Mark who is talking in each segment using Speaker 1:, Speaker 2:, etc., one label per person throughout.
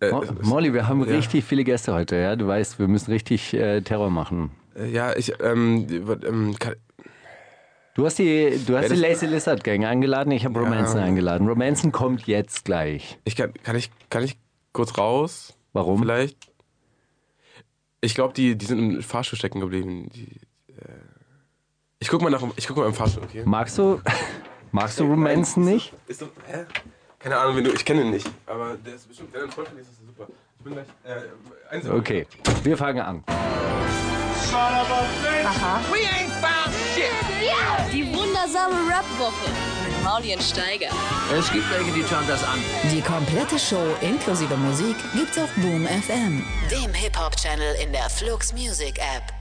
Speaker 1: Äh,
Speaker 2: Mo Molly, wir haben richtig viele Gäste heute, ja. Du weißt, wir müssen richtig äh, Terror machen.
Speaker 1: äh, ja, ich, ähm, die- wat- ähm, kann,
Speaker 2: Du hast die, du hast
Speaker 1: das-
Speaker 2: die Lazy Lizard Gang eingeladen, ich habe Romanzen eingeladen. Romanzen kommt jetzt gleich.
Speaker 1: ich kann, kann ich, kann ich kurz raus?
Speaker 2: Warum?
Speaker 1: Vielleicht. Ich glaube, die, die sind im Fahrstuhl stecken geblieben. Die, äh, ich guck mal nach, ich guck mal im Fahrstuhl, okay?
Speaker 2: Magst du, magst du Romanzen nicht?
Speaker 1: Ist doch, hä? Keine Ahnung, wenn du, ich kenne ihn nicht. Aber der ist bestimmt, der Vollständig ist, ist super. Ich bin gleich, äh, eins.
Speaker 2: Okay, wir fangen an.
Speaker 3: Die wundersame Rap-Woche mit Maulien Steiger.
Speaker 4: Es gibt welche, die schauen das an.
Speaker 5: Die komplette Show inklusive Musik gibt's auf Boom FM, dem Hip-Hop-Channel in der Flux Music App.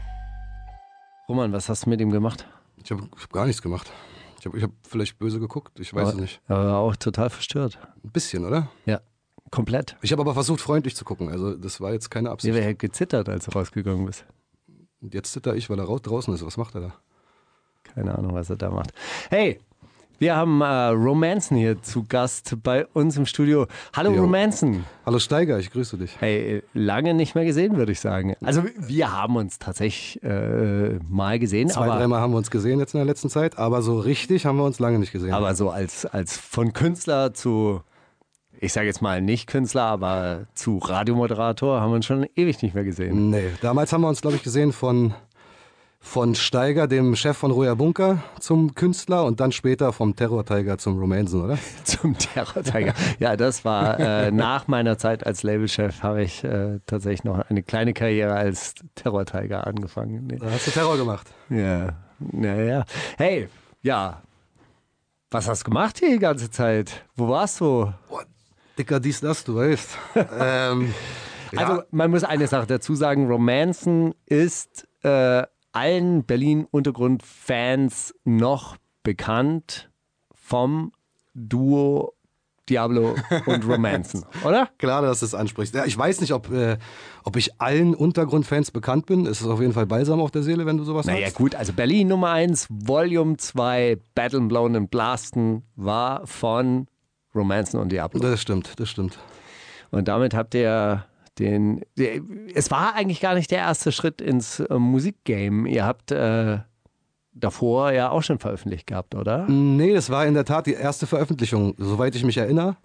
Speaker 2: Roman, was hast du mit ihm gemacht?
Speaker 6: Ich habe hab gar nichts gemacht. Ich habe ich hab vielleicht böse geguckt, ich weiß es nicht.
Speaker 2: Er war auch total verstört.
Speaker 6: Ein bisschen, oder?
Speaker 2: Ja, komplett.
Speaker 6: Ich habe aber versucht, freundlich zu gucken. Also das war jetzt keine
Speaker 2: Ja,
Speaker 6: Absicht.
Speaker 2: wer hat gezittert, als du rausgegangen bist.
Speaker 6: Und jetzt zitter ich, weil er rau- draußen ist. Was macht er da?
Speaker 2: Keine Ahnung, was er da macht. Hey, wir haben äh, Romanzen hier zu Gast bei uns im Studio. Hallo
Speaker 6: Jo.
Speaker 2: Romanzen.
Speaker 6: Hallo Steiger, ich grüße dich.
Speaker 2: Hey, lange nicht mehr gesehen, würde ich sagen. Also wir haben uns tatsächlich äh, mal gesehen,
Speaker 6: Zwei,
Speaker 2: aber,
Speaker 6: dreimal haben wir uns gesehen jetzt in der letzten Zeit, aber so richtig haben wir uns lange nicht gesehen.
Speaker 2: aber so als, als von Künstler zu, ich sage jetzt mal nicht Künstler, aber zu Radiomoderator haben wir uns schon ewig nicht mehr gesehen.
Speaker 6: nee, damals haben wir uns, glaube ich, gesehen von, von Steiger, dem Chef von Roya Bunker, zum Künstler und dann später vom Terror Tiger zum Romansen, oder?
Speaker 2: Zum Terror-Tiger. Ja, das war äh, nach meiner Zeit als Labelchef, habe ich äh, tatsächlich noch eine kleine Karriere als Terror-Tiger angefangen. Nee.
Speaker 6: Da hast du Terror gemacht.
Speaker 2: Ja, naja. Hey, ja. Was hast du gemacht hier die ganze Zeit? Wo warst du?
Speaker 6: Boah, Dicker, dies, das, du weißt. ähm,
Speaker 2: Also, man muss eine Sache dazu sagen: Romanzen ist äh, allen Berlin-Untergrund-Fans noch bekannt vom Duo Diablo und Romanzen, oder?
Speaker 6: Klar, dass du es ansprichst. Ja, ich weiß nicht, ob, äh, ob ich allen Untergrundfans bekannt bin. Es ist auf jeden Fall balsam auf der Seele, wenn du sowas
Speaker 2: Naja,
Speaker 6: sagst.
Speaker 2: gut, also Berlin Nummer 1, Volume 2, Battle Blown and Blasten war von Romanzen und Diablo.
Speaker 6: Das stimmt, das stimmt.
Speaker 2: Und damit habt ihr den. der- Es war eigentlich gar nicht der erste Schritt ins äh, Musikgame. Ihr habt äh, davor ja auch schon veröffentlicht gehabt, oder?
Speaker 6: Nee, das war in der Tat die erste Veröffentlichung, soweit ich mich erinnere.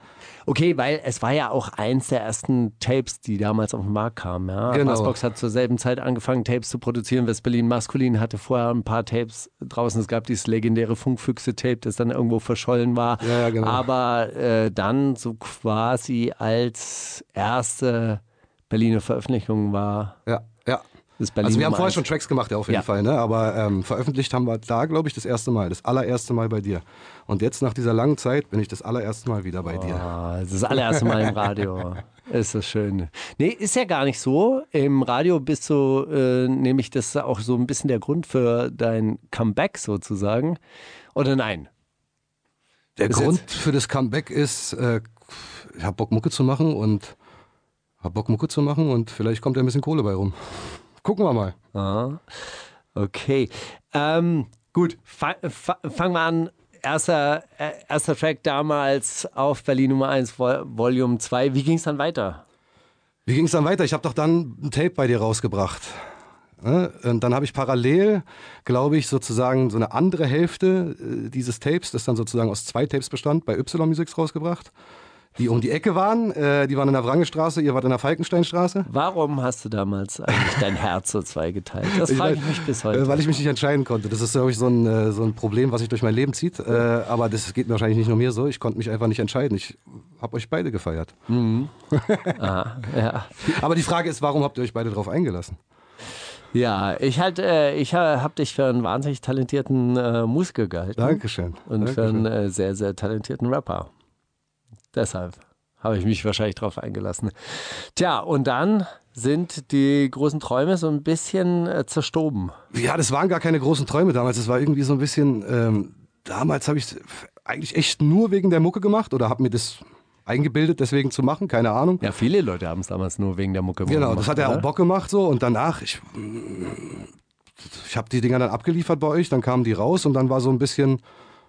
Speaker 2: Okay, weil es war ja auch eins der ersten Tapes, die damals auf den Markt kamen. Ja?
Speaker 6: Genau.
Speaker 2: Bassbox hat zur selben Zeit angefangen, Tapes zu produzieren. West-Berlin Maskulin hatte vorher ein paar Tapes draußen. Es gab dieses legendäre Funkfüchse-Tape, das dann irgendwo verschollen war.
Speaker 6: Ja, ja, genau.
Speaker 2: Aber äh, dann so quasi als erste Berliner Veröffentlichung war
Speaker 6: Ja, ja.
Speaker 2: das Berlin
Speaker 6: Also wir haben
Speaker 2: Nummer
Speaker 6: vorher
Speaker 2: eins.
Speaker 6: schon Tracks gemacht, ja, auf jeden
Speaker 2: Ja.
Speaker 6: Fall, ne? aber ähm, veröffentlicht haben wir da, glaube ich, das erste Mal, das allererste Mal bei dir. Und jetzt nach dieser langen Zeit bin ich das allererste Mal wieder bei dir.
Speaker 2: Ah, das ist das allererste Mal im Radio. Ist das schön. Nee, ist ja gar nicht so. Im Radio bist du, äh, nämlich das ist auch so ein bisschen der Grund für dein Comeback sozusagen. Oder nein?
Speaker 6: Der
Speaker 2: Bis
Speaker 6: Grund
Speaker 2: jetzt.
Speaker 6: für das Comeback ist, äh, ich habe Bock Mucke zu machen und hab Bock Mucke zu machen und vielleicht kommt da ein bisschen Kohle bei rum. Gucken wir mal.
Speaker 2: Ah, okay. Ähm, gut, fa fa fangen wir an. Erster, äh, erster Track damals auf Berlin Nummer 1, Vol Volume 2. Wie ging es dann weiter?
Speaker 6: Wie ging es dann weiter? Ich habe doch dann ein Tape bei dir rausgebracht. Ne? Und dann habe ich parallel, glaube ich, sozusagen so eine andere Hälfte äh, dieses Tapes, das dann sozusagen aus zwei Tapes bestand, bei Y Musics rausgebracht, die um die Ecke waren. Äh, die waren in der Wrangestraße, ihr wart in der Falkensteinstraße.
Speaker 2: Warum hast du damals eigentlich dein Herz so zweigeteilt? Das frage ich
Speaker 6: weiß,
Speaker 2: mich bis heute.
Speaker 6: äh, Weil ich mich nicht entscheiden konnte. Das ist, glaube ich, so ein, äh, so ein Problem, was sich durch mein Leben zieht. Äh, aber das geht mir wahrscheinlich nicht nur mir so. Ich konnte mich einfach nicht entscheiden. Ich habe euch beide gefeiert.
Speaker 2: ja.
Speaker 6: Aber die Frage ist, warum habt ihr euch beide drauf eingelassen?
Speaker 2: Ja, ich halt, äh, ich ha- hab dich für einen wahnsinnig talentierten äh, Musiker gehalten
Speaker 6: Dankeschön.
Speaker 2: und für
Speaker 6: Dankeschön.
Speaker 2: einen äh, sehr, sehr talentierten Rapper. Deshalb habe ich mich wahrscheinlich drauf eingelassen. Tja, und dann sind die großen Träume so ein bisschen äh, zerstoben.
Speaker 6: Ja, das waren gar keine großen Träume damals. Das war irgendwie so ein bisschen, ähm, damals habe ich eigentlich echt nur wegen der Mucke gemacht oder habe mir das eingebildet, deswegen zu machen, keine Ahnung.
Speaker 2: Ja, viele Leute haben es damals nur wegen der Mucke
Speaker 6: Genau, das hat ja auch Bock gemacht so und danach, ich, ich habe die Dinger dann abgeliefert bei euch, dann kamen die raus und dann war so ein bisschen,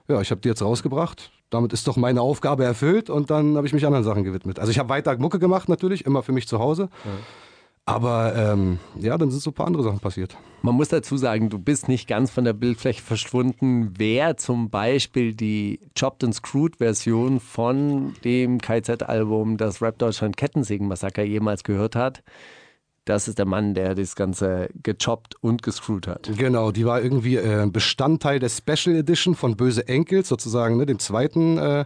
Speaker 6: ja, ich habe die jetzt rausgebracht. Damit ist doch meine Aufgabe erfüllt und dann habe ich mich anderen Sachen gewidmet. Also ich habe weiter Mucke gemacht natürlich, immer für mich zu Hause. Aber ähm, ja, dann sind so ein paar andere Sachen passiert.
Speaker 2: Man muss dazu sagen, du bist nicht ganz von der Bildfläche verschwunden. Wer zum Beispiel die Chopped and Screwed-Version von dem KZ-Album Das Rap Deutschland Kettensägen-Massaker jemals gehört hat, das ist der Mann, der das Ganze gechoppt und gescrewt hat.
Speaker 6: Genau, die war irgendwie äh, Bestandteil der Special Edition von Böse Enkels, sozusagen, ne, dem zweiten, äh, äh,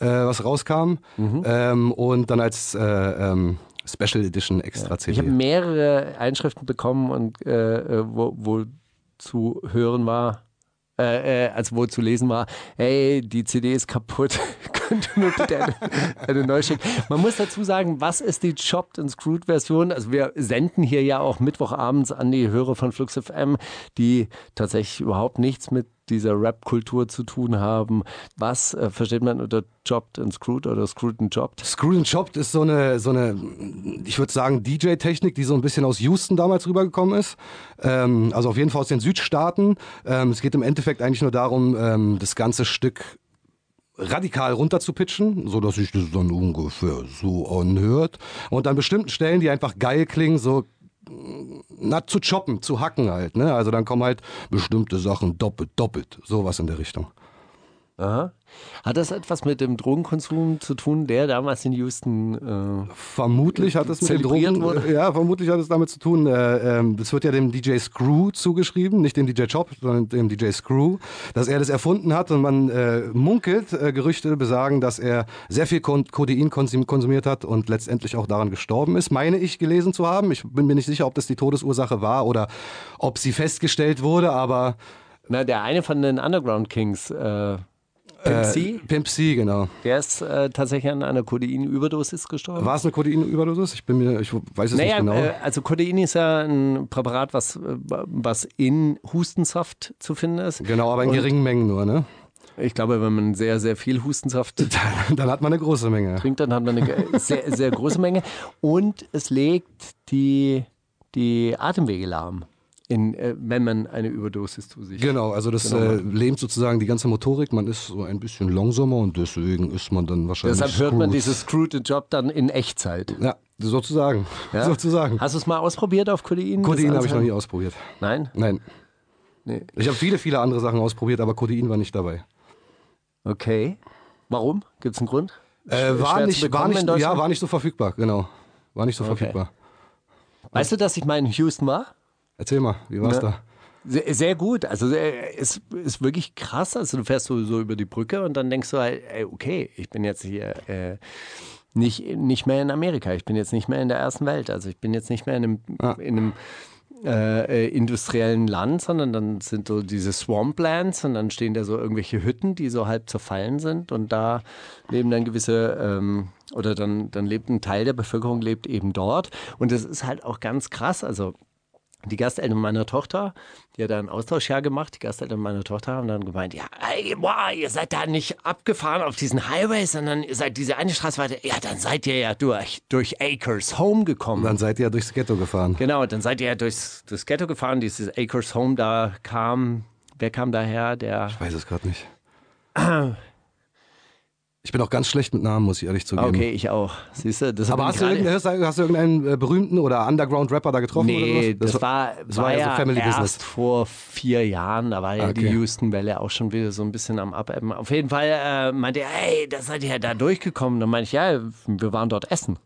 Speaker 6: was rauskam. Ähm, und dann als äh, ähm, Special Edition extra
Speaker 2: Ich
Speaker 6: CD.
Speaker 2: habe mehrere Einschriften bekommen und äh, äh, wo, wo zu hören war, äh, äh, also wo zu lesen war, hey, die CD ist kaputt, könnt ihr mir bitte eine, eine neue schicken. Man muss dazu sagen, was ist die Chopped and Screwed Version? Also wir senden hier ja auch Mittwochabends an die Hörer von Flux FM, die tatsächlich überhaupt nichts mit dieser Rap-Kultur zu tun haben. Was äh, versteht man unter Chopped and Screwed oder Screwed and Chopped?
Speaker 6: Screwed and Chopped ist so eine, so eine ich würde sagen, DJ-Technik, die so ein bisschen aus Houston damals rübergekommen ist. Ähm, also auf jeden Fall aus den Südstaaten. Ähm, es geht im Endeffekt eigentlich nur darum, ähm, das ganze Stück radikal runterzupitchen, sodass sich das dann ungefähr so anhört. Und an bestimmten Stellen, die einfach geil klingen, so mm, na, zu choppen, zu hacken halt. Ne? Also dann kommen halt bestimmte Sachen doppelt, doppelt, sowas in der Richtung.
Speaker 2: Aha. Hat das etwas mit dem Drogenkonsum zu tun, der damals in Houston. Äh,
Speaker 6: Vermutlich hat es mit den
Speaker 2: Zelebriert
Speaker 6: Drogen,
Speaker 2: wurde.
Speaker 6: ja, vermutlich hat es damit zu tun. Äh, ähm, das wird ja dem DJ Screw zugeschrieben, nicht dem DJ Chop, sondern dem DJ Screw, dass er das erfunden hat und man äh, munkelt, äh, Gerüchte besagen, dass er sehr viel Kon Codein konsum konsumiert hat und letztendlich auch daran gestorben ist, meine ich gelesen zu haben. Ich bin mir nicht sicher, ob das die Todesursache war oder ob sie festgestellt wurde, aber
Speaker 2: na, der eine von den Underground Kings, äh, Pimp C,
Speaker 6: Pimp C, genau.
Speaker 2: der ist äh, tatsächlich an einer Codein-Überdosis gestorben.
Speaker 6: War es eine Codein-Überdosis? Ich bin mir, ich weiß es
Speaker 2: Naja,
Speaker 6: nicht genau.
Speaker 2: äh, also Codein ist ja ein Präparat, was, äh, was in Hustensaft zu finden ist.
Speaker 6: genau, aber in
Speaker 2: und-
Speaker 6: geringen Mengen nur, ne?
Speaker 2: Ich glaube, wenn man sehr, sehr viel Hustensaft
Speaker 6: Dann hat man eine große Menge.
Speaker 2: trinkt, dann hat man eine ge- sehr, sehr große Menge. Und es legt die, die Atemwege lahm, in, äh, wenn man eine Überdosis zu sich
Speaker 6: Genau, also das äh, lähmt sozusagen die ganze Motorik. Man ist so ein bisschen langsamer und deswegen ist man dann wahrscheinlich.
Speaker 2: Deshalb hört man
Speaker 6: screwed.
Speaker 2: dieses Screwed and Job dann in Echtzeit.
Speaker 6: Ja, sozusagen.
Speaker 2: Ja?
Speaker 6: sozusagen.
Speaker 2: Hast du es mal ausprobiert auf Codein?
Speaker 6: Codein
Speaker 2: Das
Speaker 6: habe ich noch nie
Speaker 2: Anzeigen?
Speaker 6: ausprobiert.
Speaker 2: Nein?
Speaker 6: Nein.
Speaker 2: Nee.
Speaker 6: Ich habe viele, viele andere Sachen ausprobiert, aber Codein war nicht dabei.
Speaker 2: Okay. Warum? Gibt es einen Grund?
Speaker 6: Äh, war,
Speaker 2: schwer
Speaker 6: nicht,
Speaker 2: zu
Speaker 6: war,
Speaker 2: bekommen
Speaker 6: nicht,
Speaker 2: in
Speaker 6: ja,
Speaker 2: Deutschland?
Speaker 6: war nicht so verfügbar, genau. War nicht so verfügbar.
Speaker 2: Weißt du, dass ich mal in Houston war?
Speaker 6: Erzähl mal, wie war's
Speaker 2: Ne.
Speaker 6: da?
Speaker 2: Sehr, sehr gut. Also äh, es ist wirklich krass. Also du fährst so, so über die Brücke und dann denkst du halt, ey, okay, ich bin jetzt hier äh, nicht, nicht mehr in Amerika. Ich bin jetzt nicht mehr in der ersten Welt. Also ich bin jetzt nicht mehr in einem, in einem äh, äh, industriellen Land, sondern dann sind so diese Swamplands und dann stehen da so irgendwelche Hütten, die so halb zerfallen sind und da leben dann gewisse ähm, oder dann, dann lebt ein Teil der Bevölkerung lebt eben dort und das ist halt auch ganz krass, also die Gasteltern meiner Tochter, die hat da ein Austauschjahr gemacht, die Gasteltern meiner Tochter haben dann gemeint, ja, ey, boah, ihr seid da nicht abgefahren auf diesen Highway, sondern ihr seid diese eine Straße weiter, ja, dann seid ihr ja durch, durch Acres Home gekommen.
Speaker 6: Dann seid ihr durchs Ghetto gefahren.
Speaker 2: Genau, dann seid ihr ja durchs das Ghetto gefahren, dieses Acres Home, da kam, wer kam daher? Der.
Speaker 6: Ich weiß es gerade nicht. Ich bin auch ganz schlecht mit Namen, muss ich ehrlich zugeben.
Speaker 2: Okay, ich auch. Siehst du, das
Speaker 6: Aber
Speaker 2: hab
Speaker 6: hast
Speaker 2: ich
Speaker 6: du,
Speaker 2: gerade-
Speaker 6: irgendeinen, hast du- hast du irgendeinen äh, berühmten oder Underground-Rapper da getroffen? oder
Speaker 2: Nee,
Speaker 6: sowas?
Speaker 2: das, war,
Speaker 6: das
Speaker 2: war,
Speaker 6: war ja so
Speaker 2: ja
Speaker 6: Family
Speaker 2: erst
Speaker 6: Business.
Speaker 2: vor vier Jahren, da war ja die
Speaker 6: Okay.
Speaker 2: Houston-Welle auch schon wieder so ein bisschen am Abebben. Auf jeden Fall äh, meinte er, hey, das seid ihr ja da durchgekommen. Dann meinte ich, ja, wir waren dort essen.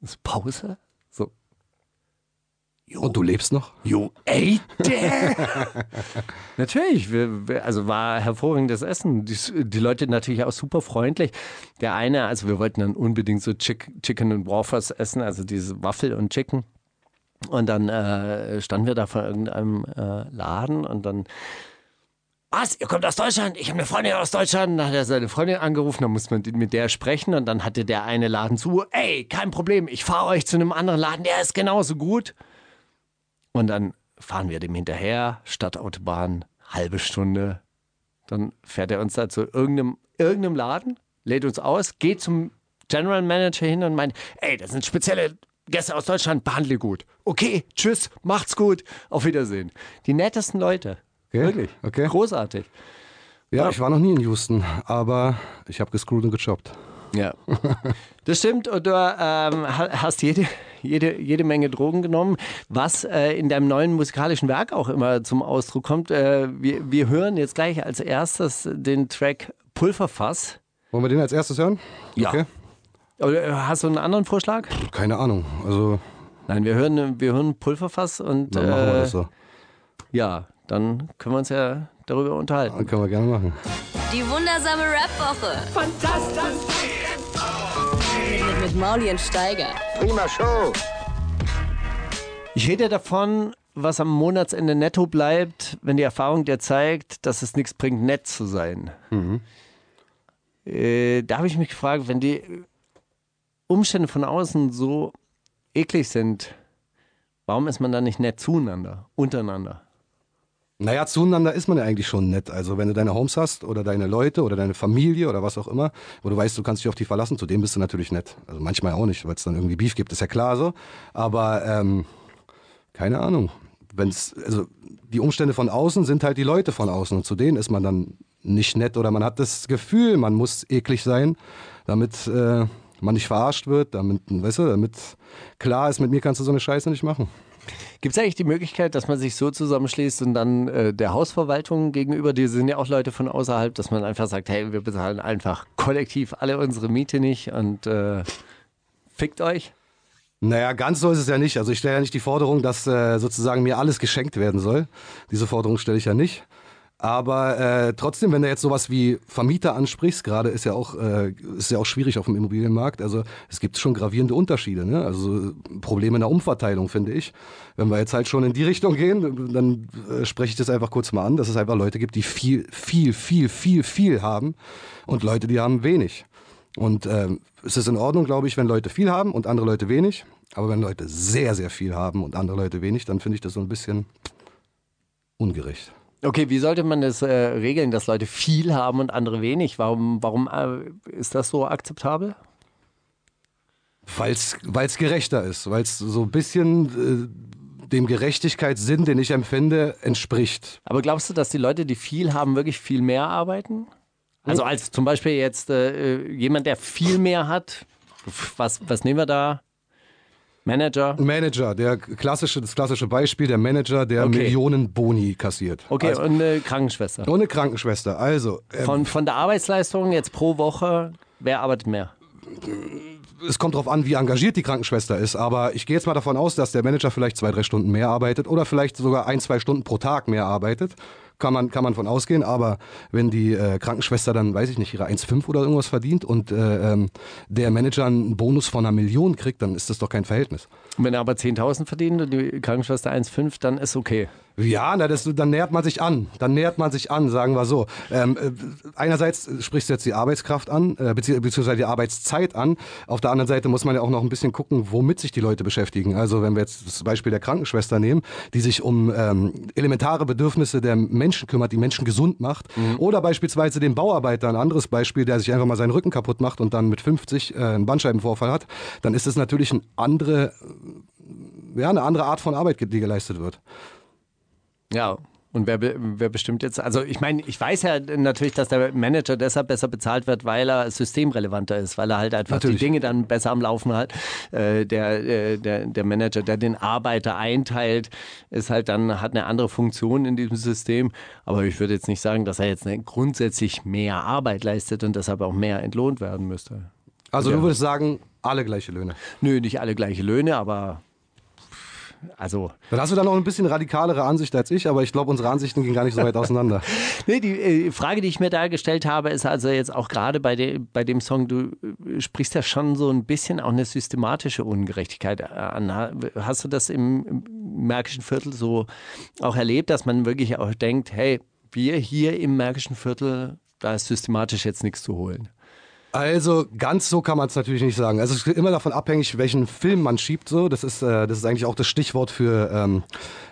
Speaker 2: Ist Pause? So,
Speaker 6: Und du lebst noch?
Speaker 2: You ate it. natürlich, wir, wir, also war hervorragendes Essen. Die, die Leute natürlich auch super freundlich. Der eine, also wir wollten dann unbedingt so Chick, Chicken and Wafers essen, also diese Waffel und Chicken. Und dann äh, standen wir da vor irgendeinem äh, Laden und dann was, ihr kommt aus Deutschland? Ich habe eine Freundin aus Deutschland. Dann hat er seine Freundin angerufen, dann muss man mit der sprechen und dann hatte der eine Laden zu, ey, kein Problem, ich fahre euch zu einem anderen Laden, der ist genauso gut. Und dann fahren wir dem hinterher, Stadtautobahn, halbe Stunde. Dann fährt er uns da zu irgendeinem, irgendeinem Laden, lädt uns aus, geht zum General Manager hin und meint, ey, das sind spezielle Gäste aus Deutschland, behandle gut. Okay, tschüss, macht's gut, auf Wiedersehen. Die nettesten Leute.
Speaker 6: Okay,
Speaker 2: Wirklich.
Speaker 6: okay.
Speaker 2: Großartig.
Speaker 6: Ja, ich war noch nie in Houston, aber ich habe gescrewt und gejobbt.
Speaker 2: Ja. Das stimmt. Und du ähm, ha- hast jede, jede, jede Menge Drogen genommen, was äh, in deinem neuen musikalischen Werk auch immer zum Ausdruck kommt. Äh, wir, wir hören jetzt gleich als erstes den Track Pulverfass.
Speaker 6: Wollen wir den als erstes hören?
Speaker 2: Ja.
Speaker 6: Okay.
Speaker 2: Oder äh, hast du einen anderen Vorschlag?
Speaker 6: Keine Ahnung. Also,
Speaker 2: Nein, wir hören, wir hören Pulverfass und
Speaker 6: dann machen wir
Speaker 2: äh,
Speaker 6: das so.
Speaker 2: ja, dann können wir uns ja darüber unterhalten.
Speaker 6: Können wir gerne machen.
Speaker 3: Die wundersame Rap-Woche. Fantastisch. Mit, mit Mauli und Steiger.
Speaker 2: Ich rede davon, was am Monatsende netto bleibt, wenn die Erfahrung dir zeigt, dass es nichts bringt, nett zu sein. Äh, da habe ich mich gefragt, wenn die Umstände von außen so eklig sind, warum ist man da nicht nett zueinander, untereinander?
Speaker 6: Naja, zueinander ist man ja eigentlich schon nett. Also wenn du deine Homes hast oder deine Leute oder deine Familie oder was auch immer, wo du weißt, du kannst dich auf die verlassen, zu dem bist du natürlich nett. Also manchmal auch nicht, weil es dann irgendwie Beef gibt, ist ja klar so. Aber ähm, keine Ahnung. Wenn's, also die Umstände von außen sind halt die Leute von außen und zu denen ist man dann nicht nett oder man hat das Gefühl, man muss eklig sein, damit äh, man nicht verarscht wird, damit, weißt du, damit klar ist, mit mir kannst du so eine Scheiße nicht machen.
Speaker 2: Gibt es eigentlich die Möglichkeit, dass man sich so zusammenschließt und dann äh, der Hausverwaltung gegenüber, die sind ja auch Leute von außerhalb, dass man einfach sagt, hey, wir bezahlen einfach kollektiv alle unsere Miete nicht und äh, fickt euch?
Speaker 6: Naja, ganz so ist es ja nicht. Also ich stelle ja nicht die Forderung, dass äh, sozusagen mir alles geschenkt werden soll. Diese Forderung stelle ich ja nicht. Aber äh, trotzdem, wenn du jetzt sowas wie Vermieter ansprichst, gerade ist ja auch äh, ist ja auch schwierig auf dem Immobilienmarkt. Also es gibt schon gravierende Unterschiede, ne? Also Probleme in der Umverteilung finde ich. Wenn wir jetzt halt schon in die Richtung gehen, dann äh, spreche ich das einfach kurz mal an, dass es einfach Leute gibt, die viel, viel, viel, viel, viel haben und Leute, die haben wenig. Und ähm, es ist in Ordnung, glaube ich, wenn Leute viel haben und andere Leute wenig. Aber wenn Leute sehr, sehr viel haben und andere Leute wenig, dann finde ich das so ein bisschen ungerecht.
Speaker 2: Okay, wie sollte man das äh, regeln, dass Leute viel haben und andere wenig? Warum, warum äh, ist das so akzeptabel?
Speaker 6: Weil es gerechter ist, weil es so ein bisschen äh, dem Gerechtigkeitssinn, den ich empfinde, entspricht.
Speaker 2: Aber glaubst du, dass die Leute, die viel haben, wirklich viel mehr arbeiten? Also als zum Beispiel jetzt äh, äh, jemand, der viel mehr hat, was, was nehmen wir da? Manager?
Speaker 6: Ein Manager, der klassische, das klassische Beispiel, der Manager, der
Speaker 2: Okay.
Speaker 6: Millionen Boni kassiert.
Speaker 2: Okay,
Speaker 6: Also,
Speaker 2: und eine Krankenschwester.
Speaker 6: ohne Krankenschwester. Also, äh,
Speaker 2: Von, von der Arbeitsleistung jetzt pro Woche, wer arbeitet mehr?
Speaker 6: es kommt darauf an, wie engagiert die Krankenschwester ist, aber ich gehe jetzt mal davon aus, dass der Manager vielleicht zwei, drei Stunden mehr arbeitet oder vielleicht sogar ein, zwei Stunden pro Tag mehr arbeitet. Kann man, kann man von ausgehen, aber wenn die äh, Krankenschwester dann, weiß ich nicht, ihre 1,5 oder irgendwas verdient und äh, ähm, der Manager einen Bonus von einer Million kriegt, dann ist das doch kein Verhältnis.
Speaker 2: Und wenn er aber 10.000 verdient und die Krankenschwester 1,5, dann ist okay.
Speaker 6: Ja, na, das, dann nähert man sich an. Dann nähert man sich an, sagen wir so. Ähm, äh, einerseits sprichst du jetzt die Arbeitskraft an, äh, bezieh beziehungsweise die Arbeitszeit an. Auf der anderen Seite muss man ja auch noch ein bisschen gucken, womit sich die Leute beschäftigen. Also wenn wir jetzt das Beispiel der Krankenschwester nehmen, die sich um ähm, elementare Bedürfnisse der Menschen kümmert, die Menschen gesund macht. Oder beispielsweise den Bauarbeiter, ein anderes Beispiel, der sich einfach mal seinen Rücken kaputt macht und dann mit 50 äh, einen Bandscheibenvorfall hat. Dann ist es natürlich ein andere, ja, eine andere Art von Arbeit, die geleistet wird.
Speaker 2: Ja. Und wer, be- wer bestimmt jetzt, also ich meine, ich weiß ja natürlich, dass der Manager deshalb besser bezahlt wird, weil er systemrelevanter ist, weil er halt einfach
Speaker 6: Natürlich.
Speaker 2: die Dinge dann besser am Laufen hat. Äh, der, äh, der, der Manager, der den Arbeiter einteilt, ist halt dann, hat eine andere Funktion in diesem System. Aber ich würde jetzt nicht sagen, dass er jetzt ne- grundsätzlich mehr Arbeit leistet und deshalb auch mehr entlohnt werden müsste.
Speaker 6: Also
Speaker 2: Ja.
Speaker 6: du würdest sagen, alle gleiche Löhne.
Speaker 2: Nö, nicht alle gleiche Löhne, aber also.
Speaker 6: Dann hast du da noch ein bisschen radikalere Ansicht als ich, aber ich glaube, unsere Ansichten gehen gar nicht so weit auseinander.
Speaker 2: Nee, die äh, Frage, die ich mir da gestellt habe, ist also jetzt auch gerade bei, de, bei dem Song, du äh, sprichst ja schon so ein bisschen auch eine systematische Ungerechtigkeit äh, an. Ha- Hast du das im, im Märkischen Viertel so auch erlebt, dass man wirklich auch denkt, hey, wir hier im Märkischen Viertel, da ist systematisch jetzt nichts zu holen?
Speaker 6: Also ganz so kann man es natürlich nicht sagen. Also es ist immer davon abhängig, welchen Film man schiebt. So, das ist äh, das ist eigentlich auch das Stichwort für ähm,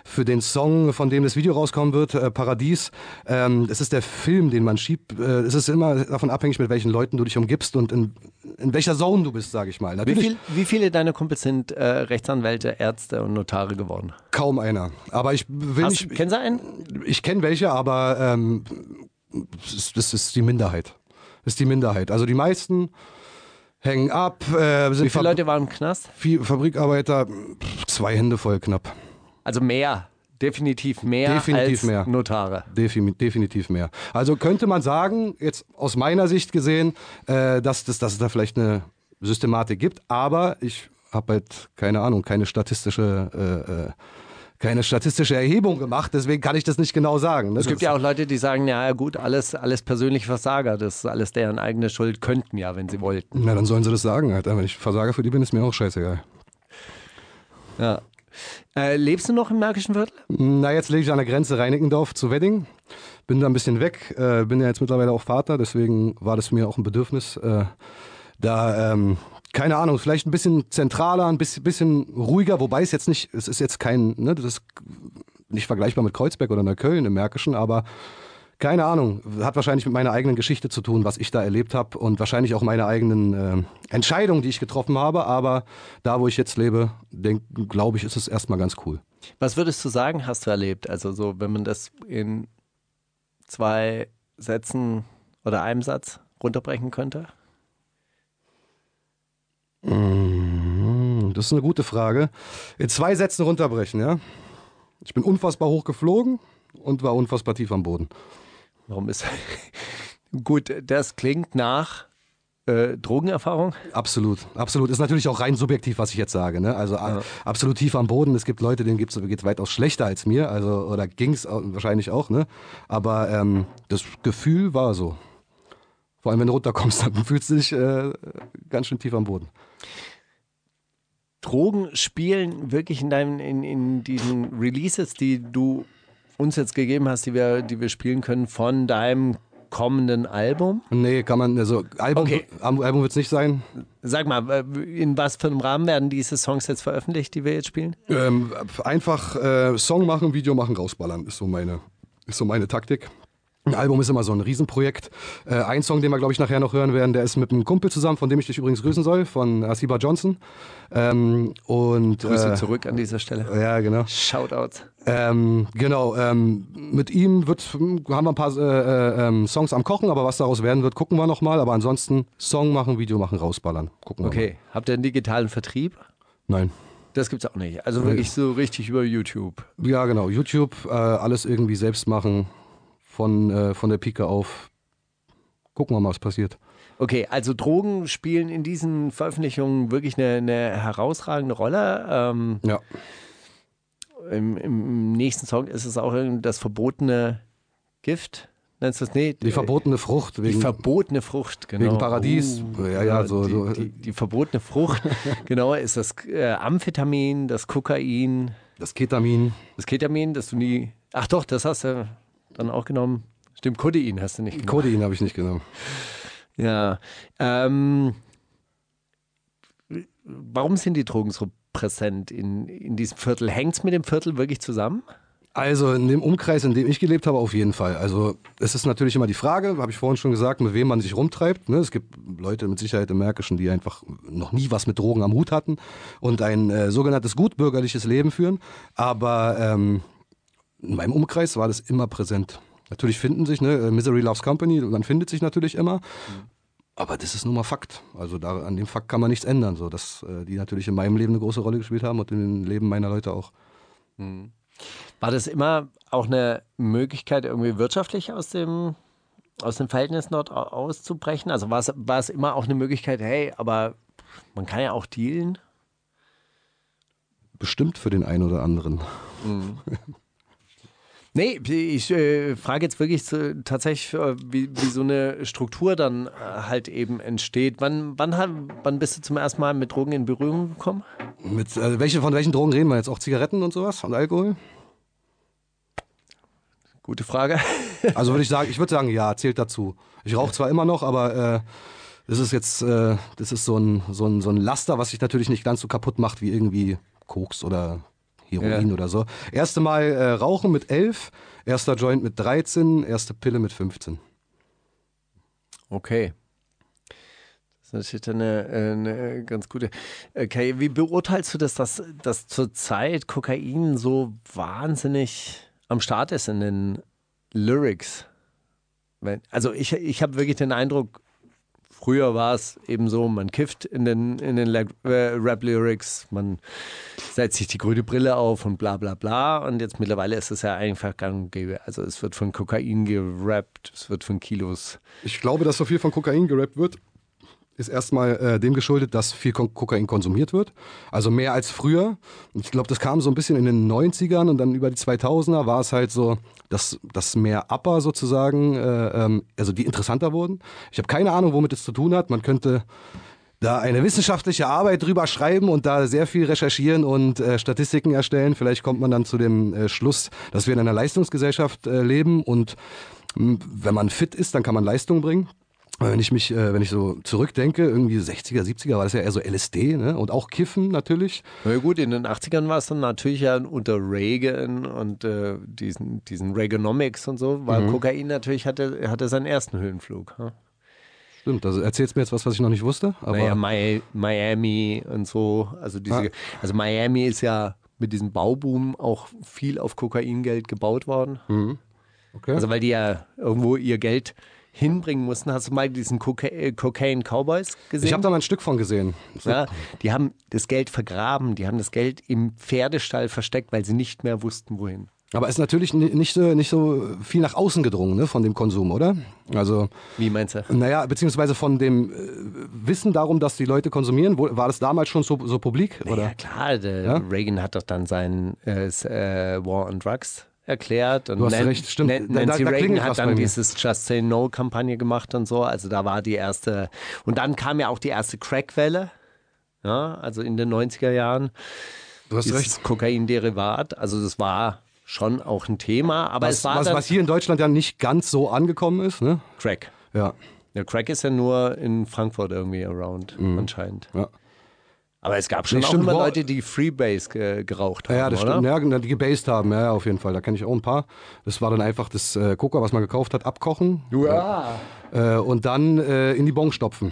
Speaker 6: für den Song, von dem das Video rauskommen wird, äh, Paradies. Ähm, es ist der Film, den man schiebt. Äh, es ist immer davon abhängig, mit welchen Leuten du dich umgibst und in, in welcher Zone du bist, sage ich mal.
Speaker 2: Wie,
Speaker 6: Natürlich
Speaker 2: viel, wie viele deiner Kumpels sind äh, Rechtsanwälte, Ärzte und Notare geworden?
Speaker 6: kaum einer. Aber ich will
Speaker 2: Hast,
Speaker 6: nicht.
Speaker 2: kennst du einen?
Speaker 6: Ich kenne welche, aber ähm, das- das ist die Minderheit. Das ist die Minderheit. Also die meisten hängen ab, äh,
Speaker 2: Wie viele
Speaker 6: sind Fabri-
Speaker 2: Leute waren im Knast?
Speaker 6: viel Fabrikarbeiter, pff, zwei Hände voll knapp.
Speaker 2: Also mehr. Definitiv mehr
Speaker 6: Definitiv
Speaker 2: als
Speaker 6: mehr.
Speaker 2: Notare.
Speaker 6: Defi definitiv mehr. Also könnte man sagen, jetzt aus meiner Sicht gesehen, äh, dass, das, dass es da vielleicht eine Systematik gibt, aber ich habe halt keine Ahnung, keine statistische, äh, äh, keine statistische Erhebung gemacht, deswegen kann ich das nicht genau sagen. ne?
Speaker 2: Es gibt
Speaker 6: Das-
Speaker 2: ja auch Leute, die sagen, ja ja, gut, alles, alles persönliche Versager, das ist alles deren eigene Schuld, könnten ja, wenn sie wollten.
Speaker 6: Na, dann sollen sie das sagen. Halt. Wenn ich Versager für die bin, ist mir auch scheißegal.
Speaker 2: Ja. Äh, lebst du noch im Märkischen Viertel?
Speaker 6: Na, jetzt lebe ich an der Grenze Reinickendorf zu Wedding. Bin da ein bisschen weg, äh, bin ja jetzt mittlerweile auch Vater, deswegen war das mir auch ein Bedürfnis, äh, da, ähm, keine Ahnung, vielleicht ein bisschen zentraler, ein bisschen, bisschen ruhiger, wobei es jetzt nicht, es ist jetzt kein, ne, das ist nicht vergleichbar mit Kreuzberg oder Neukölln im Märkischen, aber keine Ahnung, hat wahrscheinlich mit meiner eigenen Geschichte zu tun, was ich da erlebt habe und wahrscheinlich auch meine eigenen ähm, Entscheidungen, die ich getroffen habe, aber da, wo ich jetzt lebe, glaube ich, ist es erstmal ganz cool.
Speaker 2: Was würdest du sagen, hast du erlebt? Also so, wenn man das in zwei Sätzen oder einem Satz runterbrechen könnte?
Speaker 6: Das ist eine gute Frage. In zwei Sätzen runterbrechen, ja? Ich bin unfassbar hoch geflogen und war unfassbar tief am Boden.
Speaker 2: Warum ist gut? Das klingt nach äh, Drogenerfahrung.
Speaker 6: Absolut, absolut. Ist natürlich auch rein subjektiv, was ich jetzt sage. Ne? Also a- absolut tief am Boden. Es gibt Leute, denen geht es weitaus schlechter als mir. Also, oder ging es wahrscheinlich auch. Ne? Aber ähm, das Gefühl war so. Vor allem, wenn du runterkommst, dann fühlst du dich äh, ganz schön tief am Boden.
Speaker 2: Drogen spielen wirklich in deinen in, in diesen Releases, die du uns jetzt gegeben hast, die wir, die wir spielen können von deinem kommenden Album.
Speaker 6: Nee, kann man, also Album,
Speaker 2: Okay.
Speaker 6: Al- Album wird es nicht sein.
Speaker 2: Sag mal, äh, in was für einem Rahmen werden diese Songs jetzt veröffentlicht, die wir jetzt spielen?
Speaker 6: Ähm, einfach äh, Song machen, Video machen, rausballern, ist so meine, ist so meine Taktik. Ein Album ist immer so ein Riesenprojekt. Äh, ein Song, den wir, glaube ich, nachher noch hören werden, der ist mit einem Kumpel zusammen, von dem ich dich übrigens grüßen soll, von Asiba Johnson. Ähm, und,
Speaker 2: Grüße
Speaker 6: äh,
Speaker 2: zurück an dieser Stelle.
Speaker 6: Ja, genau.
Speaker 2: Shoutouts.
Speaker 6: Ähm, genau, ähm, mit ihm wird, haben wir ein paar äh, äh, ähm, Songs am Kochen, aber was daraus werden wird, gucken wir nochmal. Aber ansonsten Song machen, Video machen, rausballern. Gucken wir
Speaker 2: Okay, habt ihr einen digitalen Vertrieb?
Speaker 6: Mal. Nein.
Speaker 2: Das gibt's auch nicht. Also wirklich so richtig über YouTube.
Speaker 6: Ja, genau. YouTube, äh, alles irgendwie selbst machen. Von, äh, von der Pike auf. Gucken wir mal, was passiert.
Speaker 2: Okay, also Drogen spielen in diesen Veröffentlichungen wirklich eine, eine herausragende Rolle. Ähm,
Speaker 6: Ja.
Speaker 2: im, Im nächsten Song ist es auch irgend- das verbotene Gift. Nennst du das? Nee, äh,
Speaker 6: Die verbotene Frucht.
Speaker 2: Die
Speaker 6: Wegen,
Speaker 2: verbotene Frucht, genau.
Speaker 6: wegen Paradies. Ja, ja, so-
Speaker 2: die,
Speaker 6: so.
Speaker 2: Die, die verbotene Frucht, genau, ist das äh, Amphetamin, das Kokain,
Speaker 6: das Ketamin.
Speaker 2: das Ketamin, das du nie. Ach doch, das hast du dann auch genommen. Stimmt, Codein hast du nicht genommen.
Speaker 6: Codein habe ich nicht genommen.
Speaker 2: Ja. Ähm, warum sind die Drogen so präsent in, in diesem Viertel? Hängt es mit dem Viertel wirklich zusammen?
Speaker 6: Also in dem Umkreis, in dem ich gelebt habe, auf jeden Fall. Also es ist natürlich immer die Frage, habe ich vorhin schon gesagt, mit wem man sich rumtreibt. Ne? Es gibt Leute mit Sicherheit im Märkischen, die einfach noch nie was mit Drogen am Hut hatten und ein äh, sogenanntes gutbürgerliches Leben führen. Aber ähm, in meinem Umkreis war das immer präsent. Natürlich finden sich, ne? Misery Loves Company, man findet sich natürlich immer. Aber das ist nun mal Fakt. Also da, an dem Fakt kann man nichts ändern. So, dass äh, die natürlich in meinem Leben eine große Rolle gespielt haben und im Leben meiner Leute auch.
Speaker 2: War das immer auch eine Möglichkeit, irgendwie wirtschaftlich aus dem, aus dem Verhältnis dort au- auszubrechen? Also war es, war es immer auch eine Möglichkeit, hey, aber man kann ja auch dealen?
Speaker 6: Bestimmt für den einen oder anderen.
Speaker 2: Nee, ich äh, frage jetzt wirklich so, tatsächlich, äh, wie, wie so eine Struktur dann äh, halt eben entsteht. Wann, wann, hat, wann bist du zum ersten Mal mit Drogen in Berührung gekommen?
Speaker 6: Mit, äh, welche, von welchen Drogen reden wir jetzt? Auch Zigaretten und sowas und Alkohol?
Speaker 2: Gute Frage.
Speaker 6: Also würde ich sagen, ich würde sagen, ja, zählt dazu. Ich rauche zwar immer noch, aber äh, das ist jetzt, äh, das ist so ein, so, ein, so ein Laster, was sich natürlich nicht ganz so kaputt macht wie irgendwie Koks oder Heroin
Speaker 2: Ja.
Speaker 6: oder so. Erste Mal äh, Rauchen mit 11, erster Joint mit 13, erste Pille mit 15.
Speaker 2: Okay. Das ist natürlich dann eine, eine ganz gute. Okay, wie beurteilst du das, dass, dass zurzeit Kokain so wahnsinnig am Start ist in den Lyrics? Wenn- Also ich, ich habe wirklich den Eindruck, früher war es eben so, man kifft in den, in den Le- äh, Rap-Lyrics, man setzt sich die grüne Brille auf und bla bla bla. Und jetzt mittlerweile ist es ja einfach gang und gäbe. Also es wird von Kokain gerappt, es wird von Kilos.
Speaker 6: Ich glaube, dass so viel von Kokain gerappt wird, ist erstmal äh, dem geschuldet, dass viel Kon Kokain konsumiert wird. Also mehr als früher. Und Ich glaube, das kam so ein bisschen in den 90ern und dann über die 2000er war es halt so, dass, dass mehr Upper sozusagen, äh, ähm, also die interessanter wurden. Ich habe keine Ahnung, womit es zu tun hat. Man könnte da eine wissenschaftliche Arbeit drüber schreiben und da sehr viel recherchieren und äh, Statistiken erstellen. Vielleicht kommt man dann zu dem äh, Schluss, dass wir in einer Leistungsgesellschaft äh, leben und mh, wenn man fit ist, dann kann man Leistung bringen. Äh, Wenn ich mich, äh, wenn ich so zurückdenke, irgendwie 60er, 70er war das ja eher so LSD, ne? Und auch Kiffen natürlich.
Speaker 2: Na ja, gut, in den 80ern war es dann natürlich ja unter Reagan und äh, diesen, diesen Reaganomics und so, weil
Speaker 6: Mhm.
Speaker 2: Kokain natürlich hatte, hatte seinen ersten Höhenflug. Ja?
Speaker 6: Stimmt, also erzählst mir jetzt was, was ich noch nicht wusste. Aber
Speaker 2: Naja, Mi Miami und so. Also, diese,
Speaker 6: Ja.
Speaker 2: also Miami ist ja mit diesem Bauboom auch viel auf Kokaingeld gebaut worden.
Speaker 6: Mhm. okay.
Speaker 2: Also weil die ja irgendwo ihr Geld hinbringen mussten. Hast du mal diesen Coca äh, Cocaine Cowboys gesehen?
Speaker 6: ich habe da mal ein Stück von gesehen. So,
Speaker 2: ja, die haben das Geld vergraben, die haben das Geld im Pferdestall versteckt, weil sie nicht mehr wussten, wohin.
Speaker 6: Aber ist natürlich ni- nicht so, nicht so viel nach außen gedrungen, ne, von dem Konsum, oder? Also
Speaker 2: Wie meinst du?
Speaker 6: Naja, beziehungsweise von dem äh, Wissen darum, dass die Leute konsumieren, wo, war das damals schon so, so publik?
Speaker 2: Ja
Speaker 6: Oder?
Speaker 2: klar, der
Speaker 6: Ja?
Speaker 2: Reagan hat doch dann sein äh, s- äh, War on Drugs erklärt. Und
Speaker 6: Du hast recht, stimmt.
Speaker 2: Nan-
Speaker 6: Da- da-
Speaker 2: Nancy
Speaker 6: da klingelt
Speaker 2: Reagan
Speaker 6: was
Speaker 2: hat
Speaker 6: bei
Speaker 2: dann
Speaker 6: mir.
Speaker 2: dieses Just Say No-Kampagne gemacht und so. Also da war die erste. Und dann kam ja auch die erste Crack-Welle. Ja, also in den 90er Jahren.
Speaker 6: Du hast
Speaker 2: Dieses Kokainderivat. Also das war schon auch ein Thema. Aber
Speaker 6: Was,
Speaker 2: es war
Speaker 6: was,
Speaker 2: dann
Speaker 6: was hier in Deutschland ja nicht ganz so angekommen ist, ne?
Speaker 2: Crack.
Speaker 6: Ja.
Speaker 2: Ja, Crack ist ja nur in Frankfurt irgendwie around anscheinend.
Speaker 6: Mhm. Ja.
Speaker 2: Aber es gab schon
Speaker 6: Nee,
Speaker 2: auch
Speaker 6: stimmt,
Speaker 2: immer
Speaker 6: War-
Speaker 2: Leute, die Freebase ge geraucht haben,
Speaker 6: Ja, das
Speaker 2: oder?
Speaker 6: stimmt. Ja, genau, die gebased haben, ja, ja, auf jeden Fall. Da kenne ich auch ein paar. Das war dann einfach das äh, Coca, was man gekauft hat, abkochen
Speaker 2: Ja.
Speaker 6: äh, und dann äh, in die Bon stopfen.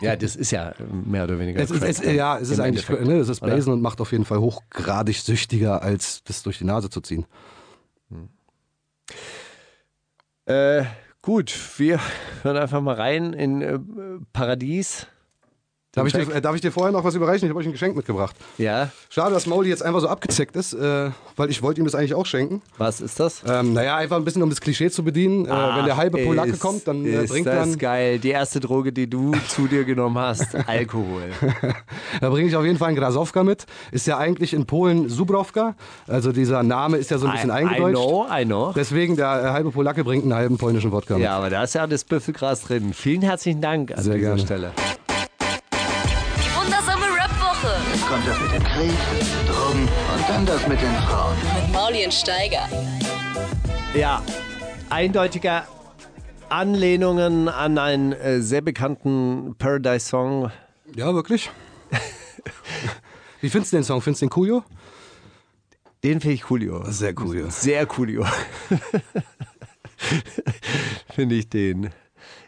Speaker 2: Ja, das ist ja mehr oder weniger.
Speaker 6: Es ist,
Speaker 2: Crack
Speaker 6: es,
Speaker 2: dann
Speaker 6: ja, es ist
Speaker 2: im
Speaker 6: eigentlich,
Speaker 2: Endeffekt.
Speaker 6: ne, es ist
Speaker 2: oder?
Speaker 6: Basen und macht auf jeden Fall hochgradig süchtiger, als das durch die Nase zu ziehen. ne?
Speaker 2: Äh, gut, wir hören einfach mal rein in äh, Paradies.
Speaker 6: Darf ich, dir, äh, darf ich dir vorher noch was überreichen? Ich habe euch ein Geschenk mitgebracht.
Speaker 2: Ja,
Speaker 6: Schade, dass Mauli jetzt einfach so abgezeckt ist, äh, weil ich wollte ihm das eigentlich auch schenken.
Speaker 2: was ist das?
Speaker 6: Ähm, naja, einfach ein bisschen, um das Klischee zu bedienen. äh, wenn der halbe Polacke kommt, dann äh,
Speaker 2: ist
Speaker 6: bringt
Speaker 2: das
Speaker 6: dann,
Speaker 2: geil. Die erste Droge, die du zu dir genommen hast, Alkohol.
Speaker 6: da bringe ich auf jeden Fall einen Grasowka mit. Ist ja eigentlich in Polen Subrowka. Also dieser Name ist ja so ein bisschen
Speaker 2: I, I
Speaker 6: eingedeutscht.
Speaker 2: know, I know.
Speaker 6: Deswegen, der äh, halbe Polacke bringt einen halben polnischen Wodka mit.
Speaker 2: Ja, aber da ist ja das Büffelgras drin. Vielen herzlichen Dank an
Speaker 6: Sehr
Speaker 2: dieser
Speaker 6: gerne.
Speaker 2: Stelle.
Speaker 3: Die wundersame Rap-Woche
Speaker 4: Jetzt kommt das mit dem Krieg, Drogen und dann das mit den Frauen.
Speaker 3: mit Mauli und Steiger.
Speaker 2: Ja, eindeutiger Anlehnungen an einen äh, sehr bekannten Paradise-Song.
Speaker 6: Ja, wirklich. Wie findest du den Song? Findest du den Kujo?
Speaker 2: Den finde ich cool, jo.
Speaker 6: Sehr Kujo.
Speaker 2: Sehr cool, jo. Finde ich den.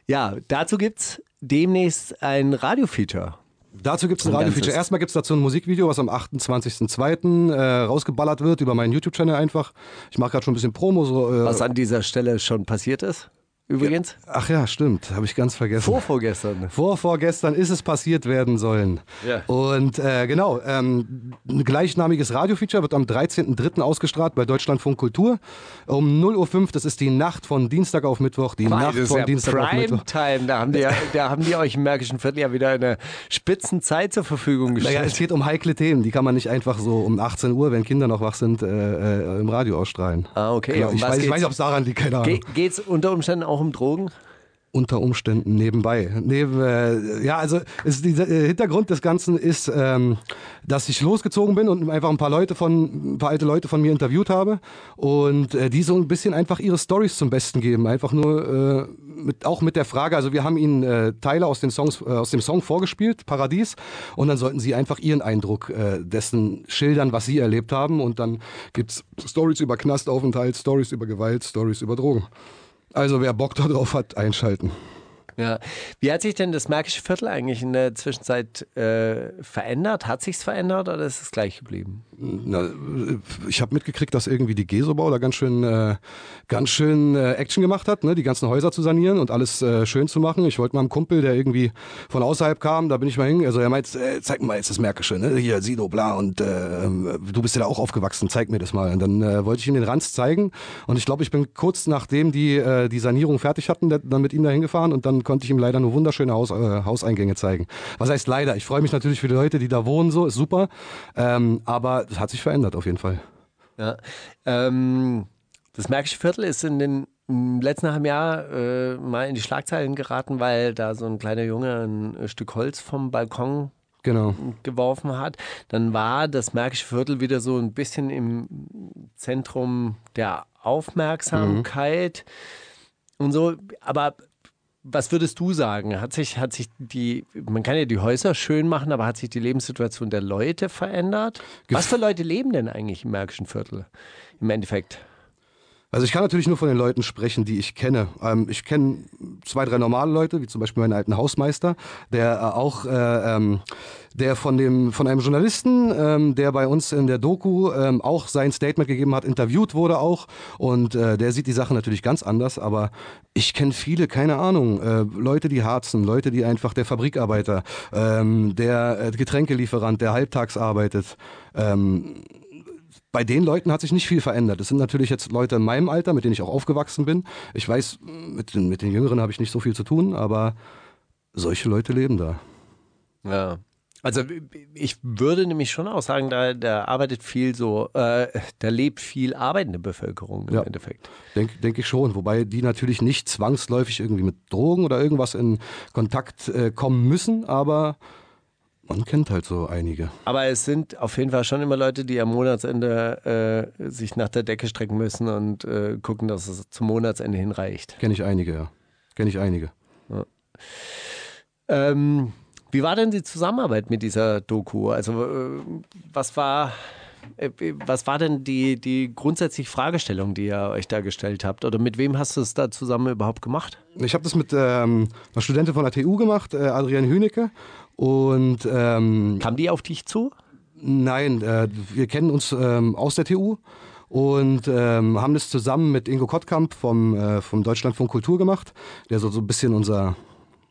Speaker 2: Ja, dazu gibt's demnächst ein Radio-Feature.
Speaker 6: Dazu gibt es ein
Speaker 2: Ein
Speaker 6: Radiofeature.
Speaker 2: ganzes.
Speaker 6: Erstmal gibt es dazu ein Musikvideo, was am 28.02. Äh, rausgeballert wird über meinen YouTube-Channel einfach. Ich mache gerade schon ein bisschen Promo. So, äh,
Speaker 2: Was an dieser Stelle schon passiert ist, übrigens.
Speaker 6: Ach ja, stimmt. Habe ich ganz vergessen.
Speaker 2: Vor vorgestern.
Speaker 6: Vor vorgestern ist es passiert werden sollen.
Speaker 2: Ja.
Speaker 6: Und äh, genau, ähm, ein gleichnamiges Radiofeature wird am 13.03. ausgestrahlt bei Deutschlandfunk Kultur. Um 0.05 Uhr, das ist die Nacht von Dienstag auf Mittwoch. Die
Speaker 2: Mann,
Speaker 6: Nacht
Speaker 2: das ist
Speaker 6: von
Speaker 2: ja
Speaker 6: Dienstag auf Mittwoch.
Speaker 2: Primetime. Da haben, die, ja- da haben die euch im Märkischen Viertel ja wieder eine Spitzenzeit zur Verfügung gestellt.
Speaker 6: Naja, es geht um heikle Themen. Die kann man nicht einfach so um 18 Uhr, wenn Kinder noch wach sind, äh, äh, im Radio ausstrahlen.
Speaker 2: Ah, okay.
Speaker 6: Klar,
Speaker 2: Um
Speaker 6: ich,
Speaker 2: was
Speaker 6: weiß, ich
Speaker 2: geht's?
Speaker 6: weiß, ob es daran liegt, keine
Speaker 2: Ge
Speaker 6: Ahnung.
Speaker 2: geht's unter Umständen auch um Drogen?
Speaker 6: unter Umständen nebenbei. Neben, äh, ja, also es, dieser äh, Hintergrund des Ganzen ist, ähm, dass ich losgezogen bin und einfach ein paar Leute von, ein paar alte Leute von mir interviewt habe und äh, die so ein bisschen einfach ihre Stories zum Besten geben, einfach nur äh, mit, auch mit der Frage. Also wir haben ihnen äh, Teile aus den Songs, äh, aus dem Song vorgespielt, Paradies, und dann sollten sie einfach ihren Eindruck äh, dessen schildern, was sie erlebt haben. Und dann gibt's Stories über Knastaufenthalt, Stories über Gewalt, Stories über Drogen. Also wer Bock darauf hat, einschalten.
Speaker 2: Ja. Wie hat sich denn das Märkische Viertel eigentlich in der Zwischenzeit äh, verändert? Hat sich's verändert oder ist es gleich geblieben?
Speaker 6: Na, äh, ich habe mitgekriegt, dass irgendwie die Gesobau da ganz schön, äh, ganz schön äh, Action gemacht hat, ne? die ganzen Häuser zu sanieren und alles äh, schön zu machen. Ich wollte mal einem Kumpel, der irgendwie von außerhalb kam, da bin ich mal hin. Also er meint, äh, zeig mir mal jetzt das Märkische, ne? hier Sido, bla und äh, ähm, du bist ja da auch aufgewachsen, zeig mir das mal. Und dann äh, wollte ich ihm den Ranz zeigen und ich glaube, ich bin kurz nachdem die äh, die Sanierung fertig hatten, da- dann mit ihm da hingefahren und dann konnte ich ihm leider nur wunderschöne Haus, äh, Hauseingänge zeigen. Was heißt leider? Ich freue mich natürlich für die Leute, die da wohnen, so ist super, ähm, aber es hat sich verändert auf jeden Fall.
Speaker 2: Ja. Ähm, das Märkische Viertel ist in den im letzten halben Jahr äh, mal in die Schlagzeilen geraten, weil da so ein kleiner Junge ein äh, Stück Holz vom Balkon
Speaker 6: Genau.
Speaker 2: geworfen hat. Dann war das Märkische Viertel wieder so ein bisschen im Zentrum der Aufmerksamkeit und so. Aber was würdest du sagen? Hat sich, hat sich die, man kann ja die Häuser schön machen, aber hat sich die Lebenssituation der Leute verändert? Was für Leute leben denn eigentlich im Märkischen Viertel im Endeffekt?
Speaker 6: Also ich kann natürlich nur von den Leuten sprechen, die ich kenne. Ähm, ich kenne zwei, drei normale Leute, wie zum Beispiel meinen alten Hausmeister, der äh, auch, äh, ähm, der von dem, von einem Journalisten, ähm, der bei uns in der Doku ähm, auch sein Statement gegeben hat, interviewt wurde auch und äh, der sieht die Sache natürlich ganz anders. Aber ich kenne viele, keine Ahnung, äh, Leute, die harzen, Leute, die einfach der Fabrikarbeiter, ähm, der äh, Getränkelieferant, der halbtags arbeitet. Ähm, bei den Leuten hat sich nicht viel verändert. Es sind natürlich jetzt Leute in meinem Alter, mit denen ich auch aufgewachsen bin. Ich weiß, mit den, mit den Jüngeren habe ich nicht so viel zu tun, aber solche Leute leben da.
Speaker 2: Ja. Also ich würde nämlich schon auch sagen, da, da arbeitet viel so, äh, da lebt viel arbeitende Bevölkerung im
Speaker 6: Ja.
Speaker 2: Endeffekt.
Speaker 6: Denke denk ich schon. Wobei die natürlich nicht zwangsläufig irgendwie mit Drogen oder irgendwas in Kontakt äh, kommen müssen, aber man kennt halt so einige.
Speaker 2: Aber es sind auf jeden Fall schon immer Leute, die am Monatsende äh, sich nach der Decke strecken müssen und äh, gucken, dass es zum Monatsende hinreicht.
Speaker 6: Kenne ich einige, ja. Kenne ich einige.
Speaker 2: Ähm, wie war denn die Zusammenarbeit mit dieser Doku? Also äh, was war äh, was war denn die, die grundsätzliche Fragestellung, die ihr euch da gestellt habt? Oder mit wem hast du es da zusammen überhaupt gemacht?
Speaker 6: Ich habe das mit ähm, einer Studentin von der TU gemacht, äh, Adrienne Hünecke. Und ähm,
Speaker 2: Kam die auf dich zu?
Speaker 6: Nein, äh, wir kennen uns ähm, aus der TU und ähm, haben das zusammen mit Ingo Kottkamp vom, äh, vom Deutschlandfunk Kultur gemacht, der so, so ein bisschen unser,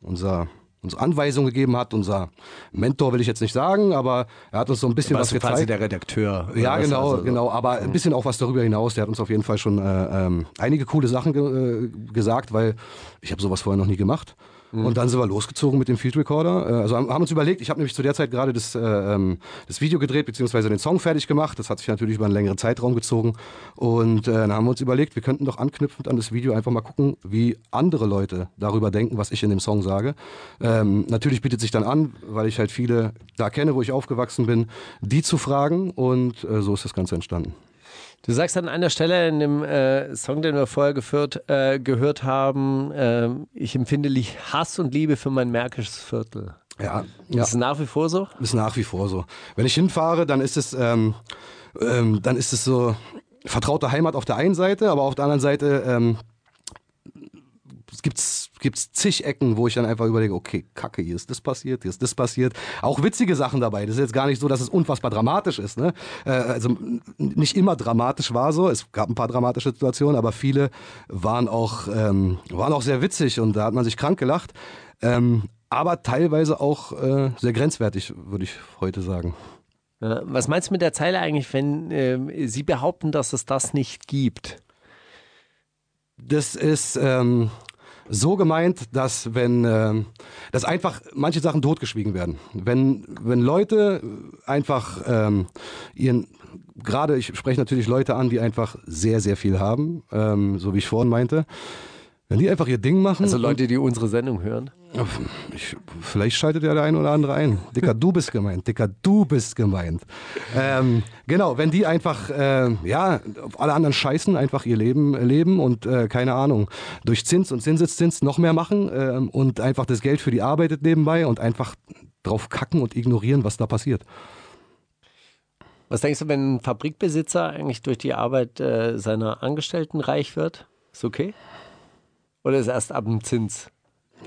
Speaker 6: unser, unsere Anweisung gegeben hat, unser Mentor will ich jetzt nicht sagen, aber er hat uns so ein bisschen
Speaker 2: Warst
Speaker 6: was
Speaker 2: du quasi
Speaker 6: gezeigt.
Speaker 2: der Redakteur? oder
Speaker 6: Ja,
Speaker 2: was?
Speaker 6: genau,
Speaker 2: Also so.
Speaker 6: genau. Aber ein bisschen auch was darüber hinaus. Der hat uns auf jeden Fall schon äh, ähm, einige coole Sachen ge äh, gesagt, weil ich habe sowas vorher noch nie gemacht.
Speaker 2: Hm.
Speaker 6: Und dann sind wir losgezogen mit dem Field Recorder. Äh, Also haben haben uns überlegt, ich habe nämlich zu der Zeit gerade das, äh, ähm, das Video gedreht, beziehungsweise den Song fertig gemacht. Das hat sich natürlich über einen längeren Zeitraum gezogen. Und äh, dann haben wir uns überlegt, wir könnten doch anknüpfend an das Video einfach mal gucken, wie andere Leute darüber denken, was ich in dem Song sage. Ähm, natürlich bietet sich dann an, weil ich halt viele da kenne, wo ich aufgewachsen bin, die zu fragen und äh, so ist das Ganze entstanden.
Speaker 2: Du sagst an einer Stelle in dem äh, Song, den wir vorher geführt, äh, gehört haben, äh, ich empfinde li- Hass und Liebe für mein märkisches Viertel.
Speaker 6: Ja, ja.
Speaker 2: Ist es nach wie vor so?
Speaker 6: ist nach wie vor so. Wenn ich hinfahre, dann ist es, ähm, ähm, dann ist es so vertraute Heimat auf der einen Seite, aber auf der anderen Seite ähm, es gibt's gibt's zig Ecken, wo ich dann einfach überlege, okay, Kacke, hier ist das passiert, hier ist das passiert. Auch witzige Sachen dabei. Das ist jetzt gar nicht so, dass es unfassbar dramatisch ist. Ne? Äh, also n- nicht immer dramatisch war so. Es gab ein paar dramatische Situationen, aber viele waren auch ähm, waren auch sehr witzig und da hat man sich krank gelacht. Ähm, aber teilweise auch äh, sehr grenzwertig, würde ich heute sagen.
Speaker 2: Ja, Äh, was meinst du mit der Zeile eigentlich, wenn ähm, sie behaupten, dass es das nicht gibt?
Speaker 6: Das ist ähm, so gemeint, dass wenn ähm, dass einfach manche Sachen totgeschwiegen werden. Wenn, wenn Leute einfach ähm, ihren gerade ich spreche natürlich Leute an, die einfach sehr, sehr viel haben, ähm, so wie ich vorhin meinte. Wenn die einfach ihr Ding machen.
Speaker 2: Also Leute, die unsere Sendung hören.
Speaker 6: Ich, vielleicht schaltet ja der ein oder andere ein. Dicker, du bist gemeint. Dicker, du bist gemeint. Ähm, genau, wenn die einfach, äh, ja, auf alle anderen scheißen, einfach ihr Leben leben und, äh, keine Ahnung, durch Zins und Zinseszins noch mehr machen ähm, und einfach das Geld für die arbeitet nebenbei und einfach drauf kacken und ignorieren, was da passiert.
Speaker 2: Was denkst du, wenn ein Fabrikbesitzer eigentlich durch die Arbeit äh, seiner Angestellten reich wird? Ist okay? Oder ist erst ab dem Zins?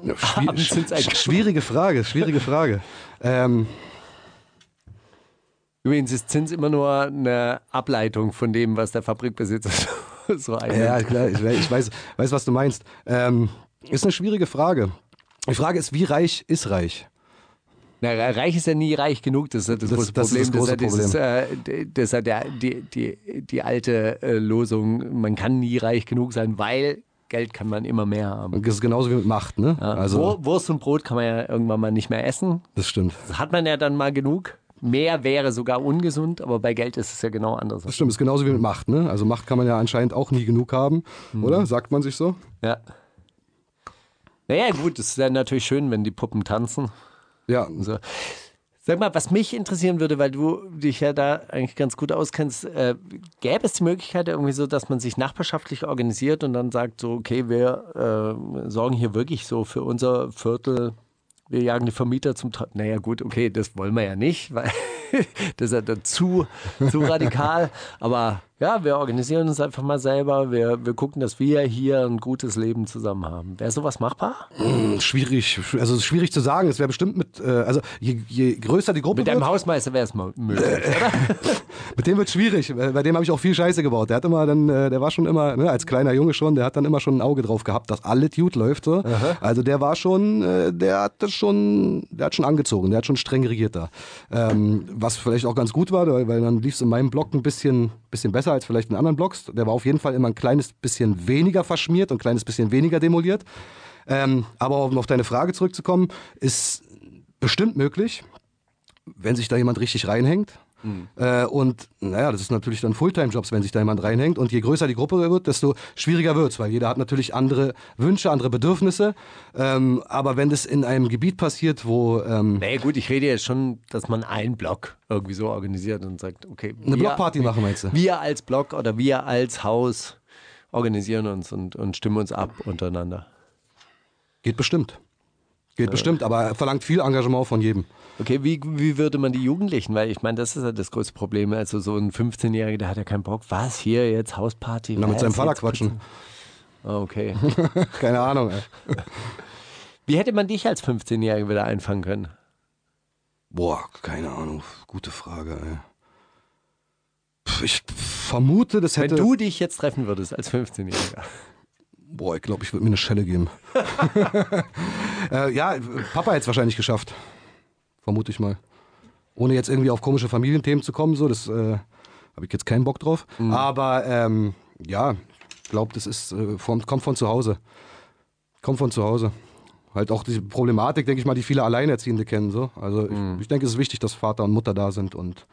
Speaker 6: Ja, schwi-
Speaker 2: Abends
Speaker 6: sch-
Speaker 2: sind's ein-
Speaker 6: sch- schwierige Frage, schwierige Frage. ähm,
Speaker 2: Übrigens ist Zins immer nur eine Ableitung von dem, was der Fabrikbesitzer so- so einnimmt.
Speaker 6: ja, klar, ich, we- ich weiß, weiß, was du meinst. Ähm, ist eine schwierige Frage. Die Frage ist, wie reich ist reich?
Speaker 2: Na, reich ist ja nie reich genug, das ist ja das,
Speaker 6: Das-
Speaker 2: große
Speaker 6: das
Speaker 2: Problem.
Speaker 6: ist das
Speaker 2: das
Speaker 6: große
Speaker 2: ist ja dieses, äh, d- das ist ja der, die, die, die alte äh, Losung, man kann nie reich genug sein, weil Geld kann man immer mehr haben.
Speaker 6: Das ist genauso wie mit Macht, ne?
Speaker 2: Ja,
Speaker 6: Also,
Speaker 2: Wur- Wurst und Brot kann man ja irgendwann mal nicht mehr essen.
Speaker 6: das stimmt.
Speaker 2: Das hat man ja dann mal genug. Mehr wäre sogar ungesund, aber bei Geld ist es ja genau
Speaker 6: Das
Speaker 2: anders.
Speaker 6: stimmt, ist genauso wie mit Macht, ne? Also Macht kann man ja anscheinend auch nie genug haben,
Speaker 2: Mhm.
Speaker 6: oder? Sagt man sich so?
Speaker 2: Ja. Naja, gut, es ist ja natürlich schön, wenn die Puppen tanzen.
Speaker 6: Ja,
Speaker 2: So. Sag mal, was mich interessieren würde, weil du dich ja da eigentlich ganz gut auskennst, äh, gäbe es die Möglichkeit irgendwie so, dass man sich nachbarschaftlich organisiert und dann sagt so, okay, wir äh, sorgen hier wirklich so für unser Viertel, wir jagen die Vermieter zum Teufel. Naja gut, okay, das wollen wir ja nicht, weil das ist ja dann zu, zu radikal. Aber ja, wir organisieren uns einfach mal selber, wir, wir gucken, dass wir hier ein gutes Leben zusammen haben. Wäre sowas machbar?
Speaker 6: schwierig. Also es ist schwierig zu sagen. Es wäre bestimmt mit, äh, also je, je größer die Gruppe
Speaker 2: Mit
Speaker 6: wird,
Speaker 2: deinem Hausmeister wäre es mal möglich.
Speaker 6: mit dem wird schwierig. Bei bei dem habe ich auch viel Scheiße gebaut. Der hat immer dann, äh, der war schon immer, ne, als kleiner Junge schon, der hat dann immer schon ein Auge drauf gehabt, dass alle Dude läuft. So. Also der war schon, äh, der hat das schon, der hat schon angezogen, der hat schon streng regiert da. Ähm, was vielleicht auch ganz gut war, weil weil dann lief es in meinem Blog ein bisschen, bisschen besser als vielleicht in anderen Blogs. Der war auf jeden Fall immer ein kleines bisschen weniger verschmiert und ein kleines bisschen weniger demoliert. Ähm, aber um auf deine Frage zurückzukommen, ist bestimmt möglich, wenn sich da jemand richtig reinhängt. Äh, und naja, das ist natürlich dann Fulltime-Jobs, wenn sich da jemand reinhängt. Und je größer die Gruppe wird, desto schwieriger wird's, weil jeder hat natürlich andere Wünsche, andere Bedürfnisse. Ähm, aber wenn das in einem Gebiet passiert, wo ähm,
Speaker 2: Naja gut, ich rede jetzt schon, dass man einen Block irgendwie so organisiert und sagt, okay.
Speaker 6: eine
Speaker 2: wir-
Speaker 6: Blockparty machen, meinst du?
Speaker 2: Wir als Block oder wir als Haus organisieren uns und, und stimmen uns ab untereinander.
Speaker 6: Geht bestimmt. Geht bestimmt, aber verlangt viel Engagement von jedem.
Speaker 2: Okay, wie, wie würde man die Jugendlichen, weil ich meine, das ist ja das größte Problem. Also so ein 15-Jähriger, der hat ja keinen Bock. Was, hier jetzt Hausparty?
Speaker 6: Na, mit
Speaker 2: Was,
Speaker 6: seinem Vater
Speaker 2: jetzt
Speaker 6: quatschen.
Speaker 2: Pizza? Ah, Okay.
Speaker 6: Keine Ahnung. Ey.
Speaker 2: Wie hätte man dich als 15-Jähriger wieder einfangen können?
Speaker 6: Boah, keine Ahnung. Gute Frage, ey. Pff, Ich vermute, das
Speaker 2: Wenn
Speaker 6: hätte.
Speaker 2: du dich jetzt treffen würdest als 15-Jähriger.
Speaker 6: Boah, ich glaube, ich würde mir eine Schelle geben. äh, ja, Papa hätte es wahrscheinlich geschafft. Vermute ich mal. Ohne jetzt irgendwie auf komische Familienthemen zu kommen, so, das äh, habe ich jetzt keinen Bock drauf. Aber ähm, ja, ich glaube, das ist, äh, vom, kommt von zu Hause. Kommt von zu Hause. Halt auch diese Problematik, denke ich mal, die viele Alleinerziehende kennen. So. Also ich, ich denke, es ist wichtig, dass Vater und Mutter da sind und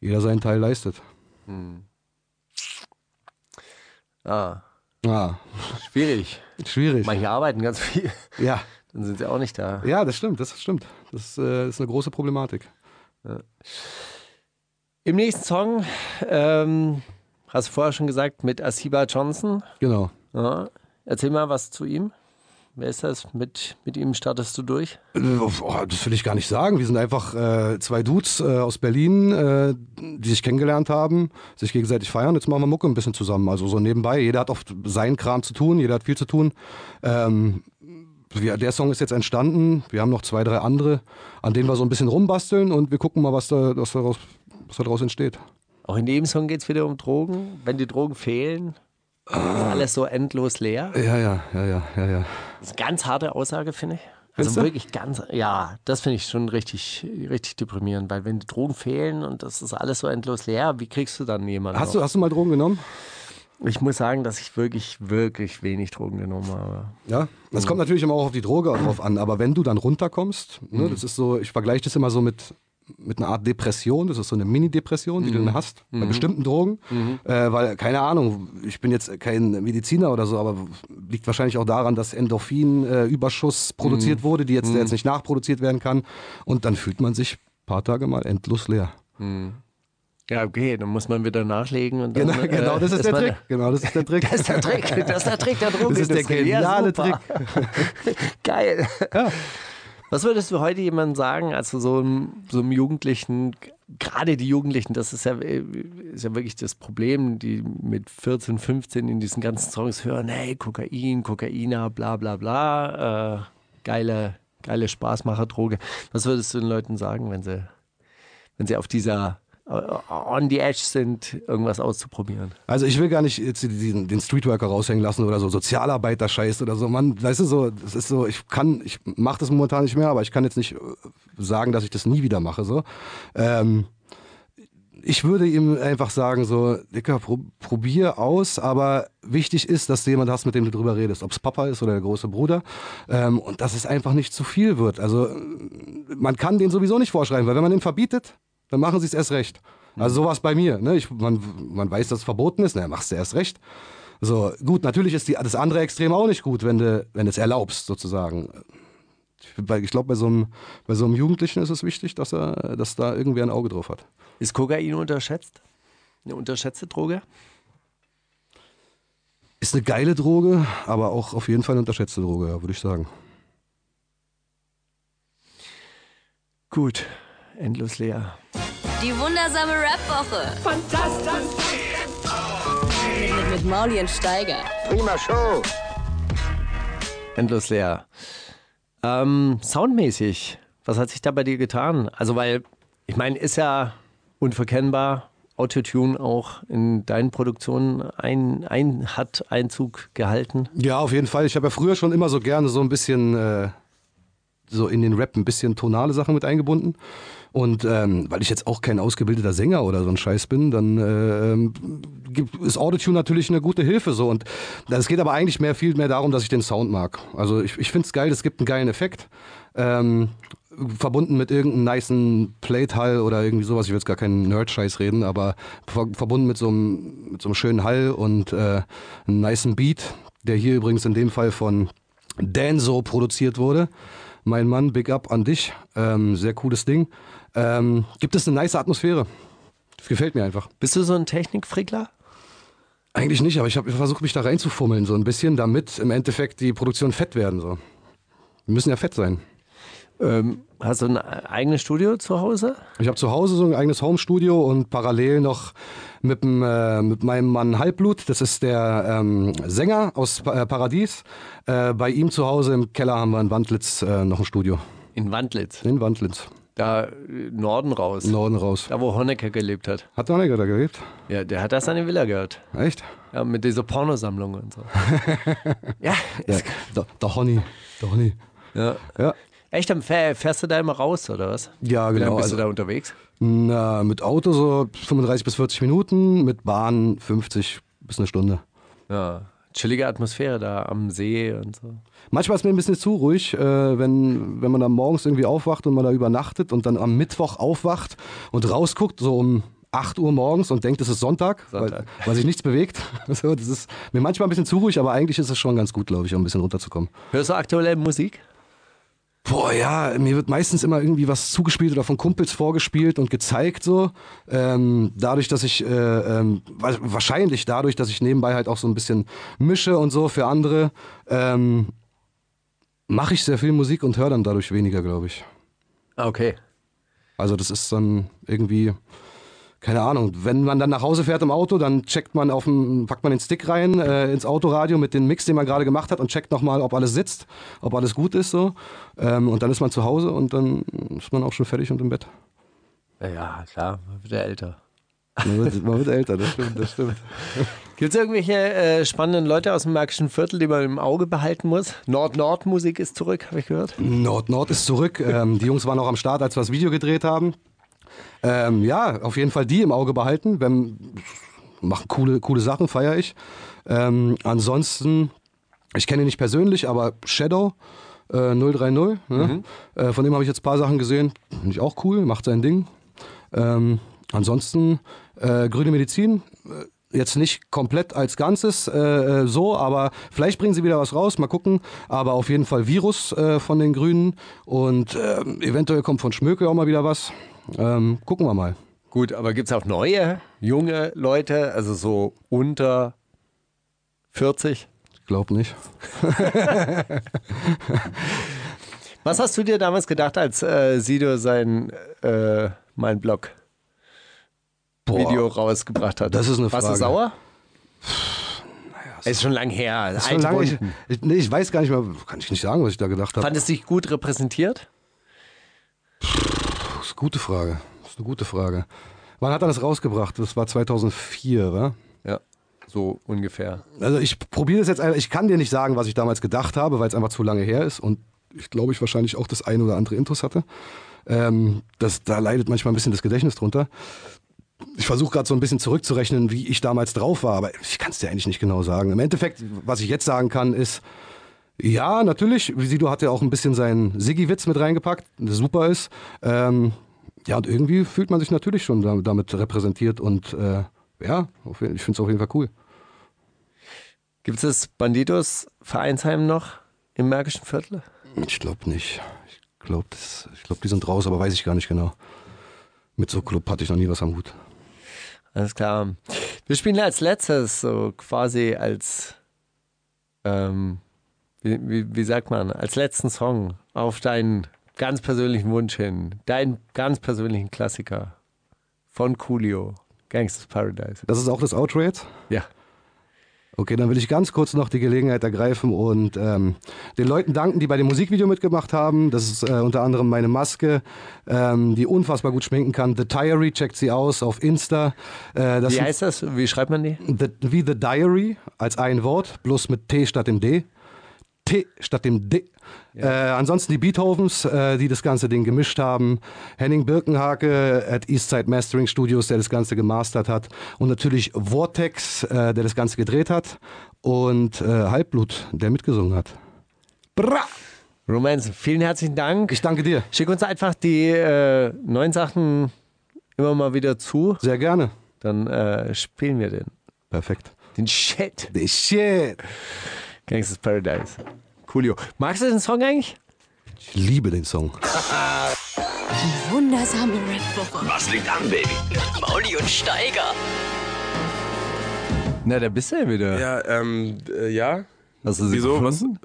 Speaker 6: jeder seinen Teil leistet.
Speaker 2: Ah,
Speaker 6: Ja,
Speaker 2: schwierig.
Speaker 6: schwierig.
Speaker 2: Manche arbeiten ganz viel,
Speaker 6: Ja.
Speaker 2: dann sind sie auch nicht da.
Speaker 6: Ja, das stimmt, das stimmt. Das äh, ist eine große Problematik.
Speaker 2: Im nächsten Song, ähm, hast du vorher schon gesagt, mit Asiba Johnson.
Speaker 6: Genau.
Speaker 2: Ja. Erzähl mal was zu ihm. Wer ist das? Mit, mit ihm startest du durch?
Speaker 6: Äh, Oh, das will ich gar nicht sagen. Wir sind einfach äh, zwei Dudes äh, aus Berlin, äh, die sich kennengelernt haben, sich gegenseitig feiern. Jetzt machen wir Mucke ein bisschen zusammen. Also so nebenbei. Jeder hat oft seinen Kram zu tun, jeder hat viel zu tun. Ähm, wir, der Song ist jetzt entstanden. Wir haben noch zwei, drei andere, an denen wir so ein bisschen rumbasteln und wir gucken mal, was, da, was, daraus, was daraus entsteht.
Speaker 2: Auch in dem Song geht es wieder um Drogen. Wenn die Drogen fehlen, ist alles so endlos leer.
Speaker 6: Ja, ja, ja, ja, ja, ja.
Speaker 2: Das ist eine ganz harte Aussage, finde ich.
Speaker 6: Findest
Speaker 2: Also
Speaker 6: du?
Speaker 2: wirklich ganz, ja, das finde ich schon richtig, richtig deprimierend, weil wenn die Drogen fehlen und das ist alles so endlos leer, wie kriegst du dann jemanden?
Speaker 6: Hast
Speaker 2: noch?
Speaker 6: du, hast du mal Drogen genommen?
Speaker 2: ich muss sagen, dass ich wirklich, wirklich wenig Drogen genommen habe.
Speaker 6: Ja, das
Speaker 2: Mhm.
Speaker 6: kommt natürlich immer auch auf die Droge drauf an, aber wenn du dann runterkommst,
Speaker 2: Mhm.
Speaker 6: ne, das ist so, ich vergleiche das immer so mit, mit einer Art Depression, das ist so eine Mini-Depression, die du
Speaker 2: Mhm.
Speaker 6: dann hast, bei bestimmten Drogen, äh, weil, keine Ahnung, ich bin jetzt kein Mediziner oder so, aber liegt wahrscheinlich auch daran, dass Endorphin-Überschuss
Speaker 2: Mhm.
Speaker 6: produziert wurde, die jetzt, der jetzt nicht nachproduziert werden kann und dann fühlt man sich ein paar Tage mal endlos leer.
Speaker 2: Ja, okay, dann muss man wieder nachlegen und dann,
Speaker 6: Genau,
Speaker 2: äh,
Speaker 6: genau das ist der
Speaker 2: man-
Speaker 6: Trick. Genau, das ist der Trick.
Speaker 2: Das ist der Trick, das ist der Trick der
Speaker 6: Das ist der
Speaker 2: Drogenindustrie.
Speaker 6: geniale
Speaker 2: super. Geil. Was würdest du heute jemandem sagen, also so einem, so einem Jugendlichen, gerade die Jugendlichen, das ist ja, ist ja wirklich das Problem, die mit 14, 15 in diesen ganzen Songs hören, hey, Kokain, Kokaina, bla bla bla, äh, geile, geile Spaßmacher-Droge. Was würdest du den Leuten sagen, wenn sie, wenn sie auf dieser äh, on the edge sind, irgendwas auszuprobieren.
Speaker 6: Also ich will gar nicht jetzt diesen, den Streetworker raushängen lassen oder so Sozialarbeiter-Scheiß oder so. Man, weißt du so, das ist so, ich kann, ich mache das momentan nicht mehr, aber ich kann jetzt nicht äh, sagen, dass ich das nie wieder mache. So. Ähm, ich würde ihm einfach sagen, so, Dicker, pro, probier aus, aber wichtig ist, dass du jemanden hast, mit dem du drüber redest, ob es Papa ist oder der große Bruder, ähm, und dass es einfach nicht zu viel wird. Also man kann den sowieso nicht vorschreiben, weil wenn man den verbietet, dann machen sie es erst recht. Also sowas bei mir. Ne? Ich, man, man weiß, dass es verboten ist, naja, machst du erst recht. So, gut, natürlich ist die, das andere Extrem auch nicht gut, wenn du, wenn du es erlaubst, sozusagen. Ich, ich glaube, bei, so einem, bei so einem Jugendlichen ist es wichtig, dass, er, dass da irgendwer ein Auge drauf hat.
Speaker 2: Ist Kokain unterschätzt? Eine unterschätzte Droge?
Speaker 6: Ist eine geile Droge, aber auch auf jeden Fall eine unterschätzte Droge, ja, würde ich sagen.
Speaker 2: Gut endlos leer.
Speaker 3: Die wundersame Rap-Woche. Fantastisch. Mit, mit, mit Mauli und Steiger.
Speaker 4: Prima Show.
Speaker 2: Endlos leer. Ähm, soundmäßig, was hat sich da bei dir getan? Also, weil, ich meine, ist ja unverkennbar. Autotune auch in deinen Produktionen ein, ein, hat Einzug gehalten?
Speaker 6: Ja, auf jeden Fall. Ich habe ja früher schon immer so gerne so ein bisschen äh, so in den Rap ein bisschen tonale Sachen mit eingebunden. Und ähm, weil ich jetzt auch kein ausgebildeter Sänger oder so ein Scheiß bin, dann äh, gibt, ist Autotune natürlich eine gute Hilfe. So. Und es geht aber eigentlich mehr, viel mehr darum, dass ich den Sound mag. Also ich, ich finde es geil, es gibt einen geilen Effekt. Ähm, verbunden mit irgendeinem niceen Plate-Hall oder irgendwie sowas. Ich will jetzt gar keinen Nerd-Scheiß reden, aber ver verbunden mit so, einem, mit so einem schönen Hall und äh, einem niceen Beat, der hier übrigens in dem Fall von Danzo produziert wurde mein Mann, big up an dich. Ähm, sehr cooles Ding. Ähm, gibt es eine nice Atmosphäre? Das gefällt mir einfach.
Speaker 2: Bist du so ein Technikfrickler?
Speaker 6: Eigentlich nicht, aber ich habe versucht, mich da reinzufummeln, so ein bisschen, damit im Endeffekt die Produktion fett werden. So. Wir müssen ja fett sein.
Speaker 2: Ähm, hast du ein eigenes Studio zu Hause?
Speaker 6: Ich habe zu Hause so ein eigenes Home-Studio und parallel noch mit, dem, äh, mit meinem Mann Halbblut, das ist der ähm, Sänger aus pa äh, Paradies. Äh, bei ihm zu Hause im Keller haben wir in Wandlitz äh, noch ein Studio.
Speaker 2: In Wandlitz?
Speaker 6: In Wandlitz.
Speaker 2: Da äh, Norden raus.
Speaker 6: Norden raus.
Speaker 2: Da, wo Honecker gelebt hat.
Speaker 6: Hat Honecker da gelebt?
Speaker 2: Ja, der hat da seine Villa gehabt.
Speaker 6: Echt?
Speaker 2: Ja, mit dieser Pornosammlung und so. ja.
Speaker 6: ja der, der Honey. Der Honey.
Speaker 2: Ja. ja. Echt, dann fährst du da immer raus, oder was?
Speaker 6: Ja, genau. Wie
Speaker 2: lange bist also, du da unterwegs?
Speaker 6: Na, mit Auto so 35 bis 40 Minuten, mit Bahn 50 bis eine Stunde.
Speaker 2: Ja, chillige Atmosphäre da am See und so.
Speaker 6: Manchmal ist mir ein bisschen zu ruhig, äh, wenn, wenn man dann morgens irgendwie aufwacht und man da übernachtet und dann am Mittwoch aufwacht und rausguckt, so um 8 Uhr morgens und denkt, es ist Sonntag, Sonntag. Weil, weil, sich nichts bewegt. So, das ist mir manchmal ein bisschen zu ruhig, aber eigentlich ist es schon ganz gut, glaube ich, um ein bisschen runterzukommen.
Speaker 2: Hörst du aktuelle Musik?
Speaker 6: Boah, ja, mir wird meistens immer irgendwie was zugespielt oder von Kumpels vorgespielt und gezeigt so. Ähm, dadurch, dass ich, äh, ähm, wahrscheinlich dadurch, dass ich nebenbei halt auch so ein bisschen mische und so für andere, ähm, mache ich sehr viel Musik und höre dann dadurch weniger, glaube ich.
Speaker 2: Ah, Okay.
Speaker 6: Also das ist dann irgendwie, keine Ahnung, wenn man dann nach Hause fährt im Auto, dann checkt man auf dem, packt man den Stick rein äh, ins Autoradio mit dem Mix, den man gerade gemacht hat und checkt nochmal, ob alles sitzt, ob alles gut ist so. Ähm, und dann ist man zu Hause und dann ist man auch schon fertig und im Bett.
Speaker 2: Ja, klar, man wird ja älter.
Speaker 6: Man wird, man wird älter, das stimmt, das stimmt.
Speaker 2: Gibt es irgendwelche äh, spannenden Leute aus dem Märkischen Viertel, die man im Auge behalten muss? Nord-Nord-Musik ist zurück, habe ich gehört.
Speaker 6: Nord-Nord ist zurück. Ähm, die Jungs waren auch am Start, als wir das Video gedreht haben. Ähm, ja, auf jeden Fall die im Auge behalten. Wenn, machen coole, coole Sachen, feiere ich. Ähm, ansonsten, ich kenne ihn nicht persönlich, aber Shadow äh, 030, ne? mhm. äh, von dem habe ich jetzt ein paar Sachen gesehen. Finde ich auch cool, macht sein Ding. Ähm, ansonsten, äh, Grüne Medizin. Jetzt nicht komplett als Ganzes äh, so, aber vielleicht bringen sie wieder was raus, mal gucken. Aber auf jeden Fall Virus äh, von den Grünen und ähm, eventuell kommt von Schmöke auch mal wieder was. Ähm, gucken wir mal.
Speaker 2: Gut, aber gibt es auch neue, junge Leute, also so unter 40?
Speaker 6: Ich glaube nicht.
Speaker 2: Was hast du dir damals gedacht, als äh, Sido sein äh, Mein Blog Video rausgebracht hat.
Speaker 6: Das ist eine
Speaker 2: Warst du
Speaker 6: Frage.
Speaker 2: sauer? ist schon lang her.
Speaker 6: Das ist
Speaker 2: alte
Speaker 6: schon lange, ich,
Speaker 2: Wunden.
Speaker 6: ich, nee, ich weiß gar nicht mehr, kann ich nicht sagen, was ich da gedacht habe.
Speaker 2: Fand es dich gut repräsentiert?
Speaker 6: Das ist eine gute Frage. Das ist eine gute Frage. Wann hat er das rausgebracht? Das war 2004, wa?
Speaker 2: Ja, so ungefähr.
Speaker 6: Also ich probiere das jetzt einfach. Ich kann dir nicht sagen, was ich damals gedacht habe, weil es einfach zu lange her ist und ich glaube, ich wahrscheinlich auch das eine oder andere Intus hatte. Ähm, das, da leidet manchmal ein bisschen das Gedächtnis drunter. Ich versuche gerade so ein bisschen zurückzurechnen, wie ich damals drauf war, aber ich kann es dir eigentlich nicht genau sagen. Im Endeffekt, was ich jetzt sagen kann, ist, ja, natürlich, Sido hat ja auch ein bisschen seinen Siggi-Witz mit reingepackt, der super ist. Ähm, ja, und irgendwie fühlt man sich natürlich schon da- damit repräsentiert und äh, ja, auf jeden- ich finde es auf jeden Fall cool.
Speaker 2: Gibt es das Bandidos Vereinsheim noch im Märkischen Viertel?
Speaker 6: Ich glaube nicht. Ich glaube, glaub, die sind raus, aber weiß ich gar nicht genau. Mit so Club hatte ich noch nie was am Hut.
Speaker 2: Alles klar. Wir spielen als letztes, so quasi als, ähm, wie, wie, wie sagt man, als letzten Song auf deinen ganz persönlichen Wunsch hin, deinen ganz persönlichen Klassiker von Coolio, Gangsters Paradise.
Speaker 6: Das ist auch das Outro jetzt?
Speaker 2: Ja.
Speaker 6: Okay, dann will ich ganz kurz noch die Gelegenheit ergreifen und ähm, den Leuten danken, die bei dem Musikvideo mitgemacht haben. Das ist äh, unter anderem meine Maske, ähm, die unfassbar gut schminken kann. The Diary, checkt sie aus auf Insta. Äh, das
Speaker 2: Wie
Speaker 6: sind-
Speaker 2: heißt das? Wie schreibt man die?
Speaker 6: The, wie The Diary als ein Wort, bloß mit T statt dem D. T statt dem D. Äh, ansonsten die Beethovens, äh, die das ganze Ding gemischt haben. Henning Birkenhake at Eastside Mastering Studios, der das Ganze gemastert hat. Und natürlich Vortex, äh, der das Ganze gedreht hat. Und äh, Halbblut, der mitgesungen hat. Bra!
Speaker 2: Romanzen, vielen herzlichen Dank.
Speaker 6: Ich danke dir.
Speaker 2: Schick uns einfach die äh, neuen Sachen immer mal wieder zu,
Speaker 6: Sehr gerne.
Speaker 2: dann äh, spielen wir den.
Speaker 6: Perfekt.
Speaker 2: Den Shit.
Speaker 6: The shit.
Speaker 2: Gangsters Paradise. Coolio. Magst du den Song eigentlich?
Speaker 6: Ich liebe den Song.
Speaker 5: Wundersame Red Booker.
Speaker 7: Was liegt an, Baby?
Speaker 5: Mauli und Steiger.
Speaker 2: Na, da bist du ja wieder.
Speaker 1: Ja, ähm, äh, ja.
Speaker 2: Hast du sie
Speaker 1: Wieso? Was?
Speaker 2: gefunden?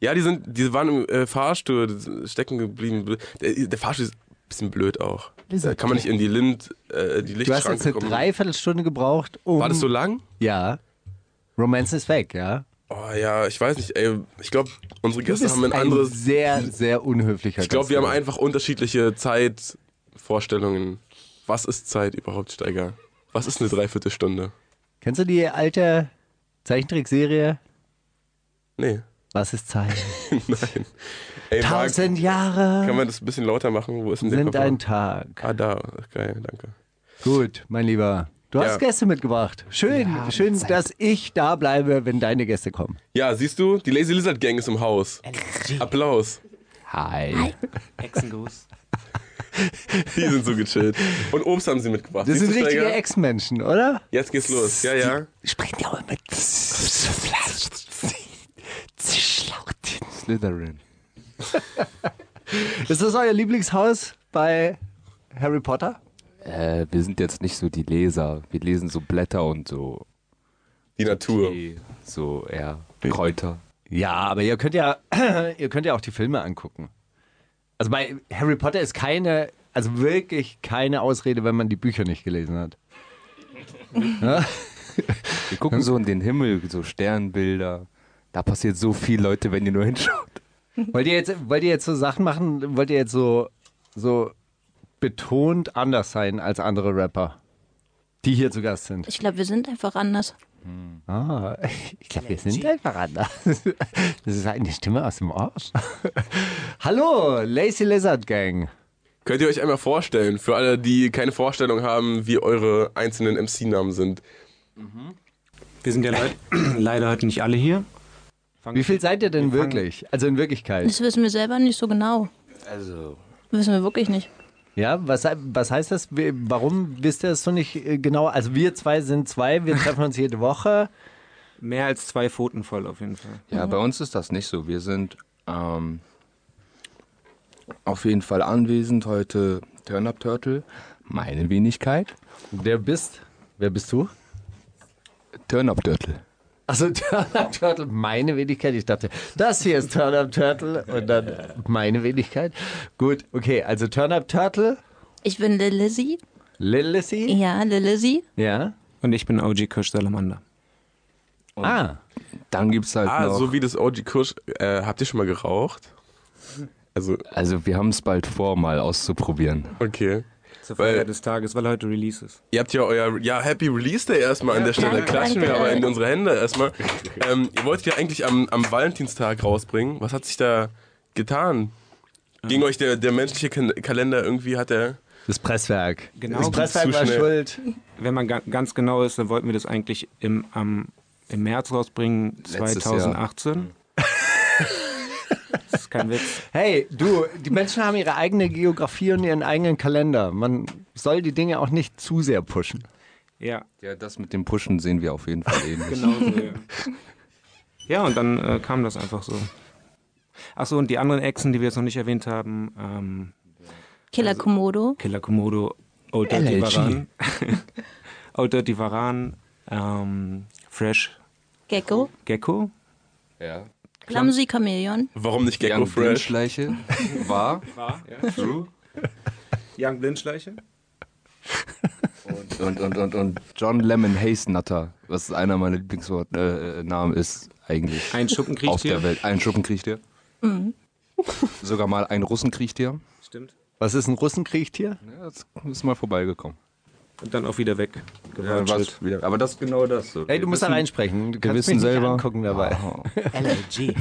Speaker 1: Ja, die sind, die waren im äh, Fahrstuhl d- stecken geblieben. Der, der Fahrstuhl ist ein bisschen blöd auch. Da kann man nicht in die Lind, äh, die
Speaker 2: Du hast
Speaker 1: Lichtschranke
Speaker 2: jetzt eine
Speaker 1: kommen.
Speaker 2: Dreiviertelstunde gebraucht, um...
Speaker 1: War das so lang?
Speaker 2: Ja. Romance ist weg, ja.
Speaker 1: Oh ja, ich weiß nicht. Ey, ich glaube, unsere Gäste haben ein
Speaker 2: ein
Speaker 1: anderes.
Speaker 2: sehr, sehr unhöflicher
Speaker 1: Ich glaube, wir haben einfach unterschiedliche Zeitvorstellungen. Was ist Zeit überhaupt, Steiger? Was ist eine Dreiviertelstunde?
Speaker 2: Kennst du die alte Zeichentrickserie?
Speaker 1: Nee.
Speaker 2: Was ist Zeit?
Speaker 1: Nein. Ey, Marc,
Speaker 2: Tausend Jahre
Speaker 1: kann man das ein bisschen lauter machen? Wo ist denn der
Speaker 2: sind
Speaker 1: Kopfhörer?
Speaker 2: ein Tag.
Speaker 1: Ah, da. Geil, danke.
Speaker 2: Gut, mein Lieber. Du hast
Speaker 1: Ja.
Speaker 2: Gäste mitgebracht. Schön, schön, dass ich da bleibe, wenn deine Gäste kommen.
Speaker 1: Ja, siehst du, die Lazy Lizard Gang ist im Haus. Applaus.
Speaker 2: Hi.
Speaker 8: Hexengruß.
Speaker 1: Die sind so gechillt. Und Obst haben sie mitgebracht.
Speaker 2: Das
Speaker 1: Siehst
Speaker 2: sind
Speaker 1: du,
Speaker 2: richtige
Speaker 1: Steiger?
Speaker 2: Ex-Menschen, oder?
Speaker 1: Jetzt geht's los. Ja, ja.
Speaker 2: Sprechen die auch immer mit Zischlauten.
Speaker 8: Slytherin.
Speaker 2: Ist das euer Lieblingshaus bei Harry Potter?
Speaker 8: Äh, wir sind jetzt nicht so die Leser. Wir lesen so Blätter und so.
Speaker 1: Die Natur.
Speaker 8: Tee, So, ja. Kräuter.
Speaker 2: Ja, aber ihr könnt ja, ihr könnt ja auch die Filme angucken. Also bei Harry Potter ist keine, also wirklich keine Ausrede, wenn man die Bücher nicht gelesen hat.
Speaker 8: Wir gucken so in den Himmel, so Sternbilder. Da passiert so viel, Leute, wenn ihr nur hinschaut.
Speaker 2: Wollt ihr jetzt, wollt ihr jetzt so Sachen machen, wollt ihr jetzt so, so betont anders sein als andere Rapper, die hier zu Gast sind?
Speaker 3: Ich glaube, wir sind einfach anders.
Speaker 2: Ah, ich glaube, wir sind einfach anders. Das ist halt eine Stimme aus dem Arsch. Hallo, Lacey Lizard Gang.
Speaker 1: Könnt ihr euch einmal vorstellen, für alle, die keine Vorstellung haben, wie eure einzelnen MC-Namen sind?
Speaker 9: Wir sind ja leid leider heute nicht alle hier.
Speaker 2: Wie viel seid ihr denn wirklich? Also in Wirklichkeit.
Speaker 3: Das wissen wir selber nicht so genau.
Speaker 8: Also.
Speaker 3: Wissen wir wirklich nicht.
Speaker 2: Ja, was, was heißt das? Wie- Warum wisst ihr das so nicht äh, genau? Also wir zwei sind zwei, wir treffen uns jede Woche.
Speaker 9: Mehr als zwei Pfoten voll auf jeden Fall.
Speaker 7: Ja, bei uns ist das nicht so. Wir sind ähm, auf jeden Fall anwesend heute. Turn-Up Turtle, meine Wenigkeit.
Speaker 2: Wer bist? Wer bist du?
Speaker 7: Turn-Up Turtle.
Speaker 2: Also Turn-Up Turtle, meine Wenigkeit. Ich dachte, das hier ist Turn-Up Turtle und dann meine Wenigkeit. Gut, okay, also Turn-Up Turtle,
Speaker 3: Ich bin Lil Lizzy.
Speaker 2: Lil Lissy?
Speaker 10: Ja, Lil Lizzy.
Speaker 2: Ja.
Speaker 9: Und ich bin OG Kirsch Salamander.
Speaker 2: ah,
Speaker 7: Dann gibt's halt
Speaker 1: Ah,
Speaker 7: noch.
Speaker 1: so wie das OG Kusch. Äh, habt ihr schon mal geraucht? Also,
Speaker 7: also wir haben es bald vor, mal auszuprobieren.
Speaker 1: okay.
Speaker 9: Zur Feier
Speaker 1: Weil-
Speaker 9: des Tages, weil heute Release ist.
Speaker 1: Ihr habt ja euer ja, Happy Release Day erstmal an der Stelle.
Speaker 10: danke,
Speaker 1: Klatschen wir
Speaker 10: danke.
Speaker 1: aber in unsere Hände erstmal. Ähm, ihr wolltet ja eigentlich am, am Valentinstag rausbringen. Was hat sich da getan? Ging euch der, der menschliche Kan- Kalender irgendwie, hat er.
Speaker 2: das Presswerk.
Speaker 9: Genau.
Speaker 2: Das Presswerk
Speaker 1: Zu
Speaker 2: war
Speaker 1: schnell.
Speaker 2: schuld.
Speaker 9: Wenn man ga ganz genau ist, dann wollten wir das eigentlich im, am, im März rausbringen,
Speaker 7: Letztes
Speaker 9: 2018. das ist kein Witz.
Speaker 2: Hey, du, die Menschen haben ihre eigene Geografie und ihren eigenen Kalender. Man soll die Dinge auch nicht zu sehr pushen.
Speaker 9: Ja,
Speaker 7: Ja, das mit dem Pushen sehen wir auf jeden Fall ähnlich.
Speaker 9: genau so. ja. ja, und dann äh, kam das einfach so. Achso, und die anderen Echsen, die wir jetzt noch nicht erwähnt haben, ähm,
Speaker 10: Killer
Speaker 2: Also-
Speaker 10: Komodo.
Speaker 9: Killer Komodo, Old Dirty Varan, Old Dirty Varan, ähm, Fresh
Speaker 10: Gecko.
Speaker 9: Gecko,
Speaker 7: Ja.
Speaker 10: Clumsy Chameleon.
Speaker 1: Warum nicht Gecko
Speaker 7: Young
Speaker 1: Fresh?
Speaker 7: Blindschleiche war
Speaker 9: True. Young Blindschleiche.
Speaker 7: und, und, und, und, und John Lemon Hazenutter, was einer meiner Lieblingsnamen äh, äh, Namen ist eigentlich
Speaker 9: Ein
Speaker 7: auf der
Speaker 9: Schuppenkriechtier.
Speaker 7: Welt. Ein Schuppenkriechtier. Sogar mal ein Russenkriechtier.
Speaker 9: Stimmt.
Speaker 2: Was ist ein Russenkriechtier?
Speaker 7: Ja, das ist mal vorbeigekommen.
Speaker 9: Und dann auch wieder weg.
Speaker 7: Ja, war's wieder. Aber das ist genau das. So.
Speaker 2: Hey, du musst da reinsprechen. Du kannst
Speaker 7: Gewissen
Speaker 2: mich nicht
Speaker 7: selber.
Speaker 2: angucken dabei.
Speaker 9: LG.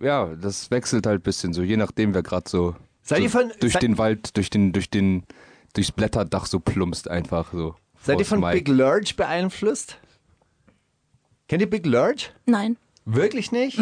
Speaker 7: Ja, das wechselt halt ein bisschen so, je nachdem, wer gerade so
Speaker 2: Seid
Speaker 7: so
Speaker 2: ihr von-
Speaker 7: durch
Speaker 2: sei-
Speaker 7: den Wald, durch den, durch den, durchs Blätterdach so plumpst einfach so.
Speaker 2: Seid ihr
Speaker 7: Forrest
Speaker 2: von
Speaker 7: Mike.
Speaker 2: Big Lurch beeinflusst? Kennt ihr Big Lurch?
Speaker 10: Nein.
Speaker 2: Wirklich nicht?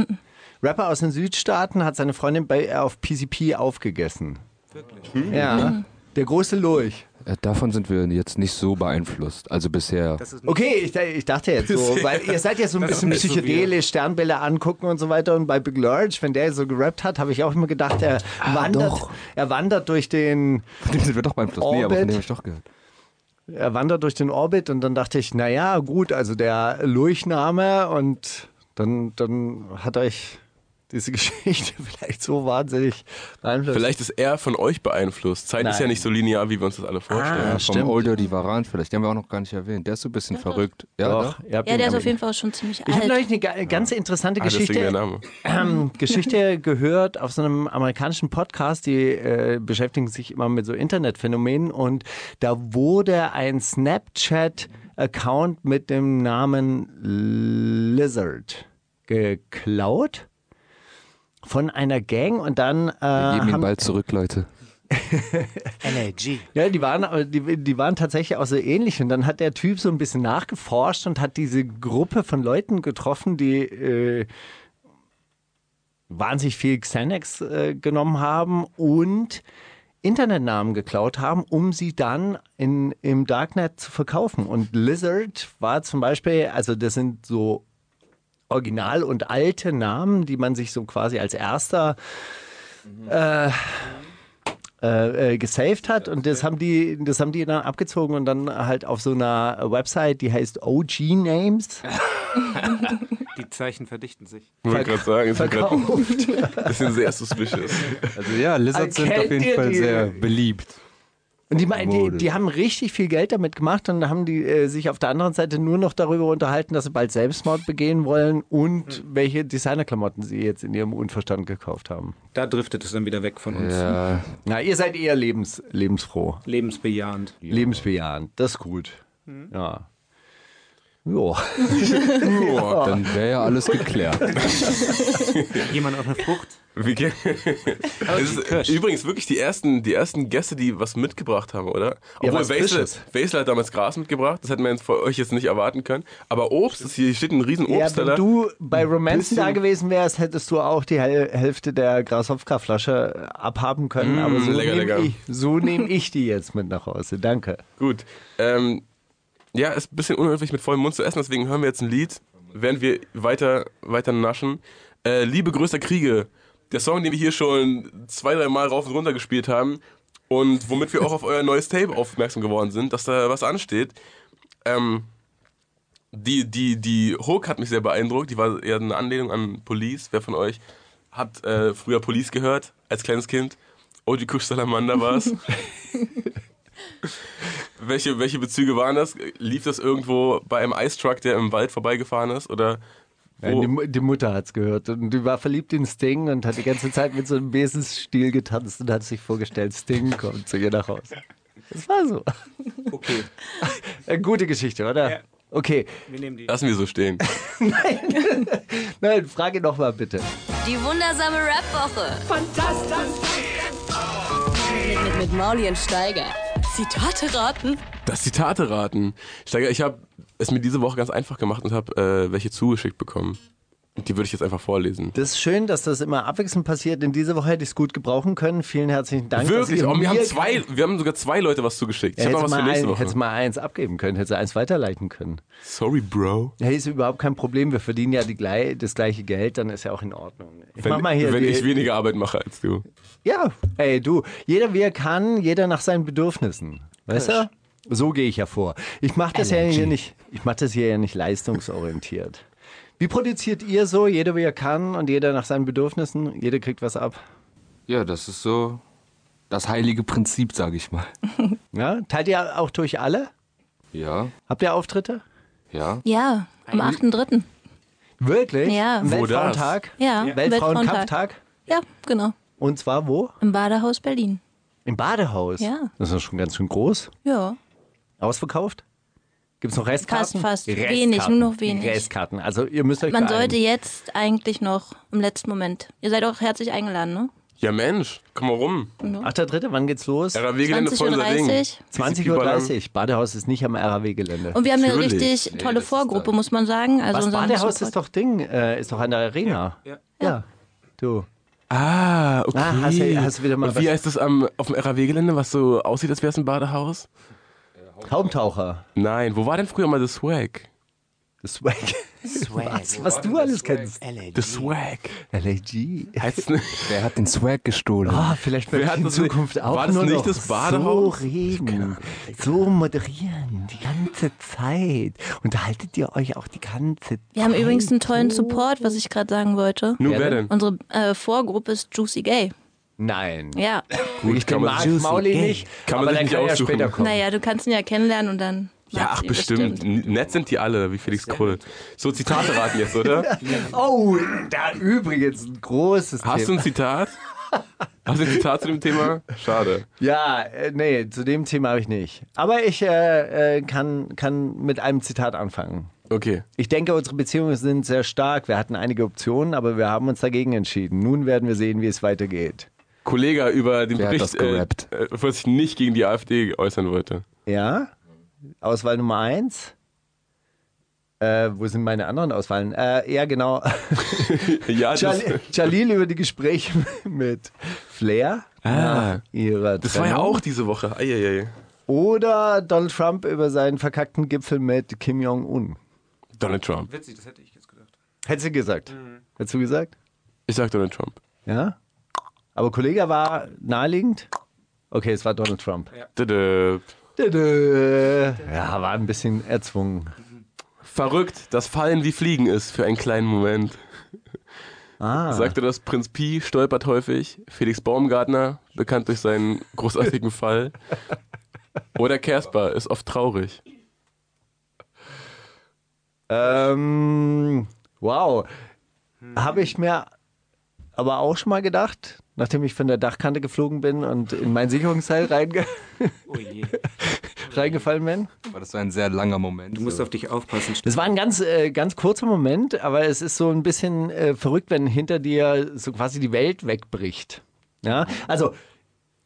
Speaker 2: Rapper aus den Südstaaten hat seine Freundin bei, auf PCP aufgegessen. Wirklich? Ja. Der große Lurch.
Speaker 7: Äh, Davon sind wir jetzt nicht so beeinflusst. Also bisher.
Speaker 2: Okay, ich, ich dachte jetzt so, weil ihr seid ja so ein bisschen
Speaker 1: nicht so
Speaker 2: psychedelisch, Sternbilder angucken und so weiter. Und bei Big Lurch, wenn der so gerappt hat, habe ich auch immer gedacht, er,
Speaker 10: Ah,
Speaker 2: wandert,
Speaker 7: doch.
Speaker 2: er wandert durch den
Speaker 7: Von dem sind wir doch beeinflusst. Nee, aber
Speaker 2: Orbit.
Speaker 7: von dem habe ich doch gehört.
Speaker 2: er wandert durch den Orbit und dann dachte ich, naja, gut, also der Lurchname und dann, dann hat euch diese Geschichte vielleicht so wahnsinnig beeinflusst.
Speaker 1: Vielleicht ist er von euch beeinflusst. Zeit ist ja
Speaker 2: Also Nein. Ah,
Speaker 1: nicht so linear, wie wir uns das alle vorstellen.
Speaker 7: Vom Older die Varan vielleicht, den haben wir auch noch gar nicht erwähnt. Der ist so ein bisschen verrückt. Ja,
Speaker 2: Doch, ihr habt
Speaker 10: Ja,
Speaker 2: ihn
Speaker 10: der ist
Speaker 2: erwähnt.
Speaker 10: auf jeden Fall schon ziemlich
Speaker 2: ich habe
Speaker 10: alt.
Speaker 2: neulich eine ge- ganz interessante
Speaker 1: Ah, deswegen der
Speaker 2: Geschichte,
Speaker 1: Name.
Speaker 2: ähm, Geschichte gehört auf so einem amerikanischen Podcast, die äh, beschäftigen sich immer mit so Internetphänomenen und da wurde ein Snapchat-Account mit dem Namen Lizard geklaut von einer Gang und dann äh,
Speaker 7: Wir geben ihn
Speaker 2: haben
Speaker 7: bald zurück, Leute.
Speaker 2: Ja, die waren, äh, die, die waren tatsächlich auch so ähnlich. Und dann hat der Typ so ein bisschen nachgeforscht und hat diese Gruppe von Leuten getroffen, die äh, wahnsinnig viel Xanax äh, genommen haben und Internetnamen geklaut haben, um sie dann in, im Darknet zu verkaufen. Und Lizard war zum Beispiel, also das sind so original und alte Namen, die man sich so quasi als erster äh, äh, gesaved hat und das haben die, das haben die dann abgezogen und dann halt auf so einer Website, die heißt OG Names,
Speaker 9: Die Zeichen verdichten sich.
Speaker 1: Ich wollte gerade sagen, ist mir grad ein
Speaker 2: verkauft.
Speaker 1: bisschen sehr suspicious.
Speaker 7: Also ja, Lizards sind
Speaker 2: Erkennt
Speaker 7: auf jeden
Speaker 2: ihr
Speaker 7: Fall
Speaker 2: die-
Speaker 7: sehr beliebt.
Speaker 2: Und die, meinen, die,
Speaker 7: Mode.
Speaker 2: die haben richtig viel Geld damit gemacht und haben die äh, sich auf der anderen Seite nur noch darüber unterhalten, dass sie bald Selbstmord begehen wollen und welche Designerklamotten sie jetzt in ihrem Unverstand gekauft haben.
Speaker 9: Da driftet es dann wieder weg von uns.
Speaker 7: Ja,
Speaker 2: Na, ihr seid eher lebens, lebensfroh,
Speaker 9: Lebensbejahend.
Speaker 2: lebensbejahend. Das ist gut. Ja. Jo.
Speaker 7: dann wäre ja alles geklärt.
Speaker 9: Jemand auf eine Frucht?
Speaker 1: Wie ge- es ist übrigens wirklich die ersten, die ersten Gäste, die was mitgebracht haben, oder?
Speaker 2: Ja,
Speaker 1: Obwohl
Speaker 2: was
Speaker 1: Wesel,
Speaker 2: Frisches.
Speaker 1: Wesel hat damals Gras mitgebracht, das hätten wir jetzt von euch jetzt nicht erwarten können. Aber Obst, das hier hier steht ein riesen
Speaker 2: Ja,
Speaker 1: Obstteller.
Speaker 2: wenn du bei Romanzen
Speaker 1: bisschen-
Speaker 2: da gewesen wärst, hättest du auch die Häl- Hälfte der Grashopfka-Flasche abhaben können. aber so
Speaker 1: Mm, lecker, lecker.
Speaker 2: nehme ich, so nehm ich die jetzt mit nach Hause. Danke.
Speaker 1: Gut. Ähm, ja, ist ein bisschen unhöflich mit vollem Mund zu essen, deswegen hören wir jetzt ein Lied, während wir weiter, weiter naschen. Äh, Liebe größter Kriege. Der Song, den wir hier schon zwei, drei Mal rauf und runter gespielt haben und womit wir auch auf euer neues Tape aufmerksam geworden sind, dass da was ansteht. Ähm, die, die, die Hook hat mich sehr beeindruckt. Die war eher eine Anlehnung an Police. Wer von euch hat äh, früher Police gehört als kleines Kind? OG Kusch Salamander war es. welche, welche Bezüge waren das? Lief das irgendwo bei einem Eistruck, der im Wald vorbeigefahren ist? Oder
Speaker 2: Ja,
Speaker 1: wo-
Speaker 2: die, Mu- die Mutter hat's gehört und die war verliebt in Sting und hat die ganze Zeit mit so einem Besenstiel getanzt und hat sich vorgestellt, Sting kommt zu ihr nach Hause. Das war so.
Speaker 9: Okay,
Speaker 2: Eine gute Geschichte, oder?
Speaker 9: Ja.
Speaker 2: Okay,
Speaker 9: wir nehmen die.
Speaker 1: lassen wir so stehen?
Speaker 2: nein, frage nochmal bitte.
Speaker 3: Die wundersame Rap-Woche. Fantastisch. Mit, mit Mauli und Steiger. Zitate raten.
Speaker 1: Das Zitate raten. Steiger, ich habe es mir diese Woche ganz einfach gemacht und habe äh, welche zugeschickt bekommen. Und Die würde ich jetzt einfach vorlesen.
Speaker 2: Das ist schön, dass das immer abwechselnd passiert. In dieser Woche hätte ich es gut gebrauchen können. Vielen herzlichen Dank.
Speaker 1: Wirklich,
Speaker 2: dass ihr
Speaker 1: oh, wir, haben
Speaker 2: mir-
Speaker 1: zwei, wir haben sogar zwei Leute was zugeschickt. Ich
Speaker 2: Ja,
Speaker 1: hab
Speaker 2: hätte
Speaker 1: noch was für nächste
Speaker 2: ein,
Speaker 1: Woche.
Speaker 2: hättest mal eins abgeben können, hätte eins weiterleiten können.
Speaker 1: Sorry, Bro.
Speaker 2: Hey, ist überhaupt kein Problem. Wir verdienen ja die, glei- das gleiche Geld, dann ist ja auch in Ordnung. Ich
Speaker 1: Wenn,
Speaker 2: mach mal hier
Speaker 1: wenn
Speaker 2: die,
Speaker 1: ich weniger Arbeit mache als du.
Speaker 2: Ja, ey, du, jeder wie er kann, jeder nach seinen Bedürfnissen. Weißt du? So gehe ich ja vor. Ich mache das ja hier nicht, ich mache das hier ja nicht leistungsorientiert. Wie produziert ihr so, jeder wie er kann und jeder nach seinen Bedürfnissen, jeder kriegt was ab?
Speaker 7: Ja, das ist so das heilige Prinzip, sag ich mal.
Speaker 2: Ja? Teilt ihr auch durch alle?
Speaker 7: Ja,
Speaker 2: Habt ihr Auftritte?
Speaker 7: ja.
Speaker 10: Ja, am 8.3.
Speaker 2: Wirklich?
Speaker 10: Ja. Wo
Speaker 2: Weltfrauentag?
Speaker 10: Ja,
Speaker 2: Weltfrauenkampftag?
Speaker 10: Ja, genau.
Speaker 2: Und zwar wo?
Speaker 10: Im Badehaus Berlin.
Speaker 2: Im Badehaus.
Speaker 10: Ja.
Speaker 2: Das ist schon ganz schön groß.
Speaker 10: Ja.
Speaker 2: Ausverkauft? Gibt es noch Restkarten?
Speaker 10: fast.
Speaker 2: Restkarten.
Speaker 10: Wenig, nur noch wenig.
Speaker 2: Restkarten. Also ihr müsst euch
Speaker 10: Man
Speaker 2: beeilen.
Speaker 10: sollte jetzt eigentlich noch im letzten Moment. Ihr seid auch herzlich eingeladen, ne?
Speaker 1: Ja, Mensch, komm mal rum.
Speaker 2: Achter Dritte, wann geht's los?
Speaker 1: RAW-Gelände voll unser Ding.
Speaker 10: 20:30.
Speaker 2: 20.30 Uhr. Badehaus ist nicht am RAW-Gelände.
Speaker 10: Und wir haben eine
Speaker 1: Natürlich.
Speaker 10: richtig tolle Vorgruppe, muss man sagen. Also
Speaker 2: Was
Speaker 10: unseren
Speaker 2: Badehaus
Speaker 10: Support-
Speaker 2: ist doch Ding, äh, ist doch an der Arena.
Speaker 9: Ja.
Speaker 2: Ja. Du.
Speaker 1: Ah, okay.
Speaker 2: Ah, hast du- hast du wieder mal
Speaker 1: Und wie
Speaker 2: was-
Speaker 1: heißt das am, auf dem RAW-Gelände, was so aussieht, als wäre es ein Badehaus?
Speaker 2: Haumtaucher.
Speaker 1: Nein, wo war denn früher mal das Swag?
Speaker 2: Das Swag. Was, was du alles kennst.
Speaker 1: Das Swag.
Speaker 2: LAG.
Speaker 1: Heißt es nicht?
Speaker 7: Wer hat den Swag gestohlen?
Speaker 2: Ah, vielleicht
Speaker 1: Wer
Speaker 2: werde
Speaker 1: hat
Speaker 2: ich in
Speaker 1: das-
Speaker 2: Zukunft auch
Speaker 1: war das
Speaker 2: nur
Speaker 1: nicht
Speaker 2: noch
Speaker 1: das Badehaus?
Speaker 2: so reden, so moderieren, die ganze Zeit. Unterhaltet ihr euch auch die ganze Zeit?
Speaker 10: Wir haben übrigens einen tollen Support, was ich gerade sagen wollte.
Speaker 1: Nun, wer denn?
Speaker 10: Unsere äh, Vorgruppe ist Juicy Gay.
Speaker 2: Nein.
Speaker 10: Ja.
Speaker 2: Gut, ich
Speaker 1: kann
Speaker 2: den
Speaker 1: man-
Speaker 2: mag
Speaker 1: Juicy
Speaker 2: Mauli
Speaker 1: Gang.
Speaker 2: nicht,
Speaker 1: Kann man sich
Speaker 2: aber der
Speaker 1: nicht
Speaker 2: kann ja
Speaker 1: aussuchen.
Speaker 2: später kommen.
Speaker 10: Naja, du kannst ihn ja kennenlernen und dann.
Speaker 1: Ja,
Speaker 10: magst
Speaker 1: ach,
Speaker 10: du ihn
Speaker 1: bestimmt. N- Nett sind die alle, wie Felix Krull. So, Zitate raten jetzt, oder?
Speaker 2: Oh, da übrigens ein großes
Speaker 1: Hast du
Speaker 2: Thema.
Speaker 1: ein Zitat? Hast du ein Zitat zu dem Thema? Schade.
Speaker 2: Ja, äh, nee, zu dem Thema habe ich nicht. Aber ich äh, äh, kann, kann mit einem Zitat anfangen.
Speaker 1: Okay.
Speaker 2: Ich denke, unsere Beziehungen sind sehr stark. Wir hatten einige Optionen, aber wir haben uns dagegen entschieden. Nun werden wir sehen, wie es weitergeht.
Speaker 1: Kollege über den
Speaker 7: Wer hat
Speaker 1: Bericht,
Speaker 7: das gerappt?
Speaker 1: äh, äh, was ich nicht gegen die AfD äußern wollte.
Speaker 2: Ja? Auswahl Nummer eins. Äh, wo sind meine anderen Auswahlen? Äh, ja, genau.
Speaker 1: Ja, das,
Speaker 2: Jal- Jalil über die Gespräche mit Flair.
Speaker 1: Ah.
Speaker 2: nach ihrer
Speaker 1: das war ja
Speaker 7: Genau.
Speaker 2: Trennung.
Speaker 1: auch diese Woche. Eieiei.
Speaker 2: Oder Donald Trump über seinen verkackten Gipfel mit Kim Jong-un.
Speaker 1: Donald Trump.
Speaker 9: Witzig, das hätte ich jetzt gedacht.
Speaker 2: Hättest du gesagt? Hättest du gesagt?
Speaker 1: Ich sag Donald Trump.
Speaker 2: Ja? Aber Kollege war naheliegend? Okay, es war Donald Trump.
Speaker 1: Dödöp.
Speaker 2: Dödö. Ja, war ein bisschen erzwungen.
Speaker 1: Verrückt, das Fallen wie Fliegen ist für einen kleinen Moment.
Speaker 2: Ah.
Speaker 1: Sagte das Prinz Pi, stolpert häufig. Felix Baumgartner, bekannt durch seinen großartigen Fall. Oder Casper, ist oft traurig.
Speaker 2: Ähm, wow. Habe ich mir aber auch schon mal gedacht, nachdem ich von der Dachkante geflogen bin und in mein Sicherungsseil reinge
Speaker 9: Oh je.
Speaker 2: reingefallen bin.
Speaker 7: Weil das war ein sehr langer Moment.
Speaker 9: Du musst auf dich aufpassen.
Speaker 2: Das war ein ganz, äh, ganz kurzer Moment, aber es ist so ein bisschen äh, verrückt, wenn hinter dir so quasi die Welt wegbricht. Ja, also.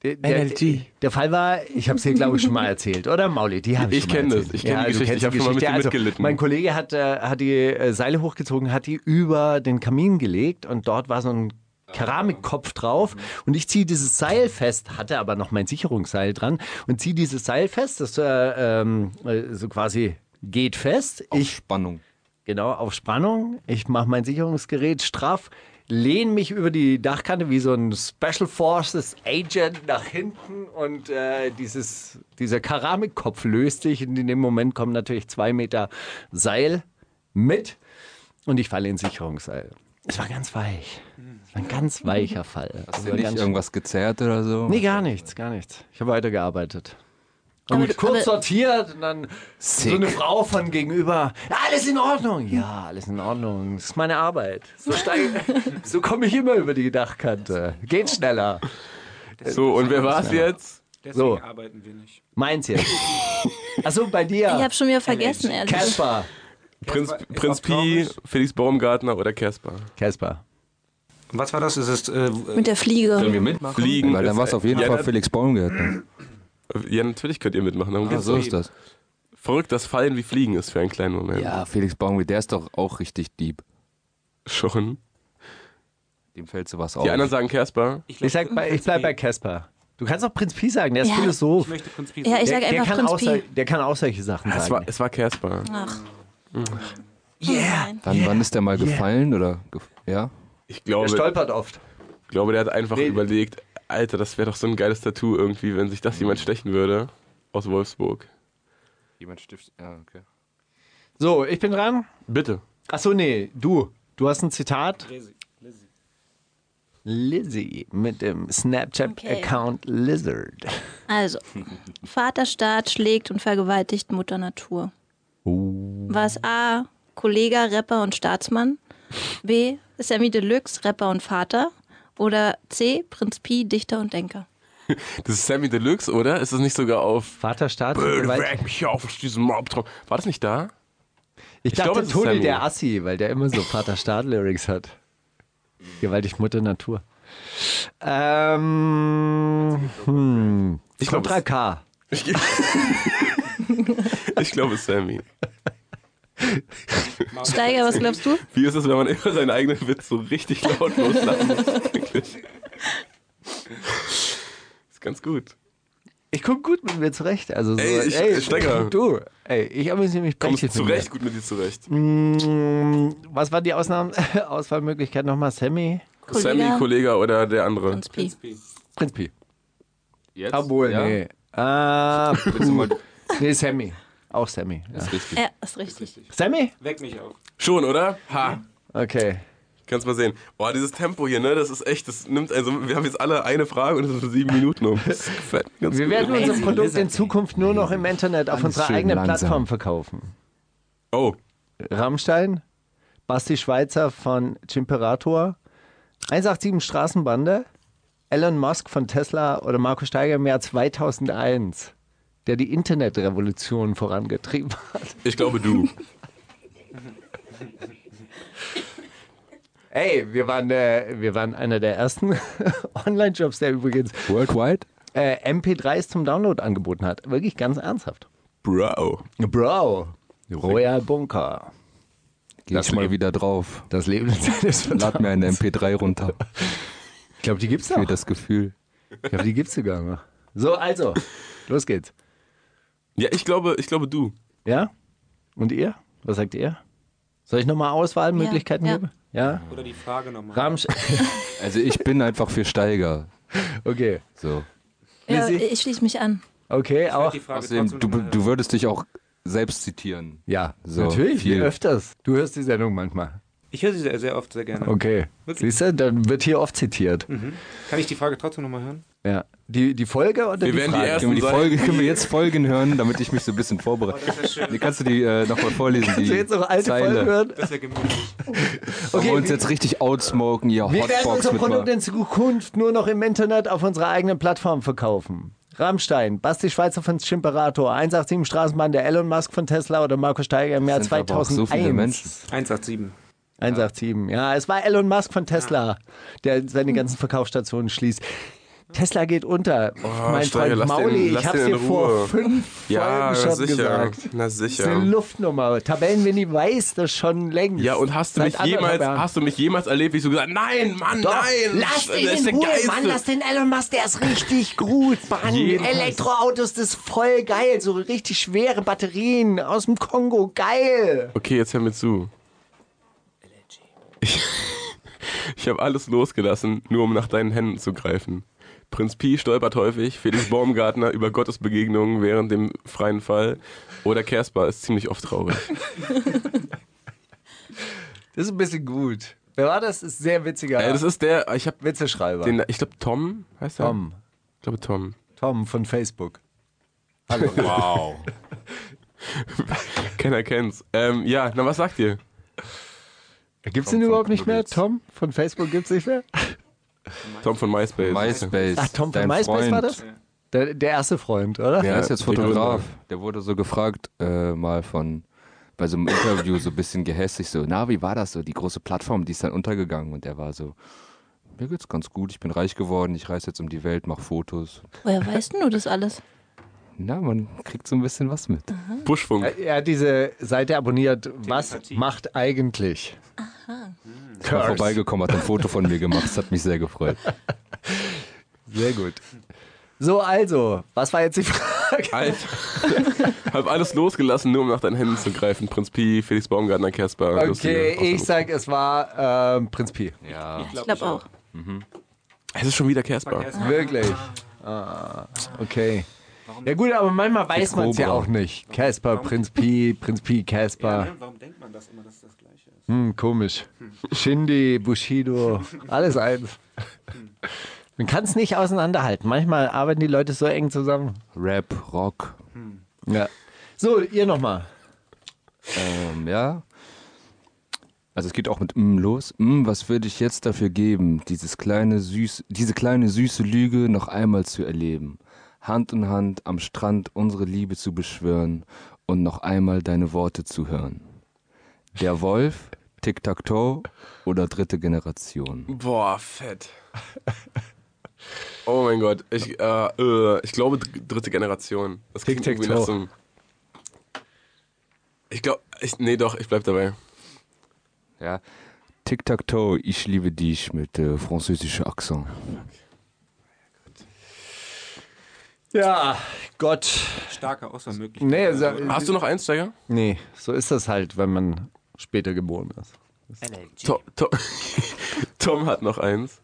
Speaker 2: Der, der,
Speaker 1: NLG.
Speaker 2: der Fall war, ich habe es hier glaube ich schon mal erzählt, oder Mauli? Die habe ich,
Speaker 1: Ich
Speaker 2: schon mal
Speaker 1: kenn das.
Speaker 2: erzählt.
Speaker 1: Ich kenn die
Speaker 2: du
Speaker 1: Geschichte.
Speaker 2: kennst
Speaker 1: Ich hab schon mal mit dir mitgelitten.
Speaker 2: also, Mein Kollege hat, äh, hat die äh, Seile hochgezogen, hat die über den Kamin gelegt und dort war so ein Keramikkopf drauf und ich ziehe dieses Seil fest, hatte aber noch mein Sicherungsseil dran und ziehe dieses Seil fest, das äh, ähm, äh, so quasi geht fest. Ich
Speaker 7: Spannung.
Speaker 2: Genau, auf Spannung. Ich mache mein Sicherungsgerät straff, lehne mich über die Dachkante wie so ein Special Forces Agent nach hinten und äh, dieses, dieser Keramikkopf löst sich. Und in dem Moment kommen natürlich zwei Meter Seil mit und ich falle ins Sicherungsseil. Es war ganz weich. Es war ein ganz weicher Fall.
Speaker 7: Hast
Speaker 2: Also
Speaker 7: du nicht
Speaker 2: ganz-
Speaker 7: irgendwas gezerrt oder so?
Speaker 2: nee, gar nichts, gar nichts. Ich habe weitergearbeitet. Und
Speaker 10: Aber du-
Speaker 2: kurz
Speaker 10: aber-
Speaker 2: sortiert und dann so eine Frau von gegenüber. Alles in Ordnung. Ja, alles in Ordnung. Das ist meine Arbeit. So, steig- so komme ich immer über die Dachkante. Geht schneller.
Speaker 1: So, und wer war's jetzt?
Speaker 9: Deswegen
Speaker 2: So.
Speaker 9: arbeiten wir nicht.
Speaker 2: Meins jetzt. Achso, bei dir.
Speaker 10: Ich habe schon wieder vergessen, ehrlich.
Speaker 2: Caspar.
Speaker 1: Prinz,
Speaker 9: ist
Speaker 1: Prinz
Speaker 9: auch
Speaker 1: Pi,
Speaker 9: traurig.
Speaker 1: Felix Baumgartner oder Caspar?
Speaker 2: Caspar.
Speaker 9: Und was war das? Es ist äh, w-
Speaker 10: Mit der Fliege.
Speaker 7: wir mitmachen?
Speaker 1: Fliegen.
Speaker 7: Weil dann war es auf jeden
Speaker 1: ja,
Speaker 7: Fall Felix Baumgärtner.
Speaker 1: Ja, natürlich könnt ihr mitmachen. Darum
Speaker 7: Ah,
Speaker 1: geht's
Speaker 7: so
Speaker 1: doch.
Speaker 7: ist das.
Speaker 1: Verrückt, dass Fallen wie Fliegen ist für einen kleinen Moment.
Speaker 7: Ja, Felix Baumgärtner, der ist doch auch richtig deep.
Speaker 1: Schon.
Speaker 7: Dem fällt sowas
Speaker 1: Die
Speaker 7: auf.
Speaker 1: anderen sagen Caspar.
Speaker 9: ich,
Speaker 2: Ich, sag, bei- ich bleib bei Caspar. Du kannst auch Prinz Pi sagen, der ist
Speaker 10: Ja.
Speaker 2: Philosoph.
Speaker 9: Ich möchte Prinz Pi
Speaker 10: Ja, ich
Speaker 2: Der,
Speaker 10: sage
Speaker 2: der,
Speaker 10: einfach
Speaker 2: kann auch,
Speaker 10: Prinz
Speaker 2: sol-
Speaker 10: Pi.
Speaker 2: der kann auch solche Sachen
Speaker 1: Es war,
Speaker 2: sagen.
Speaker 1: es war Caspar.
Speaker 10: Ach.
Speaker 2: Yeah.
Speaker 7: Wann, wann ist der mal gefallen? Oder ge ja?
Speaker 1: Ich
Speaker 2: Der
Speaker 1: glaube,
Speaker 2: stolpert oft.
Speaker 1: ich glaube, der hat einfach
Speaker 2: Nee.
Speaker 1: überlegt, Alter, das wäre doch so ein geiles Tattoo irgendwie, wenn sich das
Speaker 7: Mhm.
Speaker 1: jemand stechen würde. Aus Wolfsburg.
Speaker 7: Jemand stift. Ja, okay.
Speaker 2: So, ich bin dran.
Speaker 1: Bitte.
Speaker 2: Achso, nee, du. Du hast ein Zitat. Lizzie mit dem Snapchat-Account Lizard.
Speaker 10: Also, Vaterstaat schlägt und vergewaltigt Mutter Natur.
Speaker 1: Oh.
Speaker 10: Was A, Kollega, Rapper und Staatsmann. B, Sammy Deluxe, Rapper und Vater. Oder C, Prinz Pi, Dichter und Denker.
Speaker 1: Das ist Sammy Deluxe, oder? Ist das nicht sogar auf.
Speaker 2: Vaterstaat?
Speaker 1: Böde,
Speaker 2: Gewalt-
Speaker 1: weg mich auf aus diesem Mobtraum. War das nicht da?
Speaker 2: Ich dachte,
Speaker 1: glaube, das ist
Speaker 2: Toni
Speaker 1: Sammy.
Speaker 2: der Assi, weil der immer so Vaterstaat-Lyrics hat. Gewaltig Mutter Natur. Ähm, hm.
Speaker 1: Ich glaub,
Speaker 2: Kontra K.
Speaker 1: Ich, ich glaube, es ist Sammy.
Speaker 10: Steiger, was glaubst du?
Speaker 1: Wie ist es, wenn man immer seinen eigenen Witz so richtig laut loslassen muss? Wirklich. Ist ganz gut.
Speaker 2: Ich komme gut mit mir zurecht. Also so,
Speaker 1: Ey, ich-
Speaker 2: ey
Speaker 1: Stecker.
Speaker 2: du, ey, ich amüsiere mich
Speaker 1: Kommst
Speaker 2: prächtig mit mir.
Speaker 1: zurecht, gut mit dir zurecht.
Speaker 2: Mm, Was war die Ausnahmen Auswahlmöglichkeit nochmal? Sammy?
Speaker 1: Sammy, Kollege oder der andere.
Speaker 10: Prinz Pi.
Speaker 2: Prinz Pi.
Speaker 7: Jetzt?
Speaker 2: Obwohl,
Speaker 7: ja?
Speaker 2: nee. Ah,
Speaker 7: Willst du mal
Speaker 2: nee, Sammy. Auch Sammy. Ja.
Speaker 10: Ja, ist richtig.
Speaker 2: Sammy?
Speaker 9: Weck mich auf.
Speaker 1: Schon, oder? Ha.
Speaker 2: Okay.
Speaker 1: Kannst mal sehen. Boah, dieses Tempo hier, ne? Das ist echt, das nimmt, also wir haben jetzt alle eine Frage und das sind sieben Minuten um. Das gefällt mir ganz
Speaker 2: Wir
Speaker 1: gut.
Speaker 2: werden unser Produkt in Zukunft nur noch im Internet auf
Speaker 7: Alles
Speaker 2: unserer
Speaker 7: schön
Speaker 2: eigenen
Speaker 7: langsam.
Speaker 2: Plattform verkaufen.
Speaker 1: Oh,
Speaker 2: Rammstein, Basti Schweizer von Chimperator, 187 Straßenbande, Elon Musk von Tesla oder Marco Steiger im Jahr 2001, der die Internetrevolution vorangetrieben hat.
Speaker 1: ich glaube du.
Speaker 2: Ey, wir waren, äh, wir waren einer der ersten Online-Shops, der übrigens
Speaker 7: Worldwide?
Speaker 2: äh, MP3s zum Download angeboten hat. Wirklich ganz ernsthaft.
Speaker 1: Bro.
Speaker 2: Bro, Royal Bunker.
Speaker 7: Geh ich mal wieder drauf.
Speaker 2: Das Leben seines
Speaker 7: Lad mir eine MP3 runter.
Speaker 2: Ich glaube, die gibt's
Speaker 7: Für
Speaker 2: noch.
Speaker 7: das Gefühl.
Speaker 2: Ich glaube, die gibt's sogar noch. So, also, los geht's.
Speaker 1: Ja, ich glaube, ich glaube du.
Speaker 2: Ja? Und ihr? Was sagt ihr? Soll ich nochmal Auswahlmöglichkeiten
Speaker 10: Ja, ja.
Speaker 2: geben? Ja?
Speaker 9: Oder die Frage nochmal.
Speaker 2: Ramsch.
Speaker 7: Also ich bin einfach für Steiger.
Speaker 2: Okay.
Speaker 7: So.
Speaker 10: Ja,
Speaker 2: Lizzie?
Speaker 10: ich schließe mich an.
Speaker 2: Okay, auch.
Speaker 9: Die Frage
Speaker 7: Außerdem,
Speaker 9: trotzdem äh,
Speaker 7: du,
Speaker 9: nochmal.
Speaker 7: du würdest dich auch selbst zitieren.
Speaker 2: Ja,
Speaker 7: So,
Speaker 2: natürlich,
Speaker 7: viel.
Speaker 2: viel. öfters. Du hörst die Sendung manchmal.
Speaker 9: Ich höre sie sehr, sehr oft, sehr gerne.
Speaker 2: Okay.
Speaker 9: Wirklich?
Speaker 2: Siehst du, dann wird hier oft zitiert.
Speaker 9: Kann ich die Frage trotzdem nochmal hören?
Speaker 2: Ja. Die, die Folge oder
Speaker 1: Wir
Speaker 2: die
Speaker 1: werden die
Speaker 2: Frage?
Speaker 1: ersten
Speaker 7: Können wir, die
Speaker 1: sein.
Speaker 7: Folge, können wir jetzt Folgen hören, damit ich mich so ein bisschen
Speaker 9: Oh,
Speaker 7: vorbereite? Nee, kannst du die äh, nochmal vorlesen?
Speaker 2: Kannst
Speaker 7: die
Speaker 2: du jetzt noch alte
Speaker 7: Zeile.
Speaker 2: Folgen hören?
Speaker 9: Das wäre gemütlich.
Speaker 7: Wollen wir
Speaker 2: Okay,
Speaker 7: uns
Speaker 2: wir-
Speaker 7: jetzt richtig outsmoken, ja,
Speaker 2: Wir werden
Speaker 7: Hotbox
Speaker 2: unser
Speaker 7: mit mal.
Speaker 2: Produkt in Zukunft nur noch im Internet auf unserer eigenen Plattform verkaufen. Rammstein, Basti Schweizer von Schimperator, 187 Straßenbahn, der Elon Musk von Tesla oder Marco Steiger im Jahr
Speaker 7: sind aber auch
Speaker 2: 2001.
Speaker 7: so viele Menschen.
Speaker 9: 187.
Speaker 2: 187, ja, es war Elon Musk von Tesla, der seine ganzen Verkaufsstationen schließt. Tesla geht unter. mein
Speaker 1: Oh, Steiger,
Speaker 2: Freund
Speaker 1: lass den-
Speaker 2: Mauli,
Speaker 1: lass
Speaker 2: ich hab's
Speaker 1: den
Speaker 2: dir
Speaker 1: in
Speaker 2: vor
Speaker 1: Ruhe.
Speaker 2: fünf
Speaker 1: Ja,
Speaker 2: Folgen
Speaker 1: na
Speaker 2: schon
Speaker 1: sicher.
Speaker 2: gesagt.
Speaker 1: Na
Speaker 2: Das ist
Speaker 1: sicher.
Speaker 2: eine Luftnummer. Tabellenwinnie weiß das schon längst.
Speaker 1: Ja, und hast du,
Speaker 2: Seit
Speaker 1: mich jemals,
Speaker 2: anderthalb Jahren.
Speaker 1: hast du mich jemals erlebt, wie ich so gesagt nein, Mann,
Speaker 2: Doch,
Speaker 1: nein!
Speaker 2: Lass
Speaker 1: das
Speaker 2: den
Speaker 1: ist der
Speaker 2: in Ruhe,
Speaker 1: Geilste.
Speaker 2: Mann, lass den Elon Musk, der ist richtig gut, Mann.
Speaker 1: Jedenfalls.
Speaker 2: Elektroautos, das ist voll geil, so richtig schwere Batterien aus dem Kongo, geil.
Speaker 1: Okay, jetzt hör mir zu. Ich, ich habe alles losgelassen, nur um nach deinen Händen zu greifen. Prinz Pi stolpert häufig, Felix Baumgartner über Gottes Begegnungen während dem freien Fall oder Caspar ist ziemlich oft traurig.
Speaker 2: Das ist ein bisschen gut. Wer war das? Ist sehr witziger
Speaker 1: Äh, das ist der, ich habe
Speaker 2: Witzeschreiber.
Speaker 1: den, ich glaube Tom heißt er?
Speaker 2: Tom.
Speaker 1: Ich glaube Tom.
Speaker 2: Tom von Facebook.
Speaker 1: Alle. Wow. Keiner kennt's. Ähm, ja, na was sagt ihr?
Speaker 2: Gibt's den überhaupt nicht mehr? Tom von Facebook gibt's nicht mehr?
Speaker 1: Tom von MySpace.
Speaker 7: MySpace.
Speaker 2: Ach, Tom von
Speaker 7: dein
Speaker 2: MySpace
Speaker 7: Freund.
Speaker 2: war das? Der, der erste Freund, oder?
Speaker 7: Der ist jetzt Fotograf.
Speaker 1: Fotograf.
Speaker 7: Der wurde so gefragt, äh, mal von bei so einem Interview so ein bisschen gehässig, so, na, wie war das so? Die große Plattform, die ist dann untergegangen und er war so, mir geht's ganz gut, ich bin reich geworden, ich reise jetzt um die Welt, mach Fotos.
Speaker 10: Woher weißt denn du das alles?
Speaker 7: Na, man kriegt so ein bisschen was mit.
Speaker 1: Buschfunk.
Speaker 2: Er, er hat diese Seite abonniert, was macht eigentlich?
Speaker 7: Ist mal vorbeigekommen, hat ein Foto von mir gemacht, das hat mich sehr gefreut.
Speaker 2: Sehr gut. So, also, was war jetzt die Frage?
Speaker 1: Alter. Hab alles losgelassen, nur um nach deinen Händen zu greifen. Prinz Pi, Felix Baumgartner, Casper.
Speaker 2: Okay,
Speaker 1: lustige
Speaker 2: ich
Speaker 1: Ausdruck.
Speaker 2: sag, es war ähm, Prinz Pi.
Speaker 10: Ich glaube auch.
Speaker 1: Es ist schon wieder Casper.
Speaker 2: Wirklich. Ah, okay. Ja gut, aber manchmal weiß man es ja
Speaker 7: Cobra.
Speaker 2: auch nicht. Casper, Prinz Pi, Prinz Pi, Casper.
Speaker 9: Warum denkt man das immer, dass das Gleiche ist?
Speaker 2: Hm, komisch. Shindy, Bushido, alles eins. Man kann es nicht auseinanderhalten. Manchmal arbeiten die Leute so eng zusammen.
Speaker 7: Rap, Rock,
Speaker 2: Ja. So, ihr nochmal.
Speaker 7: ähm, ja. Also es geht auch mit mm los. Mm, was würde ich jetzt dafür geben, dieses kleine süß, diese kleine süße Lüge noch einmal zu erleben? Hand in Hand am Strand unsere Liebe zu beschwören und noch einmal deine Worte zu hören. Der Wolf, Tic-Tac-Toe oder dritte Generation?
Speaker 1: Boah, fett. Oh mein Gott, ich, äh, äh, ich glaube dr- dritte Generation. Das klingt
Speaker 2: Tic-Tac-Toe.
Speaker 1: irgendwie nach so einem- Ich glaube, ich, nee, doch, ich bleib dabei.
Speaker 7: Ja. Tic-Tac-Toe, ich liebe dich mit äh, französischer Akzent.
Speaker 2: Ja, Gott.
Speaker 9: Starke Auswahlmöglichkeit.
Speaker 2: Nee, so,
Speaker 1: Hast du noch eins, Steiger?
Speaker 2: nee, so ist das halt, wenn man später geboren ist.
Speaker 1: Tom, Tom, Tom hat noch eins.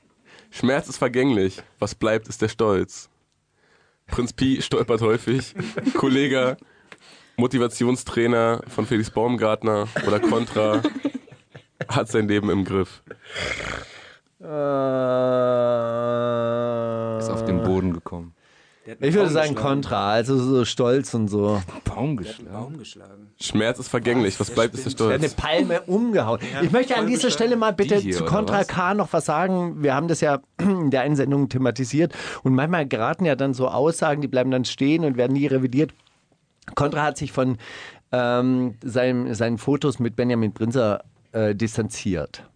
Speaker 1: Schmerz ist vergänglich, was bleibt ist der Stolz. Prinz Pi stolpert häufig. Kollege, Motivationstrainer von Felix Baumgartner oder Contra hat sein Leben im Griff.
Speaker 2: Äh.
Speaker 7: Ist auf den Boden gekommen.
Speaker 2: ich würde sagen Contra, also so stolz und so.
Speaker 7: Baum geschlagen.
Speaker 9: Baum geschlagen.
Speaker 1: Schmerz ist vergänglich, was bleibt ist der
Speaker 2: Er hat eine
Speaker 1: Stolz.
Speaker 2: Palme umgehauen. ich möchte an dieser Stelle mal bitte
Speaker 7: Die hier,
Speaker 2: zu
Speaker 7: oder
Speaker 2: Contra
Speaker 7: was?
Speaker 2: K noch was sagen. Wir haben das ja in der Einsendung thematisiert und manchmal geraten ja dann so Aussagen, die bleiben dann stehen und werden nie revidiert. Contra hat sich von ähm, seinem, seinen Fotos mit Benjamin Prinzer äh, distanziert.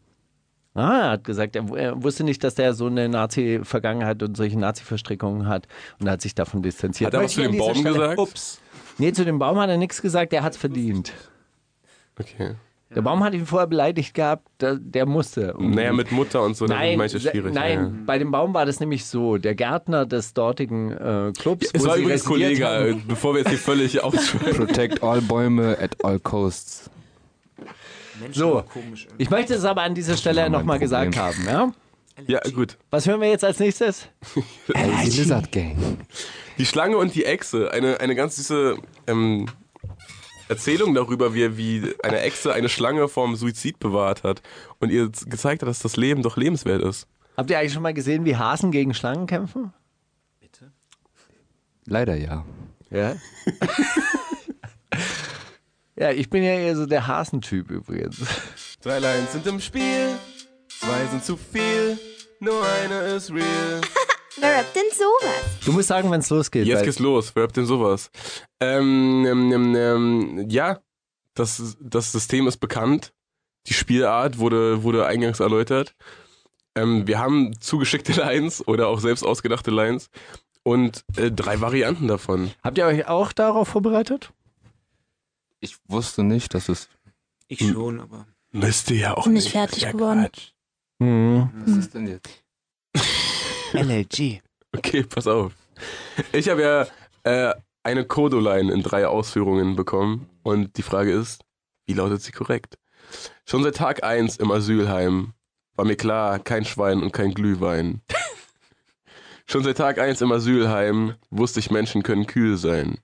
Speaker 2: Ah, er hat gesagt, er, w- er wusste nicht, dass der so eine Nazi-Vergangenheit und solche Nazi-Verstrickungen hat und er hat sich davon distanziert.
Speaker 1: Hat er was
Speaker 2: Möchte
Speaker 1: zu dem
Speaker 2: ich an dieser
Speaker 1: Baum
Speaker 2: Stelle-
Speaker 1: gesagt?
Speaker 9: Ups.
Speaker 2: Nee, zu dem Baum hat er nichts gesagt, der hat es verdient.
Speaker 1: Okay.
Speaker 2: Der Baum hat ihn vorher beleidigt gehabt, der, der musste. Und
Speaker 1: Naja, mit Mutter und so, da sind
Speaker 2: nein,
Speaker 1: manche schwierig.
Speaker 2: nein
Speaker 1: ja.
Speaker 2: bei dem Baum war das nämlich so. Der Gärtner des dortigen äh, Clubs.
Speaker 1: Es
Speaker 2: wo
Speaker 1: war
Speaker 2: sie
Speaker 1: übrigens
Speaker 2: residiert
Speaker 1: Kollege,
Speaker 2: haben-
Speaker 1: äh, bevor wir jetzt hier völlig aufschwören.
Speaker 7: Protect all Bäume at all costs.
Speaker 9: Menschen
Speaker 2: So,
Speaker 9: sind komisch.
Speaker 1: äh,
Speaker 2: ich möchte es aber an dieser Stelle
Speaker 7: war mein
Speaker 2: nochmal
Speaker 7: Problem.
Speaker 2: gesagt haben. Ja?
Speaker 1: Ja, gut.
Speaker 2: Was hören wir jetzt als nächstes?
Speaker 7: Die Lizard Gang.
Speaker 1: Die Schlange und die Echse. Eine, eine ganz süße ähm, Erzählung darüber, wie, wie eine Echse eine Schlange vorm Suizid bewahrt hat und ihr z- gezeigt hat, dass das Leben doch lebenswert ist.
Speaker 2: Habt ihr eigentlich schon mal gesehen, wie Hasen gegen Schlangen kämpfen?
Speaker 7: Leider ja.
Speaker 2: Ja. ja, ich bin ja eher so der Hasentyp übrigens.
Speaker 1: Drei Lines sind im Spiel, zwei sind zu viel, nur eine ist real.
Speaker 3: Wer rappt denn sowas?
Speaker 2: Du musst sagen, wenn es losgeht.
Speaker 1: Jetzt
Speaker 2: weil-
Speaker 1: geht's los. Wer habt denn sowas? Ähm, ähm, ähm, ähm, ja, das, das System ist bekannt. Die Spielart wurde, wurde eingangs erläutert. Ähm, wir haben zugeschickte Lines oder auch selbst ausgedachte Lines und äh, drei Varianten davon.
Speaker 2: Habt ihr euch auch darauf vorbereitet?
Speaker 7: Ich wusste nicht, dass es.
Speaker 9: Ich schon, aber.
Speaker 1: Müsste ja auch
Speaker 10: Bin nicht nicht. fertig Ist ja geworden.
Speaker 2: Mhm.
Speaker 7: Hm. Was ist denn jetzt?
Speaker 2: LLG.
Speaker 1: Okay, pass auf. Ich habe ja äh, eine Kodoline in drei Ausführungen bekommen und die Frage ist, wie lautet sie korrekt? Schon seit Tag 1 im Asylheim war mir klar, kein Schwein und kein Glühwein. Schon seit Tag 1 im Asylheim wusste ich, Menschen können kühl sein.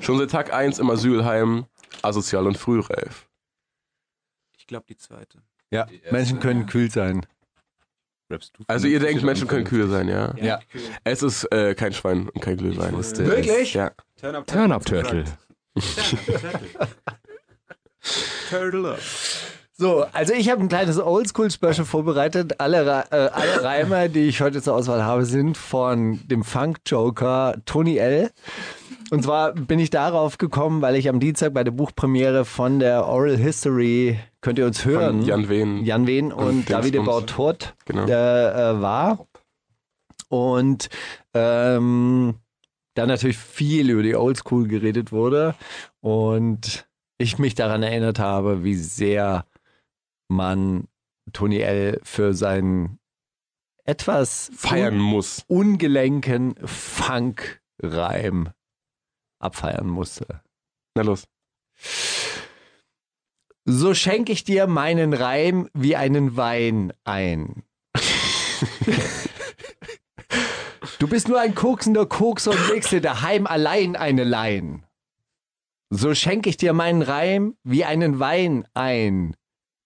Speaker 1: Schon seit Tag 1 im Asylheim asozial und frühreif.
Speaker 9: Ich glaube, die zweite.
Speaker 2: Ja, Menschen können kühl sein.
Speaker 7: Rappst du?
Speaker 1: Also ihr denkt, Menschen können Kühe sein, ja?
Speaker 7: Ja.
Speaker 1: Es ist äh, kein Schwein und kein Glühwein. Ich
Speaker 7: wusste
Speaker 9: Wirklich?
Speaker 1: Ja.
Speaker 9: Turn up
Speaker 7: Turn up Turtle.
Speaker 9: Turtle up.
Speaker 2: So, also ich habe ein kleines Oldschool-Special vorbereitet. Alle, Ra- äh, alle Reimer, die ich heute zur Auswahl habe, sind von dem Funk-Joker Tony L. Und zwar bin ich darauf gekommen, weil ich am Dienstag bei der Buchpremiere von der Oral History, könnt ihr uns hören,
Speaker 1: Von Jan Wehn.
Speaker 2: Jan Wehn und
Speaker 1: Und
Speaker 2: Davide
Speaker 1: Dingsbums.
Speaker 2: Bautort
Speaker 1: Genau.
Speaker 2: äh, äh, war. Und ähm, da natürlich viel über die Oldschool geredet wurde und ich mich daran erinnert habe, wie sehr man Tony L. für seinen etwas
Speaker 1: Feiern muss.
Speaker 2: ungelenken Funk-Reim abfeiern musste.
Speaker 1: Na los.
Speaker 2: So schenk ich dir meinen Reim wie einen Wein ein. du bist nur ein koksender Koks und legst dir daheim allein eine Lein. So schenk ich dir meinen Reim wie einen Wein ein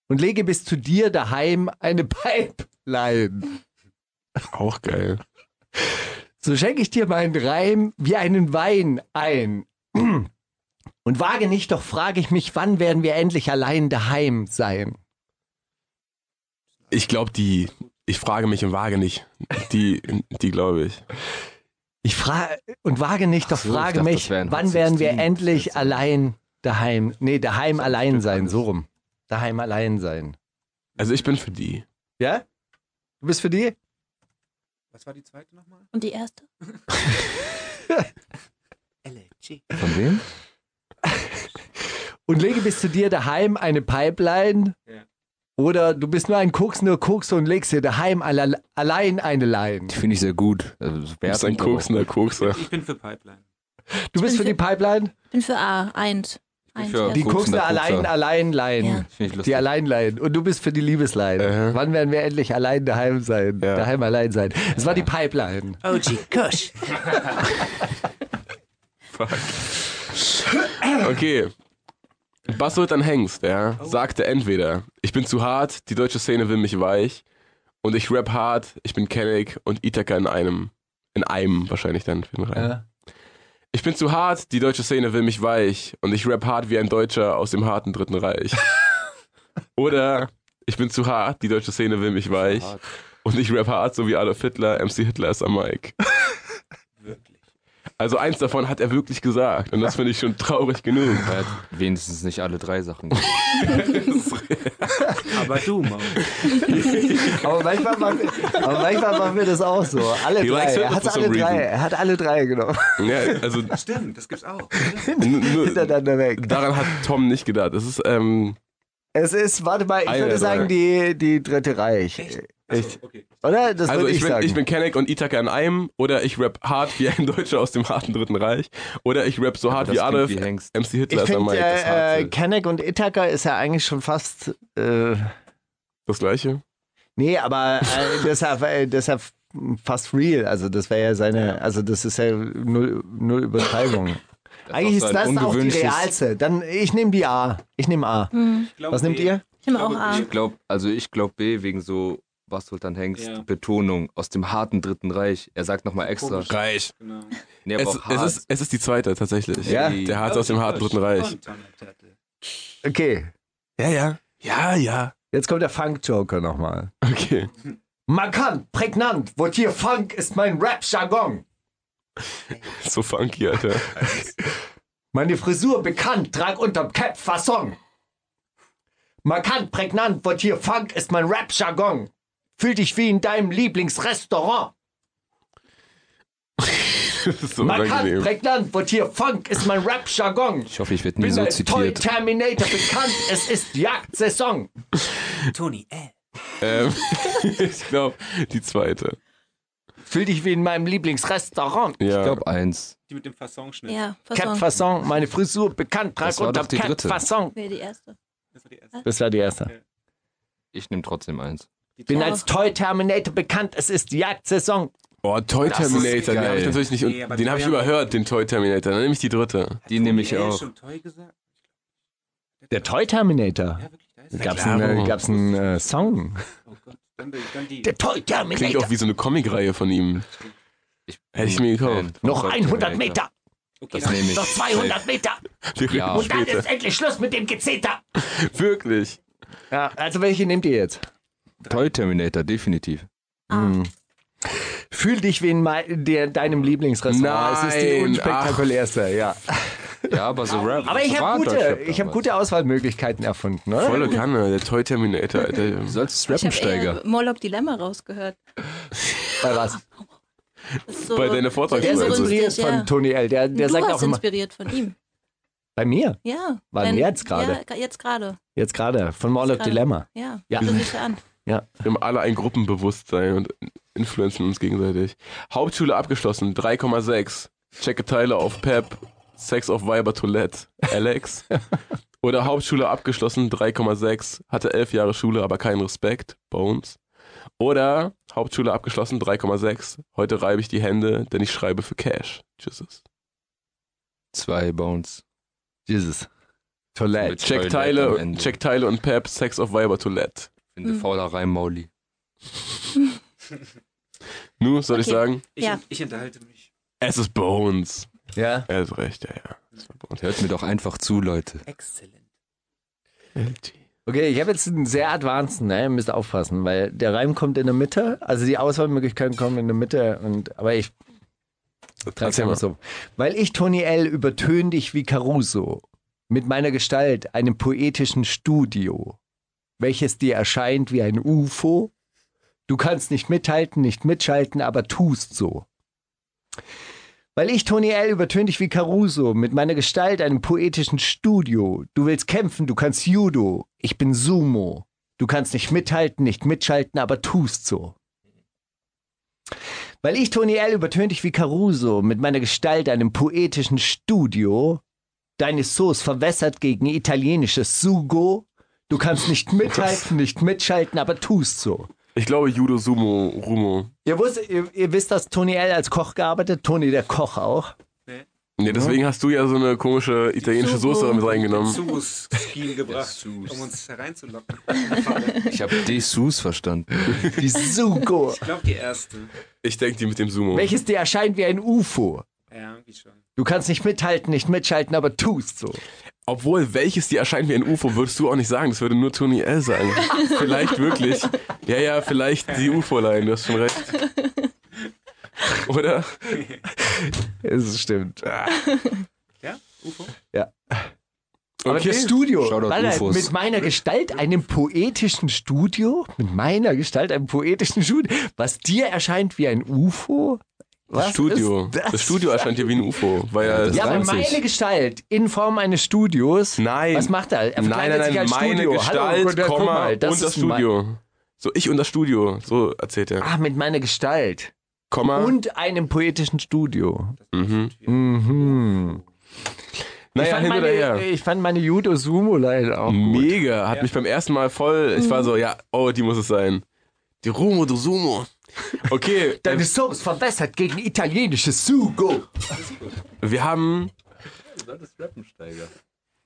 Speaker 2: und lege bis zu dir daheim eine Pipeline.
Speaker 1: Auch geil.
Speaker 2: So schenk ich dir meinen Reim wie einen Wein ein. Und wage nicht, doch frage ich mich, wann werden wir endlich allein daheim sein?
Speaker 1: Ich glaube, die. Ich frage mich und wage nicht. Die, die glaube ich.
Speaker 2: Ich frage und wage nicht, doch
Speaker 7: so, ich
Speaker 2: frage
Speaker 7: dachte,
Speaker 2: mich,
Speaker 7: das wär ein
Speaker 2: wann
Speaker 7: Hot
Speaker 2: werden wir
Speaker 7: 16.
Speaker 2: endlich allein daheim, nee, daheim allein sein, so rum. Daheim allein sein.
Speaker 1: Also ich bin für die.
Speaker 2: Ja? Du bist für die?
Speaker 9: Was war die zweite nochmal?
Speaker 10: Und die erste?
Speaker 7: Von wem?
Speaker 2: Und lege bis zu dir daheim eine Pipeline.
Speaker 9: Ja.
Speaker 2: Oder du bist nur ein Koks, nur Koks und legst dir daheim alle, allein eine Line.
Speaker 7: Die finde ich sehr gut. Also, das
Speaker 1: Du bist ein
Speaker 7: wertend,
Speaker 1: koksender Kokser.
Speaker 9: Ich bin für Pipeline.
Speaker 2: Du bist
Speaker 10: bin
Speaker 2: für die
Speaker 10: für-
Speaker 2: Pipeline?
Speaker 10: Bin für A, eins. Eins,
Speaker 7: für-
Speaker 10: ja.
Speaker 2: Die
Speaker 7: Koksender
Speaker 2: Koksner
Speaker 7: Kokser.
Speaker 2: allein, allein, Line.
Speaker 10: Ja.
Speaker 7: aber- Finde ich
Speaker 2: Die
Speaker 7: lustig.
Speaker 2: Alleinleiden. Und du bist für die Liebesleiden.
Speaker 1: Aha.
Speaker 2: Wann werden wir endlich allein daheim sein?
Speaker 1: Ja.
Speaker 2: Daheim allein sein. Es war die Pipeline.
Speaker 10: OG Kush.
Speaker 1: Okay. Basselt an Hengst, ja, sagte entweder, ich bin zu hart, die deutsche Szene will mich weich und ich rap hart, ich bin Kenneck und Ithaca in einem, in einem wahrscheinlich dann. für den Reim. Ich bin zu hart, die deutsche Szene will mich weich und ich rap hart wie ein Deutscher aus dem harten Dritten Reich. Oder ich bin zu hart, die deutsche Szene will mich weich und ich rap hart, so wie Adolf Hitler, MC Hitler ist am Mic. Also eins davon hat er wirklich gesagt und das finde ich schon traurig genug.
Speaker 7: Er hat halt wenigstens nicht alle drei Sachen.
Speaker 9: Aber du, Maul.
Speaker 2: Aber, manchmal machen, aber manchmal machen wir das auch so. Alle
Speaker 1: He
Speaker 2: drei.
Speaker 1: likes
Speaker 2: Er
Speaker 1: it
Speaker 2: hat
Speaker 1: for some
Speaker 2: alle drei.
Speaker 1: reason.
Speaker 2: Er hat alle drei genommen.
Speaker 1: Ja, also
Speaker 9: Stimmt, das gibt's auch.
Speaker 1: N- nur-
Speaker 2: Hintereinander weg.
Speaker 1: Daran hat Tom nicht gedacht. Das ist, ähm,
Speaker 2: Es ist, warte mal, ich
Speaker 1: Eine
Speaker 2: würde
Speaker 1: der
Speaker 2: sagen, die, die dritte Reich.
Speaker 9: Echt? Okay.
Speaker 2: Oder? Das
Speaker 1: also
Speaker 2: würde
Speaker 1: ich,
Speaker 2: ich,
Speaker 1: bin,
Speaker 2: sagen.
Speaker 1: ich bin Kenneck und Ithaca in einem oder ich rap hart wie ein Deutscher aus dem harten Dritten Reich oder ich rap so hart
Speaker 7: das
Speaker 1: wie
Speaker 7: klingt
Speaker 1: Adolf,
Speaker 7: wie Hengst.
Speaker 1: MC Hitler
Speaker 2: ich
Speaker 1: ist am
Speaker 2: finde,
Speaker 1: Mike. Das,
Speaker 2: äh, äh,
Speaker 1: Harte.
Speaker 2: Kenneck und Ithaca ist ja eigentlich schon fast. Äh,
Speaker 1: das gleiche.
Speaker 2: Nee, aber äh, deshalb, äh, deshalb fast real. Also das wäre ja seine, also das ist ja null, null Übertreibung. Eigentlich
Speaker 7: auch
Speaker 2: ist
Speaker 7: so ein
Speaker 2: das auch die
Speaker 7: halt ungewöhnliches-
Speaker 2: realste. Dann ich nehme die A. Ich nehme A. Was nehmt ihr?
Speaker 10: Hm. Ich nehme auch A.
Speaker 7: Ich glaube, also ich glaube B wegen so was Sultan Hengst,
Speaker 9: Ja.
Speaker 7: Betonung aus dem harten Dritten Reich. Er sagt nochmal extra.
Speaker 1: Reich.
Speaker 9: Genau.
Speaker 7: Nee, aber
Speaker 1: Es,
Speaker 7: auch
Speaker 1: es,
Speaker 7: hart.
Speaker 1: ist, es ist die zweite tatsächlich.
Speaker 2: Ja.
Speaker 1: Der harte aus dem harten Dritten Reich.
Speaker 2: Okay.
Speaker 1: Ja, ja. Ja, ja.
Speaker 2: Jetzt kommt der Funk-Joker nochmal.
Speaker 1: Okay.
Speaker 2: Markant, prägnant, Votier Funk ist mein Rap-Jargon.
Speaker 1: So funky, Alter.
Speaker 2: Meine Frisur bekannt, trag unterm Cap Fasson. Markant, prägnant, Votier Funk ist mein Rap-Jargon. Fühl dich wie in deinem Lieblingsrestaurant.
Speaker 1: Das ist so
Speaker 2: Markant,
Speaker 1: unangenehm.
Speaker 2: prägnant, Votier Funk ist mein Rap-Jargon.
Speaker 7: Ich hoffe, ich werde nie
Speaker 2: bin
Speaker 7: so
Speaker 2: als Toy
Speaker 7: zitiert.
Speaker 2: Terminator bekannt. Es ist Jagdsaison.
Speaker 9: Toni L.
Speaker 1: Ähm, ich glaube, die zweite.
Speaker 2: Fühl dich wie in meinem Lieblingsrestaurant.
Speaker 1: Ja.
Speaker 7: Ich glaube eins.
Speaker 9: Die mit dem Fassonschnitt.
Speaker 10: Ja,
Speaker 2: Cap
Speaker 10: Fasson.
Speaker 2: Fasson, meine Frisur bekannt. Trag
Speaker 7: Das war
Speaker 2: unter
Speaker 7: doch die
Speaker 2: Cap
Speaker 7: dritte.
Speaker 2: Fasson.
Speaker 10: Nee, die erste.
Speaker 9: Das war die erste.
Speaker 2: Das war die erste.
Speaker 7: Ich nehme trotzdem eins.
Speaker 2: Bin
Speaker 10: Ja.
Speaker 2: als Toy Terminator bekannt. Es ist Jagdsaison.
Speaker 1: Oh, Toy
Speaker 2: Das ist
Speaker 1: Terminator, den
Speaker 7: geil.
Speaker 1: habe ich natürlich nicht.
Speaker 9: Nee, aber
Speaker 1: den habe ich
Speaker 9: Toy-
Speaker 1: überhört, den Toy Terminator. Dann nehme ich die dritte.
Speaker 7: Die nehme ich
Speaker 9: L
Speaker 7: auch.
Speaker 9: schon toll gesagt?
Speaker 2: Der Toy Terminator.
Speaker 9: Ja, wirklich, da ist
Speaker 2: Gab's
Speaker 1: klar,
Speaker 2: einen, äh,
Speaker 1: warum?
Speaker 2: gab's einen äh, Song?
Speaker 9: Oh Gott. Dann, die- dann die.
Speaker 2: Der toll
Speaker 1: Klingt
Speaker 2: Terminator.
Speaker 1: auch wie so eine Comicreihe von ihm. Hätte ich mir gekauft.
Speaker 2: Noch
Speaker 7: Voll
Speaker 2: 100
Speaker 7: Terminator.
Speaker 2: Meter,
Speaker 9: Okay,
Speaker 7: Das
Speaker 9: dann,
Speaker 7: nehme ich.
Speaker 2: noch 200 Meter.
Speaker 1: Wir
Speaker 7: Ja.
Speaker 1: reden
Speaker 2: Und dann ist
Speaker 1: später.
Speaker 2: endlich Schluss mit dem Gezeter.
Speaker 1: Wirklich.
Speaker 2: Ja, also welche nehmt ihr jetzt?
Speaker 7: Toy Terminator, definitiv.
Speaker 10: ah,
Speaker 2: Fühl dich wie in mei- der, deinem Lieblingsrestaurant. es ist die
Speaker 1: Nein,
Speaker 2: unspektakulärste, ja.
Speaker 7: Ja, aber so Rap.
Speaker 2: Aber ich
Speaker 7: war
Speaker 2: habe gute,
Speaker 7: Deutschrap
Speaker 2: ich hab
Speaker 7: damals.
Speaker 2: gute Auswahlmöglichkeiten erfunden, oder?
Speaker 1: Volle Kanne, der Toy Terminator, Alter.
Speaker 7: Du solltest
Speaker 10: ich habe
Speaker 7: Rappensteiger.
Speaker 10: eher Morlock Dilemma rausgehört.
Speaker 2: Bei was?
Speaker 10: Das ist So,
Speaker 1: Bei deiner
Speaker 2: Der ist
Speaker 10: so
Speaker 1: Vortragsweise.
Speaker 2: inspiriert
Speaker 10: lustig, ja.
Speaker 2: von Tony L. Der, der
Speaker 10: du
Speaker 2: sagt
Speaker 10: warst
Speaker 2: auch immer,
Speaker 10: inspiriert von ihm.
Speaker 2: bei mir,
Speaker 10: Ja.
Speaker 2: Wann
Speaker 10: Dein-
Speaker 2: jetzt gerade?
Speaker 10: Ja, jetzt gerade.
Speaker 2: jetzt gerade, von Morlock
Speaker 10: Gerade.
Speaker 2: Dilemma.
Speaker 10: Ja.
Speaker 2: Ja.
Speaker 10: Guck dich an.
Speaker 1: Wir haben alle ein Gruppenbewusstsein und influenzen uns gegenseitig. Hauptschule abgeschlossen, 3,6. Checke Teile auf Pep. Sex auf Viber Toilette. Alex. Oder Hauptschule abgeschlossen, 3,6. Hatte elf Jahre Schule, aber keinen Respekt. Bones. Oder Hauptschule abgeschlossen, 3,6. Heute reibe ich die Hände, denn ich schreibe für Cash. Tschüsses.
Speaker 7: Zwei Bones.
Speaker 2: Jesus. Toilette.
Speaker 1: Check
Speaker 7: Toilette am
Speaker 1: Teile,
Speaker 7: Ende.
Speaker 1: check Teile und Pep. Sex auf Viber Toilette.
Speaker 7: Finde
Speaker 2: Hm.
Speaker 10: Mhm.
Speaker 7: fauler Reim, Mauli.
Speaker 1: Nu, soll ich
Speaker 10: Okay.
Speaker 1: sagen?
Speaker 9: ich,
Speaker 10: Ja.
Speaker 9: ich unterhalte mich.
Speaker 1: Es ist Bones.
Speaker 2: Ja.
Speaker 1: Er ist recht, ja, ja. Es war Bones.
Speaker 7: Hört mir doch einfach zu, Leute.
Speaker 9: Exzellent.
Speaker 2: Okay, ich habe jetzt einen sehr advanced, ne? Ihr müsst aufpassen, weil der Reim kommt in der Mitte, also die Auswahlmöglichkeiten kommen in der Mitte und aber ich trage
Speaker 1: Erzähl mal.
Speaker 2: einfach so. Weil ich, Tony L, übertön dich wie Caruso, mit meiner Gestalt, einem poetischen Studio, welches dir erscheint wie ein UFO. Du kannst nicht mithalten, nicht mitschalten, aber tust so. Weil ich, Tony L., übertön dich wie Caruso, mit meiner Gestalt einem poetischen Studio. Du willst kämpfen, du kannst Judo. Ich bin Sumo. Du kannst nicht mithalten, nicht mitschalten, aber tust so. Weil ich, Tony L., übertön dich wie Caruso, mit meiner Gestalt einem poetischen Studio. Deine Sauce verwässert gegen italienisches Sugo. Du kannst nicht mithalten, nicht mitschalten, aber tust so.
Speaker 1: Ich glaube Judo, Sumo, Rumo.
Speaker 2: Ihr, wusst, ihr, ihr wisst, dass Tony L. als Koch gearbeitet, Tony der Koch auch.
Speaker 1: Nee, deswegen hast du ja so eine komische italienische
Speaker 10: Sugo.
Speaker 1: Soße mit
Speaker 9: Hm.
Speaker 1: reingenommen.
Speaker 9: Sus-Spiel gebracht,
Speaker 7: Sus.
Speaker 9: um uns hereinzulocken.
Speaker 7: Ich habe Dessous verstanden.
Speaker 2: Die Sugo.
Speaker 9: Ich glaube, die erste.
Speaker 1: Ich denke die mit dem Sumo.
Speaker 2: welches dir erscheint wie ein UFO.
Speaker 9: Ja, irgendwie schon.
Speaker 2: Du kannst nicht mithalten, nicht mitschalten, aber tust so.
Speaker 1: Obwohl, welches dir erscheint wie ein UFO, würdest du auch nicht sagen. Das würde nur Tony L. sagen. vielleicht wirklich. Ja, ja, vielleicht die UFO-Line, du hast schon recht. Oder?
Speaker 2: Es stimmt.
Speaker 9: Ja? UFO?
Speaker 2: Aber
Speaker 1: Okay.
Speaker 2: das Studio,
Speaker 7: Shoutout
Speaker 2: Warte,
Speaker 7: UFOs.
Speaker 2: mit meiner Gestalt einem poetischen Studio, mit meiner Gestalt einem poetischen Studio, was dir erscheint wie ein UFO? Was
Speaker 1: Das Studio.
Speaker 2: ist
Speaker 1: Das?
Speaker 2: das?
Speaker 1: Studio erscheint dir wie ein UFO. Weil er
Speaker 7: Ja, das
Speaker 2: Ja, aber
Speaker 7: reimt sich.
Speaker 2: meine Gestalt in Form eines Studios.
Speaker 1: Nein.
Speaker 2: Was macht er? Er
Speaker 1: nein,
Speaker 2: verkleidet
Speaker 1: nein, nein,
Speaker 2: sich als
Speaker 1: meine
Speaker 2: Studio. Hallo,
Speaker 1: Gestalt,
Speaker 2: guck mal, guck
Speaker 1: Komma,
Speaker 2: mal, das
Speaker 1: und das
Speaker 2: ist mein-
Speaker 1: Studio. So, ich und das Studio. So erzählt er.
Speaker 2: Ah, mit meiner Gestalt.
Speaker 1: Komma.
Speaker 2: Und einem poetischen Studio.
Speaker 1: Ah. Mhm.
Speaker 2: Mhm. ich,
Speaker 1: Naja,
Speaker 2: fand
Speaker 1: hin oder her.
Speaker 2: meine, ich fand meine Judo Sumo leider auch gut.
Speaker 1: Mega, hat mich beim ersten Mal voll. Ich war so, ja, oh, die muss es sein. Die Rumo du Sumo. Okay, äh,
Speaker 2: Deine Soße verbessert gegen italienisches Sugo.
Speaker 1: wir haben.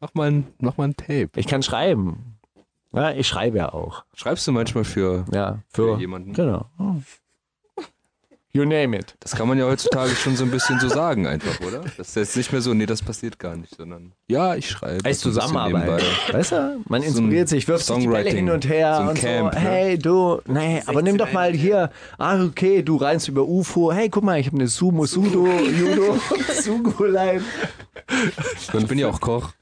Speaker 7: Mach mal, ein, mach mal ein Tape.
Speaker 2: Ich kann schreiben. Ja, ich schreibe ja auch.
Speaker 7: Schreibst du manchmal für.
Speaker 2: Ja, für,
Speaker 7: Für jemanden.
Speaker 2: Genau. Hm. You name it.
Speaker 7: Das kann man ja heutzutage schon so ein bisschen so sagen, einfach, oder? Das ist jetzt nicht mehr so, nee, das passiert gar nicht, sondern. Ja, ich schreibe.
Speaker 2: Als
Speaker 7: so ein bisschen
Speaker 2: Zusammenarbeit.
Speaker 7: nebenbei.
Speaker 2: Weißt du, man
Speaker 7: So ein
Speaker 2: inspiriert sich, wirft sich die Bälle
Speaker 7: Songwriting,
Speaker 2: hin und her
Speaker 7: so ein
Speaker 2: und
Speaker 7: Camp,
Speaker 2: so.
Speaker 7: ne?
Speaker 2: Hey, du, nee, aber nimm doch mal hier. Ah, okay, du reinst über UFO. Hey, guck mal, ich habe eine Sumo, Sudo, Judo, Sugo-Line.
Speaker 7: Ich bin ja auch Koch.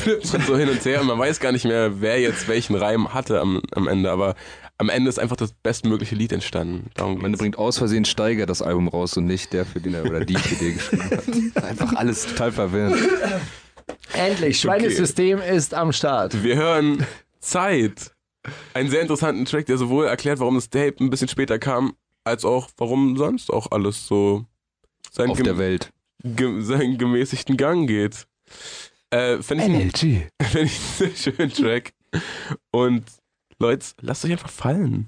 Speaker 1: flippt man so hin und her und man weiß gar nicht mehr, wer jetzt welchen Reim hatte am, am Ende. Aber am Ende ist einfach das bestmögliche Lied entstanden. Darum
Speaker 7: Man
Speaker 1: geht's.
Speaker 7: bringt aus Versehen Steiger das Album raus und nicht der, für den er oder die, für den er geschrieben hat. Einfach alles total verwirrend.
Speaker 2: Endlich, Schweinesystem ist am Start.
Speaker 1: Wir hören Zeit. Einen sehr interessanten Track, der sowohl erklärt, warum das Tape ein bisschen später kam, als auch, warum sonst auch alles so seinen,
Speaker 7: Auf der
Speaker 1: gem
Speaker 7: Welt.
Speaker 1: gem seinen gemäßigten Gang geht. Äh, Fände ich,
Speaker 2: NLG.
Speaker 1: Finde ich einen sehr schönen Track. Und Leute, lasst euch einfach fallen.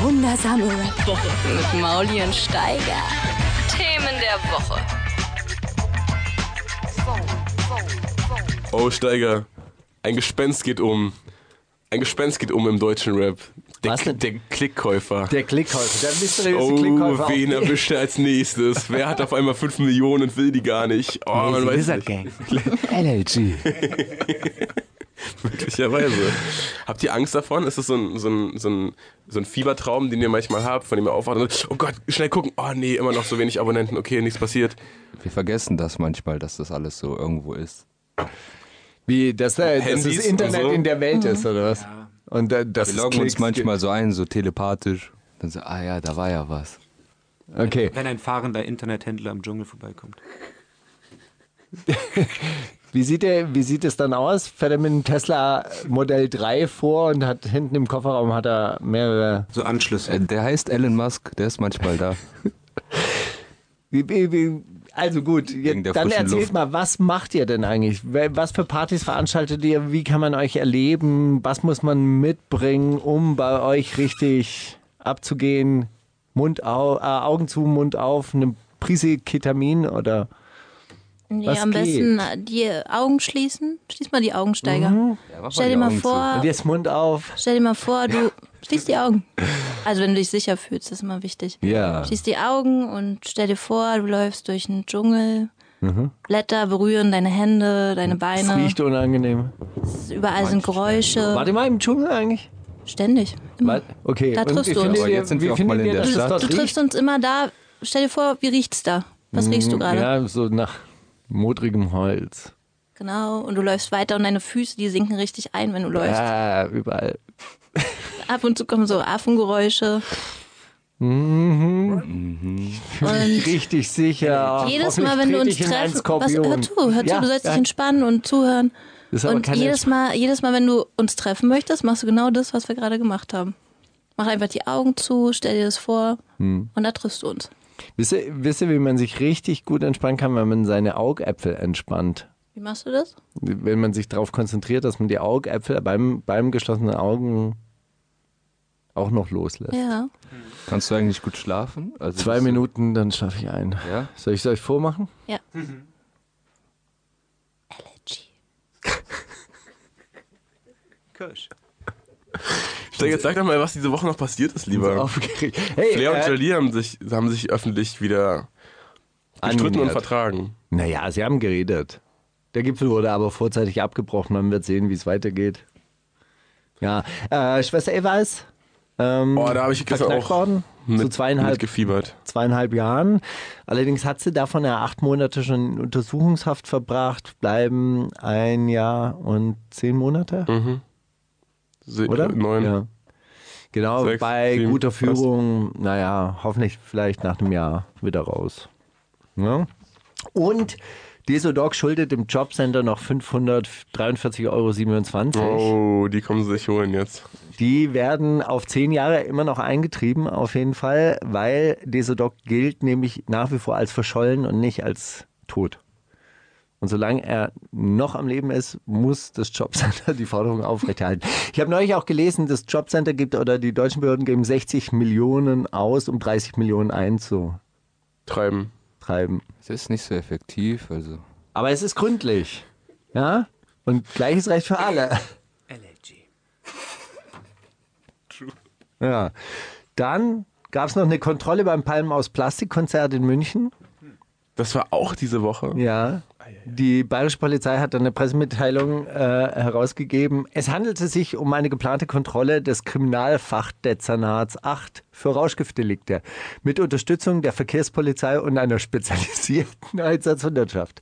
Speaker 5: Wundersame Rap.
Speaker 3: Mit Mauli und Steiger. Themen der Woche.
Speaker 1: Oh, Steiger. Ein Gespenst geht um. Ein Gespenst geht um im deutschen Rap. Der,
Speaker 2: Was denn?
Speaker 1: der Klickkäufer.
Speaker 2: Der Klickkäufer, der mysteriöse
Speaker 1: Oh,
Speaker 2: Klickkäufer. auf-
Speaker 1: wen erwischt er als nächstes? Wer hat auf einmal 5 Millionen und will die gar nicht? Oh,
Speaker 2: Nee,
Speaker 1: man
Speaker 2: sie
Speaker 1: weiß
Speaker 2: ist
Speaker 1: nicht.
Speaker 2: Gang. LLG.
Speaker 1: Möglicherweise. Habt ihr Angst davon? Ist das so ein, so ein, so ein, so ein Fiebertraum, den ihr manchmal habt, von dem ihr aufwacht und sagt, oh Gott, schnell gucken. Oh nee, immer noch so wenig Abonnenten. Okay, nichts passiert.
Speaker 7: Wir vergessen das manchmal, dass das alles so irgendwo ist.
Speaker 2: Wie, dass, äh, dass das
Speaker 1: Handys und
Speaker 2: Internet
Speaker 1: so.
Speaker 2: in der Welt ist, oder was? Und äh, das
Speaker 7: Wir loggen uns manchmal so ein, so telepathisch. Dann so, ah ja, da war ja was.
Speaker 2: Okay.
Speaker 9: Wenn ein fahrender Internethändler im Dschungel vorbeikommt.
Speaker 2: Wie sieht, der, wie sieht es dann aus? Fährt er mit einem Tesla Modell 3 vor und hat hinten im Kofferraum hat er mehrere.
Speaker 9: So Anschlüsse.
Speaker 7: Äh, Der heißt Elon Musk, der ist manchmal da.
Speaker 2: Wie- wie- wie- Also gut,
Speaker 7: Wegen der
Speaker 2: jetzt, dann
Speaker 7: frischen
Speaker 2: erzählt
Speaker 7: Luft.
Speaker 2: mal, was macht ihr denn eigentlich? Wel- Was für Partys veranstaltet ihr? Wie kann man euch erleben? Was muss man mitbringen, um bei euch richtig abzugehen? Mund au, äh, Augen zu, Mund auf, eine Prise Ketamin oder
Speaker 10: Nee,
Speaker 2: Was
Speaker 10: am
Speaker 2: geht? Mhm.
Speaker 10: besten äh, die Augen schließen. Schließ mal die Augensteiger. stell dir mal vor,
Speaker 2: und jetzt Mund auf.
Speaker 10: stell dir mal vor, du schließt die Augen. Also wenn du dich sicher fühlst, das ist immer wichtig.
Speaker 2: Äh.
Speaker 7: Ja.
Speaker 10: Schließ die Augen und stell dir vor, du läufst durch einen Dschungel. Blätter berühren deine Hände, deine
Speaker 2: Mhm. Es
Speaker 10: Beine.
Speaker 2: riecht unangenehm.
Speaker 10: Überall sind Geräusche.
Speaker 2: Wart ihr mal im Dschungel eigentlich?
Speaker 10: Ständig. Immer.
Speaker 2: Wart- Okay.
Speaker 10: Hm. Da
Speaker 2: und
Speaker 10: triffst
Speaker 2: wie
Speaker 10: du uns.
Speaker 2: findet
Speaker 10: Aber
Speaker 2: ihr-
Speaker 7: jetzt sind
Speaker 2: wie
Speaker 7: wir auch
Speaker 2: findet
Speaker 7: mal in
Speaker 2: ihr,
Speaker 7: der
Speaker 2: dass es
Speaker 7: Stadt.
Speaker 2: dort
Speaker 10: Du triffst uns immer da. Stell dir vor, wie riecht's da? Was riechst du gerade?
Speaker 2: Hm. Mm, Ja, so nach modrigem Holz.
Speaker 10: Genau. Und du läufst weiter und deine Füße, die sinken richtig ein, wenn du läufst.
Speaker 2: Ah, überall.
Speaker 10: Ab und zu kommen so Affengeräusche. Und
Speaker 2: Richtig sicher.
Speaker 10: jedes
Speaker 2: Mhm. Ah, Hoffentlich
Speaker 10: Mal, wenn du
Speaker 2: trete
Speaker 10: uns
Speaker 2: ich in einen
Speaker 10: treffen, was,
Speaker 2: Skorpion.
Speaker 10: hör zu, hör zu,
Speaker 2: Ja,
Speaker 10: du sollst
Speaker 2: ja.
Speaker 10: dich entspannen und zuhören.
Speaker 2: Das ist aber
Speaker 10: Und
Speaker 2: keine
Speaker 10: jedes Mal, jedes Mal, wenn du uns treffen möchtest, machst du genau das, was wir gerade gemacht haben. Mach einfach die Augen zu, stell dir das vor
Speaker 2: Hm.
Speaker 10: und da triffst du uns.
Speaker 2: Wisst ihr, wisst ihr, wie man sich richtig gut entspannen kann, wenn man seine Augäpfel entspannt?
Speaker 10: Wie machst du das?
Speaker 2: Wenn man sich darauf konzentriert, dass man die Augäpfel beim, beim geschlossenen Augen auch noch loslässt.
Speaker 10: Ja.
Speaker 7: Kannst du eigentlich gut schlafen? Also
Speaker 2: Zwei
Speaker 7: das-
Speaker 2: Minuten, dann schlafe ich ein.
Speaker 7: Ja?
Speaker 2: Soll ich es euch vormachen?
Speaker 10: Ja.
Speaker 9: Kirsch.
Speaker 1: Stell jetzt sag doch mal, was diese Woche noch passiert ist, lieber.
Speaker 2: Aufgeregt. Hey,
Speaker 1: Flair und
Speaker 2: äh,
Speaker 1: Jolie haben sich, haben sich öffentlich wieder gestritten und
Speaker 2: angenähert.
Speaker 1: vertragen.
Speaker 2: Naja, sie haben geredet. Der Gipfel wurde aber vorzeitig abgebrochen. Man wird sehen, wie es weitergeht. Ja, äh, Schwester Eva ist ähm,
Speaker 1: Oh, da habe ich gestern
Speaker 2: verknackt
Speaker 1: auch
Speaker 2: worden. Zu
Speaker 1: Mit-
Speaker 2: zweieinhalb,
Speaker 1: Mitgefiebert.
Speaker 2: zweieinhalb Jahren. Allerdings hat sie davon ja acht Monate schon in Untersuchungshaft verbracht. Bleiben ein Jahr und zehn Monate,
Speaker 1: Se-
Speaker 2: oder?
Speaker 1: äh, Neun.
Speaker 2: Ja. Genau,
Speaker 1: Sechs,
Speaker 2: bei
Speaker 1: sieben,
Speaker 2: guter
Speaker 1: was?
Speaker 2: Führung, naja, hoffentlich vielleicht nach einem Jahr wieder raus. Ja. Und Desodoc schuldet dem Jobcenter noch 543,27 Euro.
Speaker 1: Oh, die kommen sich holen jetzt.
Speaker 2: Die werden auf zehn Jahre immer noch eingetrieben, auf jeden Fall, weil Desodoc gilt nämlich nach wie vor als verschollen und nicht als tot. Und solange er noch am Leben ist, muss das Jobcenter die Forderung aufrechterhalten. Ich habe neulich auch gelesen, das Jobcenter gibt oder die deutschen Behörden geben 60 Millionen aus, um 30 Millionen einzutreiben.
Speaker 1: Treiben.
Speaker 7: Es ist nicht so effektiv, also.
Speaker 2: Aber es ist gründlich. Ja? Und gleiches Recht für alle.
Speaker 9: LLG.
Speaker 2: Ja. Dann gab es noch eine Kontrolle beim Palmen aus Plastikkonzert in München.
Speaker 1: Das war auch diese Woche.
Speaker 2: Ja. Die bayerische Polizei hat dann eine Pressemitteilung äh, herausgegeben. Es handelte sich um eine geplante Kontrolle des Kriminalfachdezernats 8 für Rauschgiftdelikte mit Unterstützung der Verkehrspolizei und einer spezialisierten Einsatzhundertschaft.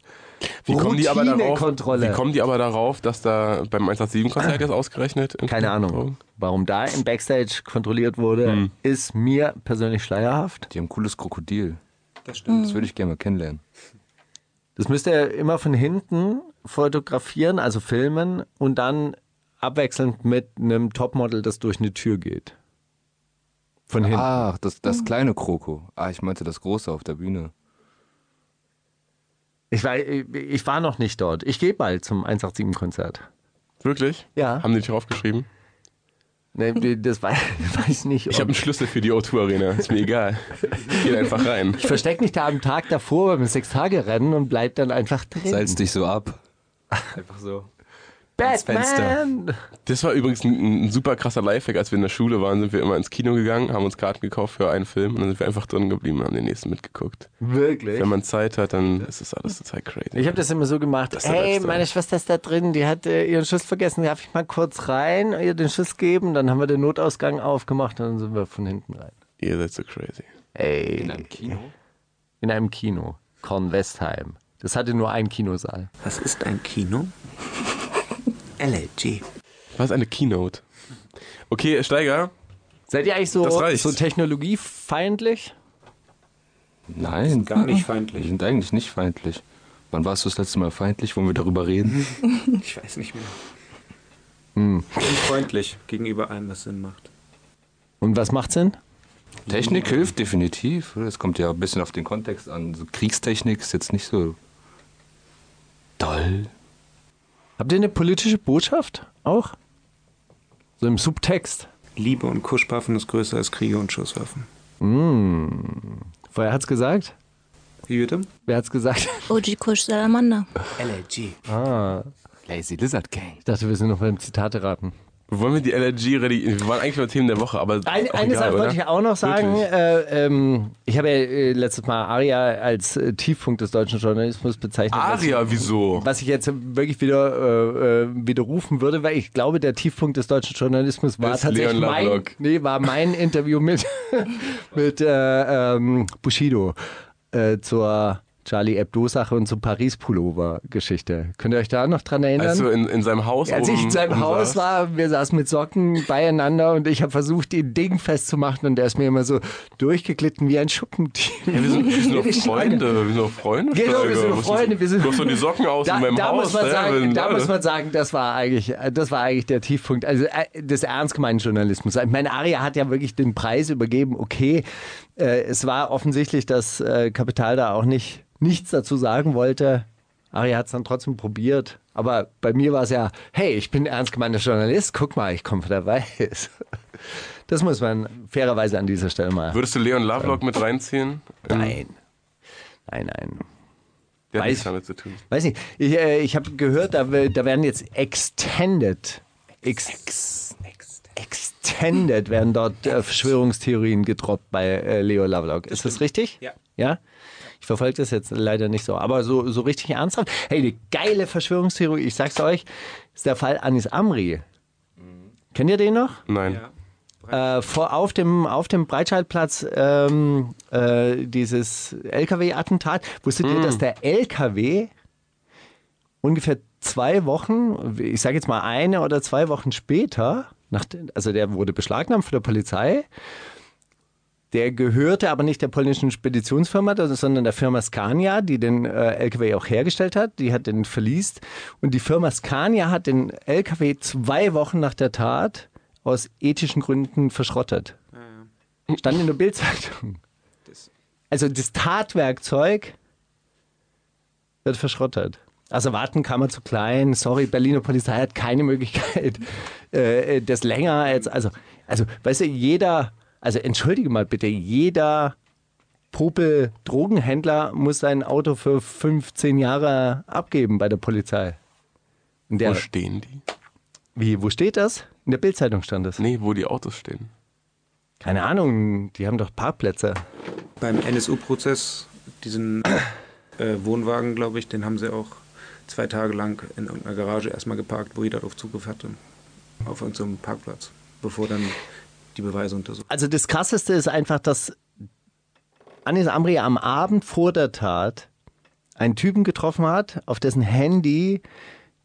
Speaker 1: Wie kommen, die aber darauf,
Speaker 2: Routinekontrolle.
Speaker 1: wie kommen die aber darauf, dass da beim 187-Konzert jetzt ausgerechnet? in-
Speaker 2: Keine Ahnung, warum da im Backstage kontrolliert wurde, ist mir persönlich schleierhaft.
Speaker 7: Die haben ein cooles Krokodil.
Speaker 9: Das stimmt.
Speaker 7: Das würde ich gerne mal kennenlernen.
Speaker 2: Das müsst ihr immer von hinten fotografieren, also filmen und dann abwechselnd mit einem Topmodel, das durch eine Tür geht.
Speaker 7: Ah.
Speaker 2: Von hinten.
Speaker 7: Ach, das,
Speaker 9: Hm.
Speaker 7: das kleine Kroko. Ah, ich meinte das große auf der Bühne.
Speaker 2: Ich, war, ich war noch nicht dort. Ich gehe bald zum 187-Konzert.
Speaker 1: Oh, Wirklich?
Speaker 2: Ja.
Speaker 1: Haben die dich draufgeschrieben?
Speaker 2: Nee, Ne, das weiß, weiß nicht.
Speaker 1: Ich habe einen Schlüssel für die O2-Arena. Ist mir egal. Ich geh einfach rein.
Speaker 2: ich verstecke mich da am Tag davor beim Sechs-Tage-Rennen und bleib dann einfach drin.
Speaker 7: Salz dich so ab. ins Fenster.
Speaker 1: Das war übrigens ein, ein super krasser Lifehack. Als wir in der Schule waren, sind wir immer ins Kino gegangen, haben uns Karten gekauft für einen Film und dann sind wir einfach drin geblieben und haben den nächsten mitgeguckt.
Speaker 2: Wirklich?
Speaker 1: Wenn man Zeit hat, dann ist das alles total crazy.
Speaker 2: Ich habe das immer so gemacht.
Speaker 1: ist der
Speaker 2: Hey,
Speaker 1: Lifestyle.
Speaker 2: meine Schwester ist da drin, die hat äh, ihren Schlüssel vergessen. Darf ich mal kurz rein, ihr den Schlüssel geben? Dann haben wir den Notausgang aufgemacht und dann sind wir von hinten rein.
Speaker 1: Ihr seid so crazy.
Speaker 2: Ey,
Speaker 7: Im Kino?
Speaker 2: in einem Kino. Kornwestheim. Das hatte nur einen Kinosaal.
Speaker 9: Was ist ein Kino? LG.
Speaker 1: Was eine Keynote. Okay, Steiger,
Speaker 2: Seid ihr eigentlich so,
Speaker 1: Das reicht.
Speaker 2: so technologiefeindlich?
Speaker 7: Nein,
Speaker 9: Gar nicht
Speaker 7: wir
Speaker 9: feindlich.
Speaker 7: sind eigentlich nicht feindlich. Wann warst du das letzte Mal feindlich? Wollen wir darüber reden?
Speaker 9: Ich weiß nicht mehr. Und freundlich gegenüber allem, was Sinn macht.
Speaker 2: Und was macht's Sinn?
Speaker 7: Technik hilft definitiv. Es kommt ja ein bisschen auf den Kontext an. So Kriegstechnik ist jetzt nicht so doll.
Speaker 2: Habt ihr eine politische Botschaft auch? So im Subtext.
Speaker 9: Liebe und Kuschpaffen ist größer als Kriege und Schusswaffen.
Speaker 2: Vorher hat's gesagt.
Speaker 9: Wie bitte?
Speaker 2: Wer hat's gesagt?
Speaker 10: OG Kusch Salamander.
Speaker 9: LG.
Speaker 7: Lazy Lizard Gang.
Speaker 2: Ich dachte, wir sind noch beim Zitate raten.
Speaker 1: wollen wir die LRG ready? Wir waren eigentlich bei Themen der Woche, aber.
Speaker 2: Ein,
Speaker 1: auch
Speaker 2: eine
Speaker 1: egal,
Speaker 2: Sache
Speaker 1: oder?
Speaker 2: wollte ich auch noch sagen.
Speaker 1: Wirklich?
Speaker 2: Äh, ähm, ich habe ja äh, letztes Mal Aria als äh, Tiefpunkt des deutschen Journalismus bezeichnet. was-
Speaker 1: Aria, wieso?
Speaker 2: Was ich jetzt wirklich wieder äh, äh, widerrufen würde, weil ich glaube, der Tiefpunkt des deutschen Journalismus war
Speaker 1: Ist
Speaker 2: tatsächlich
Speaker 1: Leon
Speaker 2: mein,
Speaker 1: Lovelock.
Speaker 2: nee, war mein Interview mit, mit äh, ähm, Bushido äh, zur Charlie Hebdo-Sache und zur Paris-Pullover-Geschichte. Könnt ihr euch da noch dran erinnern?
Speaker 1: Als du in, in seinem Haus um-
Speaker 2: Als ich
Speaker 1: oben
Speaker 2: in seinem
Speaker 1: oben
Speaker 2: Haus
Speaker 1: saßt.
Speaker 2: war, wir saßen mit Socken beieinander und ich habe versucht, den Ding festzumachen und der ist mir immer so durchgeglitten wie ein Schuppentier.
Speaker 1: Ja, wir sind, wir sind
Speaker 2: In die
Speaker 1: doch
Speaker 2: Schlange.
Speaker 1: Freunde. Wir sind doch Freunde.
Speaker 2: Genau, wir
Speaker 1: Steiger.
Speaker 2: sind
Speaker 1: Musst
Speaker 2: Freunde.
Speaker 1: Du,
Speaker 2: Wir sind,
Speaker 1: du hast doch die Socken aus
Speaker 2: da,
Speaker 1: in meinem
Speaker 2: da
Speaker 1: Haus.
Speaker 2: Muss man
Speaker 1: ne?
Speaker 2: sagen,
Speaker 1: Wenn-
Speaker 2: da muss man sagen, das war eigentlich, das war eigentlich der Tiefpunkt also äh, des ernst gemeinen Journalismus. Ich meine, Aria hat ja wirklich den Preis übergeben. Okay, äh, es war offensichtlich, dass äh, Kapital da auch nicht, nichts dazu sagen wollte. Aria hat es dann trotzdem probiert. Aber bei mir war es ja, hey, ich bin ernst gemeinter Journalist, guck mal, ich komme von der Weiß. Das muss man fairerweise an dieser Stelle mal.
Speaker 1: Würdest du Leon Lovelock mit reinziehen?
Speaker 2: Nein. Nein, nein.
Speaker 1: Der hat
Speaker 2: Weiß
Speaker 1: nichts
Speaker 2: ich.
Speaker 1: damit zu tun.
Speaker 2: Weiß nicht. Ich, äh, ich habe gehört, da, will- da werden jetzt Extended. Ex, extended werden dort äh, Verschwörungstheorien gedroppt bei äh, Leo Lovelock. Ist das richtig?
Speaker 9: Ja.
Speaker 2: Ja? Ich verfolge das jetzt leider nicht so, aber so, so richtig ernsthaft. Hey, eine geile Verschwörungstheorie, ich sag's euch, ist der Fall Anis Amri. Kennt ihr den noch?
Speaker 1: Nein.
Speaker 9: Ja.
Speaker 2: äh, vor, auf, dem, auf dem Breitscheidplatz ähm, äh, dieses LKW-Attentat. Wusstet ihr, dass der LKW ungefähr zwei Wochen, ich sage jetzt mal eine oder zwei Wochen später, nach, also der wurde beschlagnahmt von der Polizei, der gehörte aber nicht der polnischen Speditionsfirma, sondern der Firma Scania, die den äh, LKW auch hergestellt hat. Die hat den verliest. Und die Firma Scania hat den LKW zwei Wochen nach der Tat aus ethischen Gründen verschrottet. Stand in der Bildzeitung. Also das Tatwerkzeug wird verschrottet. Also warten kann man zu klein. Sorry, Berliner Polizei hat keine Möglichkeit, äh, äh, das länger als. Also, also, weißt du, jeder, also entschuldige mal bitte, jeder Popel-Drogenhändler muss sein Auto für 15 Jahre abgeben bei der Polizei. Und
Speaker 1: Wo
Speaker 2: der,
Speaker 1: stehen die?
Speaker 2: wie, wo steht das? In der Bildzeitung stand das.
Speaker 1: Nee, wo die Autos stehen.
Speaker 2: Keine Ahnung, die haben doch Parkplätze.
Speaker 9: Beim NSU-Prozess, diesen äh, Wohnwagen, glaube ich, den haben sie auch zwei Tage lang in irgendeiner Garage erstmal geparkt, wo jeder darauf Zugriff hatte. Auf irgendeinem Parkplatz, bevor dann die Beweise untersucht.
Speaker 2: Also das Krasseste ist einfach, dass Anis Amri am Abend vor der Tat einen Typen getroffen hat, auf dessen Handy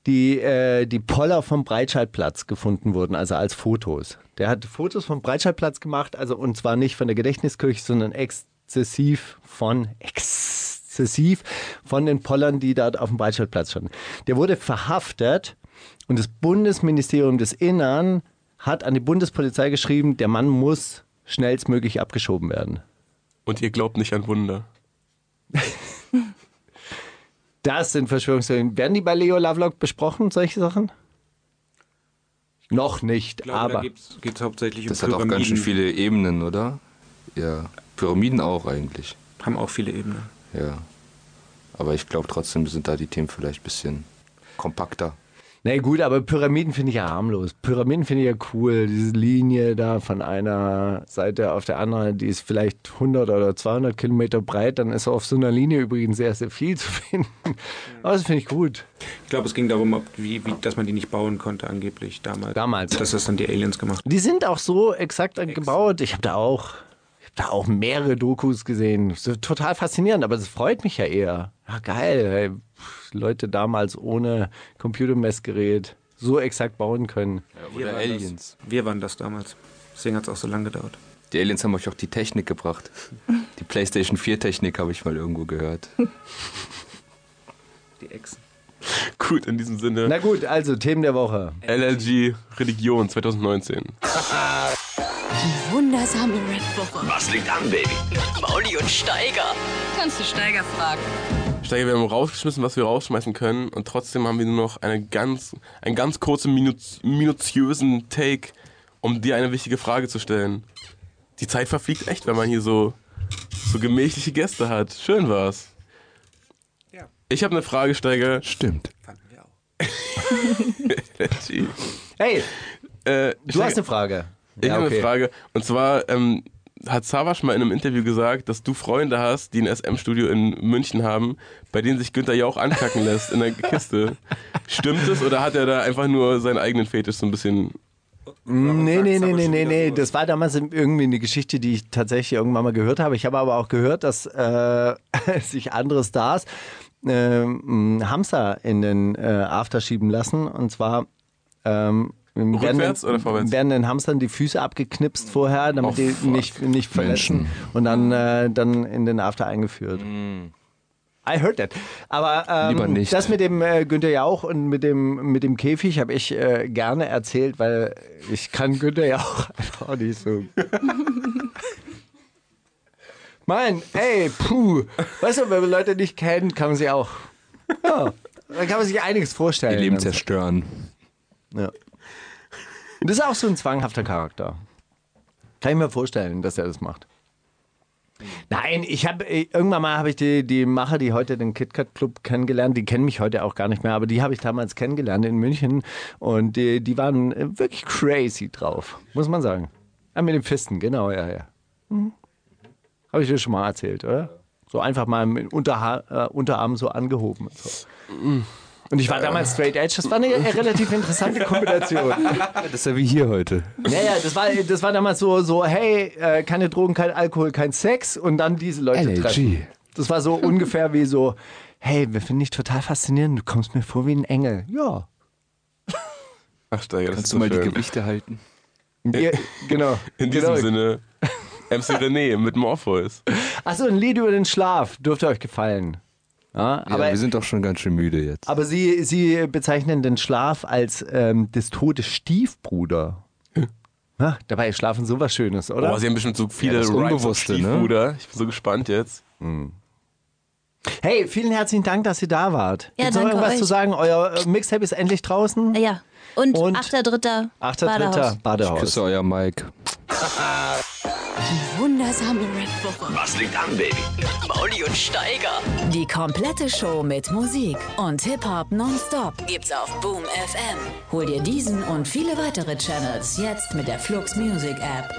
Speaker 2: die, äh, die Poller vom Breitscheidplatz gefunden wurden, also als Fotos. Der hat Fotos vom Breitscheidplatz gemacht, also und zwar nicht von der Gedächtniskirche, sondern exzessiv von exzessiv von den Pollern, die dort auf dem Breitscheidplatz standen. Der wurde verhaftet und das Bundesministerium des Innern hat an die Bundespolizei geschrieben, der Mann muss schnellstmöglich abgeschoben werden.
Speaker 1: Und ihr glaubt nicht an Wunder.
Speaker 2: Das sind Verschwörungstheorien. Werden die bei Leo Lovelock besprochen, solche Sachen? Noch nicht,
Speaker 9: Ich glaube,
Speaker 2: aber.
Speaker 9: da geht es hauptsächlich
Speaker 7: Das
Speaker 9: um
Speaker 7: hat auch
Speaker 9: Pyramiden.
Speaker 7: ganz schön viele Ebenen, oder? Ja. Pyramiden auch eigentlich.
Speaker 9: Haben auch viele Ebenen.
Speaker 7: Ja. Aber ich glaube trotzdem sind da die Themen vielleicht ein bisschen kompakter.
Speaker 2: Na gut, aber Pyramiden finde ich ja harmlos. Pyramiden finde ich ja cool. Diese Linie da von einer Seite auf der anderen, die ist vielleicht 100 oder 200 Kilometer breit. Dann ist auf so einer Linie übrigens sehr, sehr viel zu finden. Aber das finde ich gut.
Speaker 9: Ich glaube, es ging darum, ob, wie, wie, dass man die nicht bauen konnte angeblich damals.
Speaker 2: Damals.
Speaker 9: Dass das dann die Aliens gemacht haben.
Speaker 2: Die sind auch so exakt gebaut. Ich habe da auch da auch mehrere Dokus gesehen. So, total faszinierend, aber das freut mich ja eher. Ja, geil, ey. Pff, Leute damals ohne Computermessgerät so exakt bauen können.
Speaker 7: Ja, oder Aliens.
Speaker 9: Das, wir waren das damals. Deswegen hat es auch so lange gedauert.
Speaker 7: Die Aliens haben euch auch die Technik gebracht. Die PlayStation 4 Technik habe ich mal irgendwo gehört.
Speaker 9: Die Echsen.
Speaker 1: Gut, in diesem Sinne.
Speaker 2: Na gut, also Themen der Woche.
Speaker 1: LLG Religion 2019.
Speaker 5: Die wundersame Red Booker.
Speaker 11: Was liegt an, Baby?
Speaker 5: Mauli und Steiger.
Speaker 3: Kannst du Steiger fragen?
Speaker 1: Steiger, wir haben rausgeschmissen, was wir rausschmeißen können und trotzdem haben wir nur noch eine ganz, einen ganz kurzen, minuz minutiösen Take, um dir eine wichtige Frage zu stellen. Die Zeit verfliegt echt, wenn man hier so, so gemächliche Gäste hat. Schön war's. Ja. Ich habe eine Frage, Steiger.
Speaker 7: Stimmt.
Speaker 9: Fanden wir
Speaker 1: auch.
Speaker 2: hey,
Speaker 1: äh,
Speaker 2: du hast eine Frage.
Speaker 1: Ich habe eine Frage. Und zwar ähm, hat Savas mal in einem Interview gesagt, dass du Freunde hast, die ein SM-Studio in München haben, bei denen sich Günther Jauch ankacken lässt in der Kiste. Stimmt es oder hat er da einfach nur seinen eigenen Fetisch so ein bisschen.
Speaker 2: Nee, nee, nee, nee, nee, nee. Das war damals irgendwie eine Geschichte, die ich tatsächlich irgendwann mal gehört habe. Ich habe aber auch gehört, dass äh, sich andere Stars äh, Hamster in den äh, After schieben lassen. Und zwar. Ähm,
Speaker 1: Rückwärts
Speaker 2: werden,
Speaker 1: oder vorwärts?
Speaker 2: Werden den Hamstern die Füße abgeknipst vorher, damit
Speaker 1: Oh,
Speaker 2: die
Speaker 1: fuck.
Speaker 2: nicht, nicht verletzen. Und dann, äh, dann in den After eingeführt. I heard that. Aber ähm,
Speaker 7: Lieber nicht.
Speaker 2: das mit dem äh, Günther Jauch und mit dem, mit dem Käfig habe ich äh, gerne erzählt, weil ich kann Günther Jauch einfach auch nicht so. Mann, ey, puh. Weißt du, wenn man Leute nicht kennt, kann man sie auch. Ja, da kann man sich einiges vorstellen.
Speaker 7: Ihr Leben zerstören.
Speaker 2: Ja. Und das ist auch so ein zwanghafter Charakter. Kann ich mir vorstellen, dass er das macht. Nein, ich habe irgendwann mal habe ich die, die Macher, die heute den KitKat Club kennengelernt, die kennen mich heute auch gar nicht mehr, aber die habe ich damals kennengelernt in München und die, die waren äh, wirklich crazy drauf, muss man sagen. Ah, mit den Fisten, genau, ja, ja. Hm. Habe ich dir schon mal erzählt, oder? So einfach mal mit Unterha äh, Unterarm so angehoben. Und, so. und ich war damals straight edge, das war eine äh, relativ interessante Kombination.
Speaker 7: Ah, Das ist ja wie hier heute.
Speaker 2: Ja, ja, das war, das war damals so, so hey, äh, keine Drogen, kein Alkohol, kein Sex und dann diese Leute
Speaker 7: LLG.
Speaker 2: treffen. Das war so ungefähr wie so, hey, wir finden dich total faszinierend, du kommst mir vor wie ein Engel. Ja.
Speaker 1: Ach, Steiger, das
Speaker 7: Kannst
Speaker 1: ist
Speaker 7: du
Speaker 1: so
Speaker 7: mal die
Speaker 1: schön.
Speaker 7: Gewichte halten?
Speaker 2: Ja, genau.
Speaker 1: In diesem
Speaker 2: genau.
Speaker 1: Sinne, MC René mit Morpheus.
Speaker 2: Achso, ein Lied über den Schlaf dürfte euch gefallen.
Speaker 1: Ah,
Speaker 2: Ja,
Speaker 7: Ja,
Speaker 2: aber
Speaker 7: wir sind doch schon ganz schön müde jetzt.
Speaker 2: aber sie, sie bezeichnen den Schlaf als ähm, des Todes Stiefbruder. Na, dabei ist schlafen sowas Schönes, oder?
Speaker 1: Hm. Boah, sie haben bestimmt so viele
Speaker 7: Ja, das
Speaker 1: Rhymes auf
Speaker 7: Unbewusste, ne?
Speaker 1: Stiefbruder. Ich bin so gespannt jetzt.
Speaker 2: Hey, vielen herzlichen Dank, dass ihr da wart.
Speaker 10: Ja,
Speaker 2: Gibt's noch
Speaker 10: danke
Speaker 2: irgendwas
Speaker 10: euch.
Speaker 2: zu sagen? Euer äh, Mixtape ist endlich draußen.
Speaker 10: Ja. Und,
Speaker 2: Und-
Speaker 10: 8.3.
Speaker 2: 8.3.
Speaker 10: Badehaus.
Speaker 2: Badehaus.
Speaker 7: Küsse euer Mike.
Speaker 5: Die wundersame Red Booker.
Speaker 11: Was liegt an, Baby? Mauli und Steiger.
Speaker 5: Die komplette Show mit Musik und Hip-Hop nonstop gibt's auf Boom FM. Hol dir diesen und viele weitere Channels jetzt mit der Flux Music App.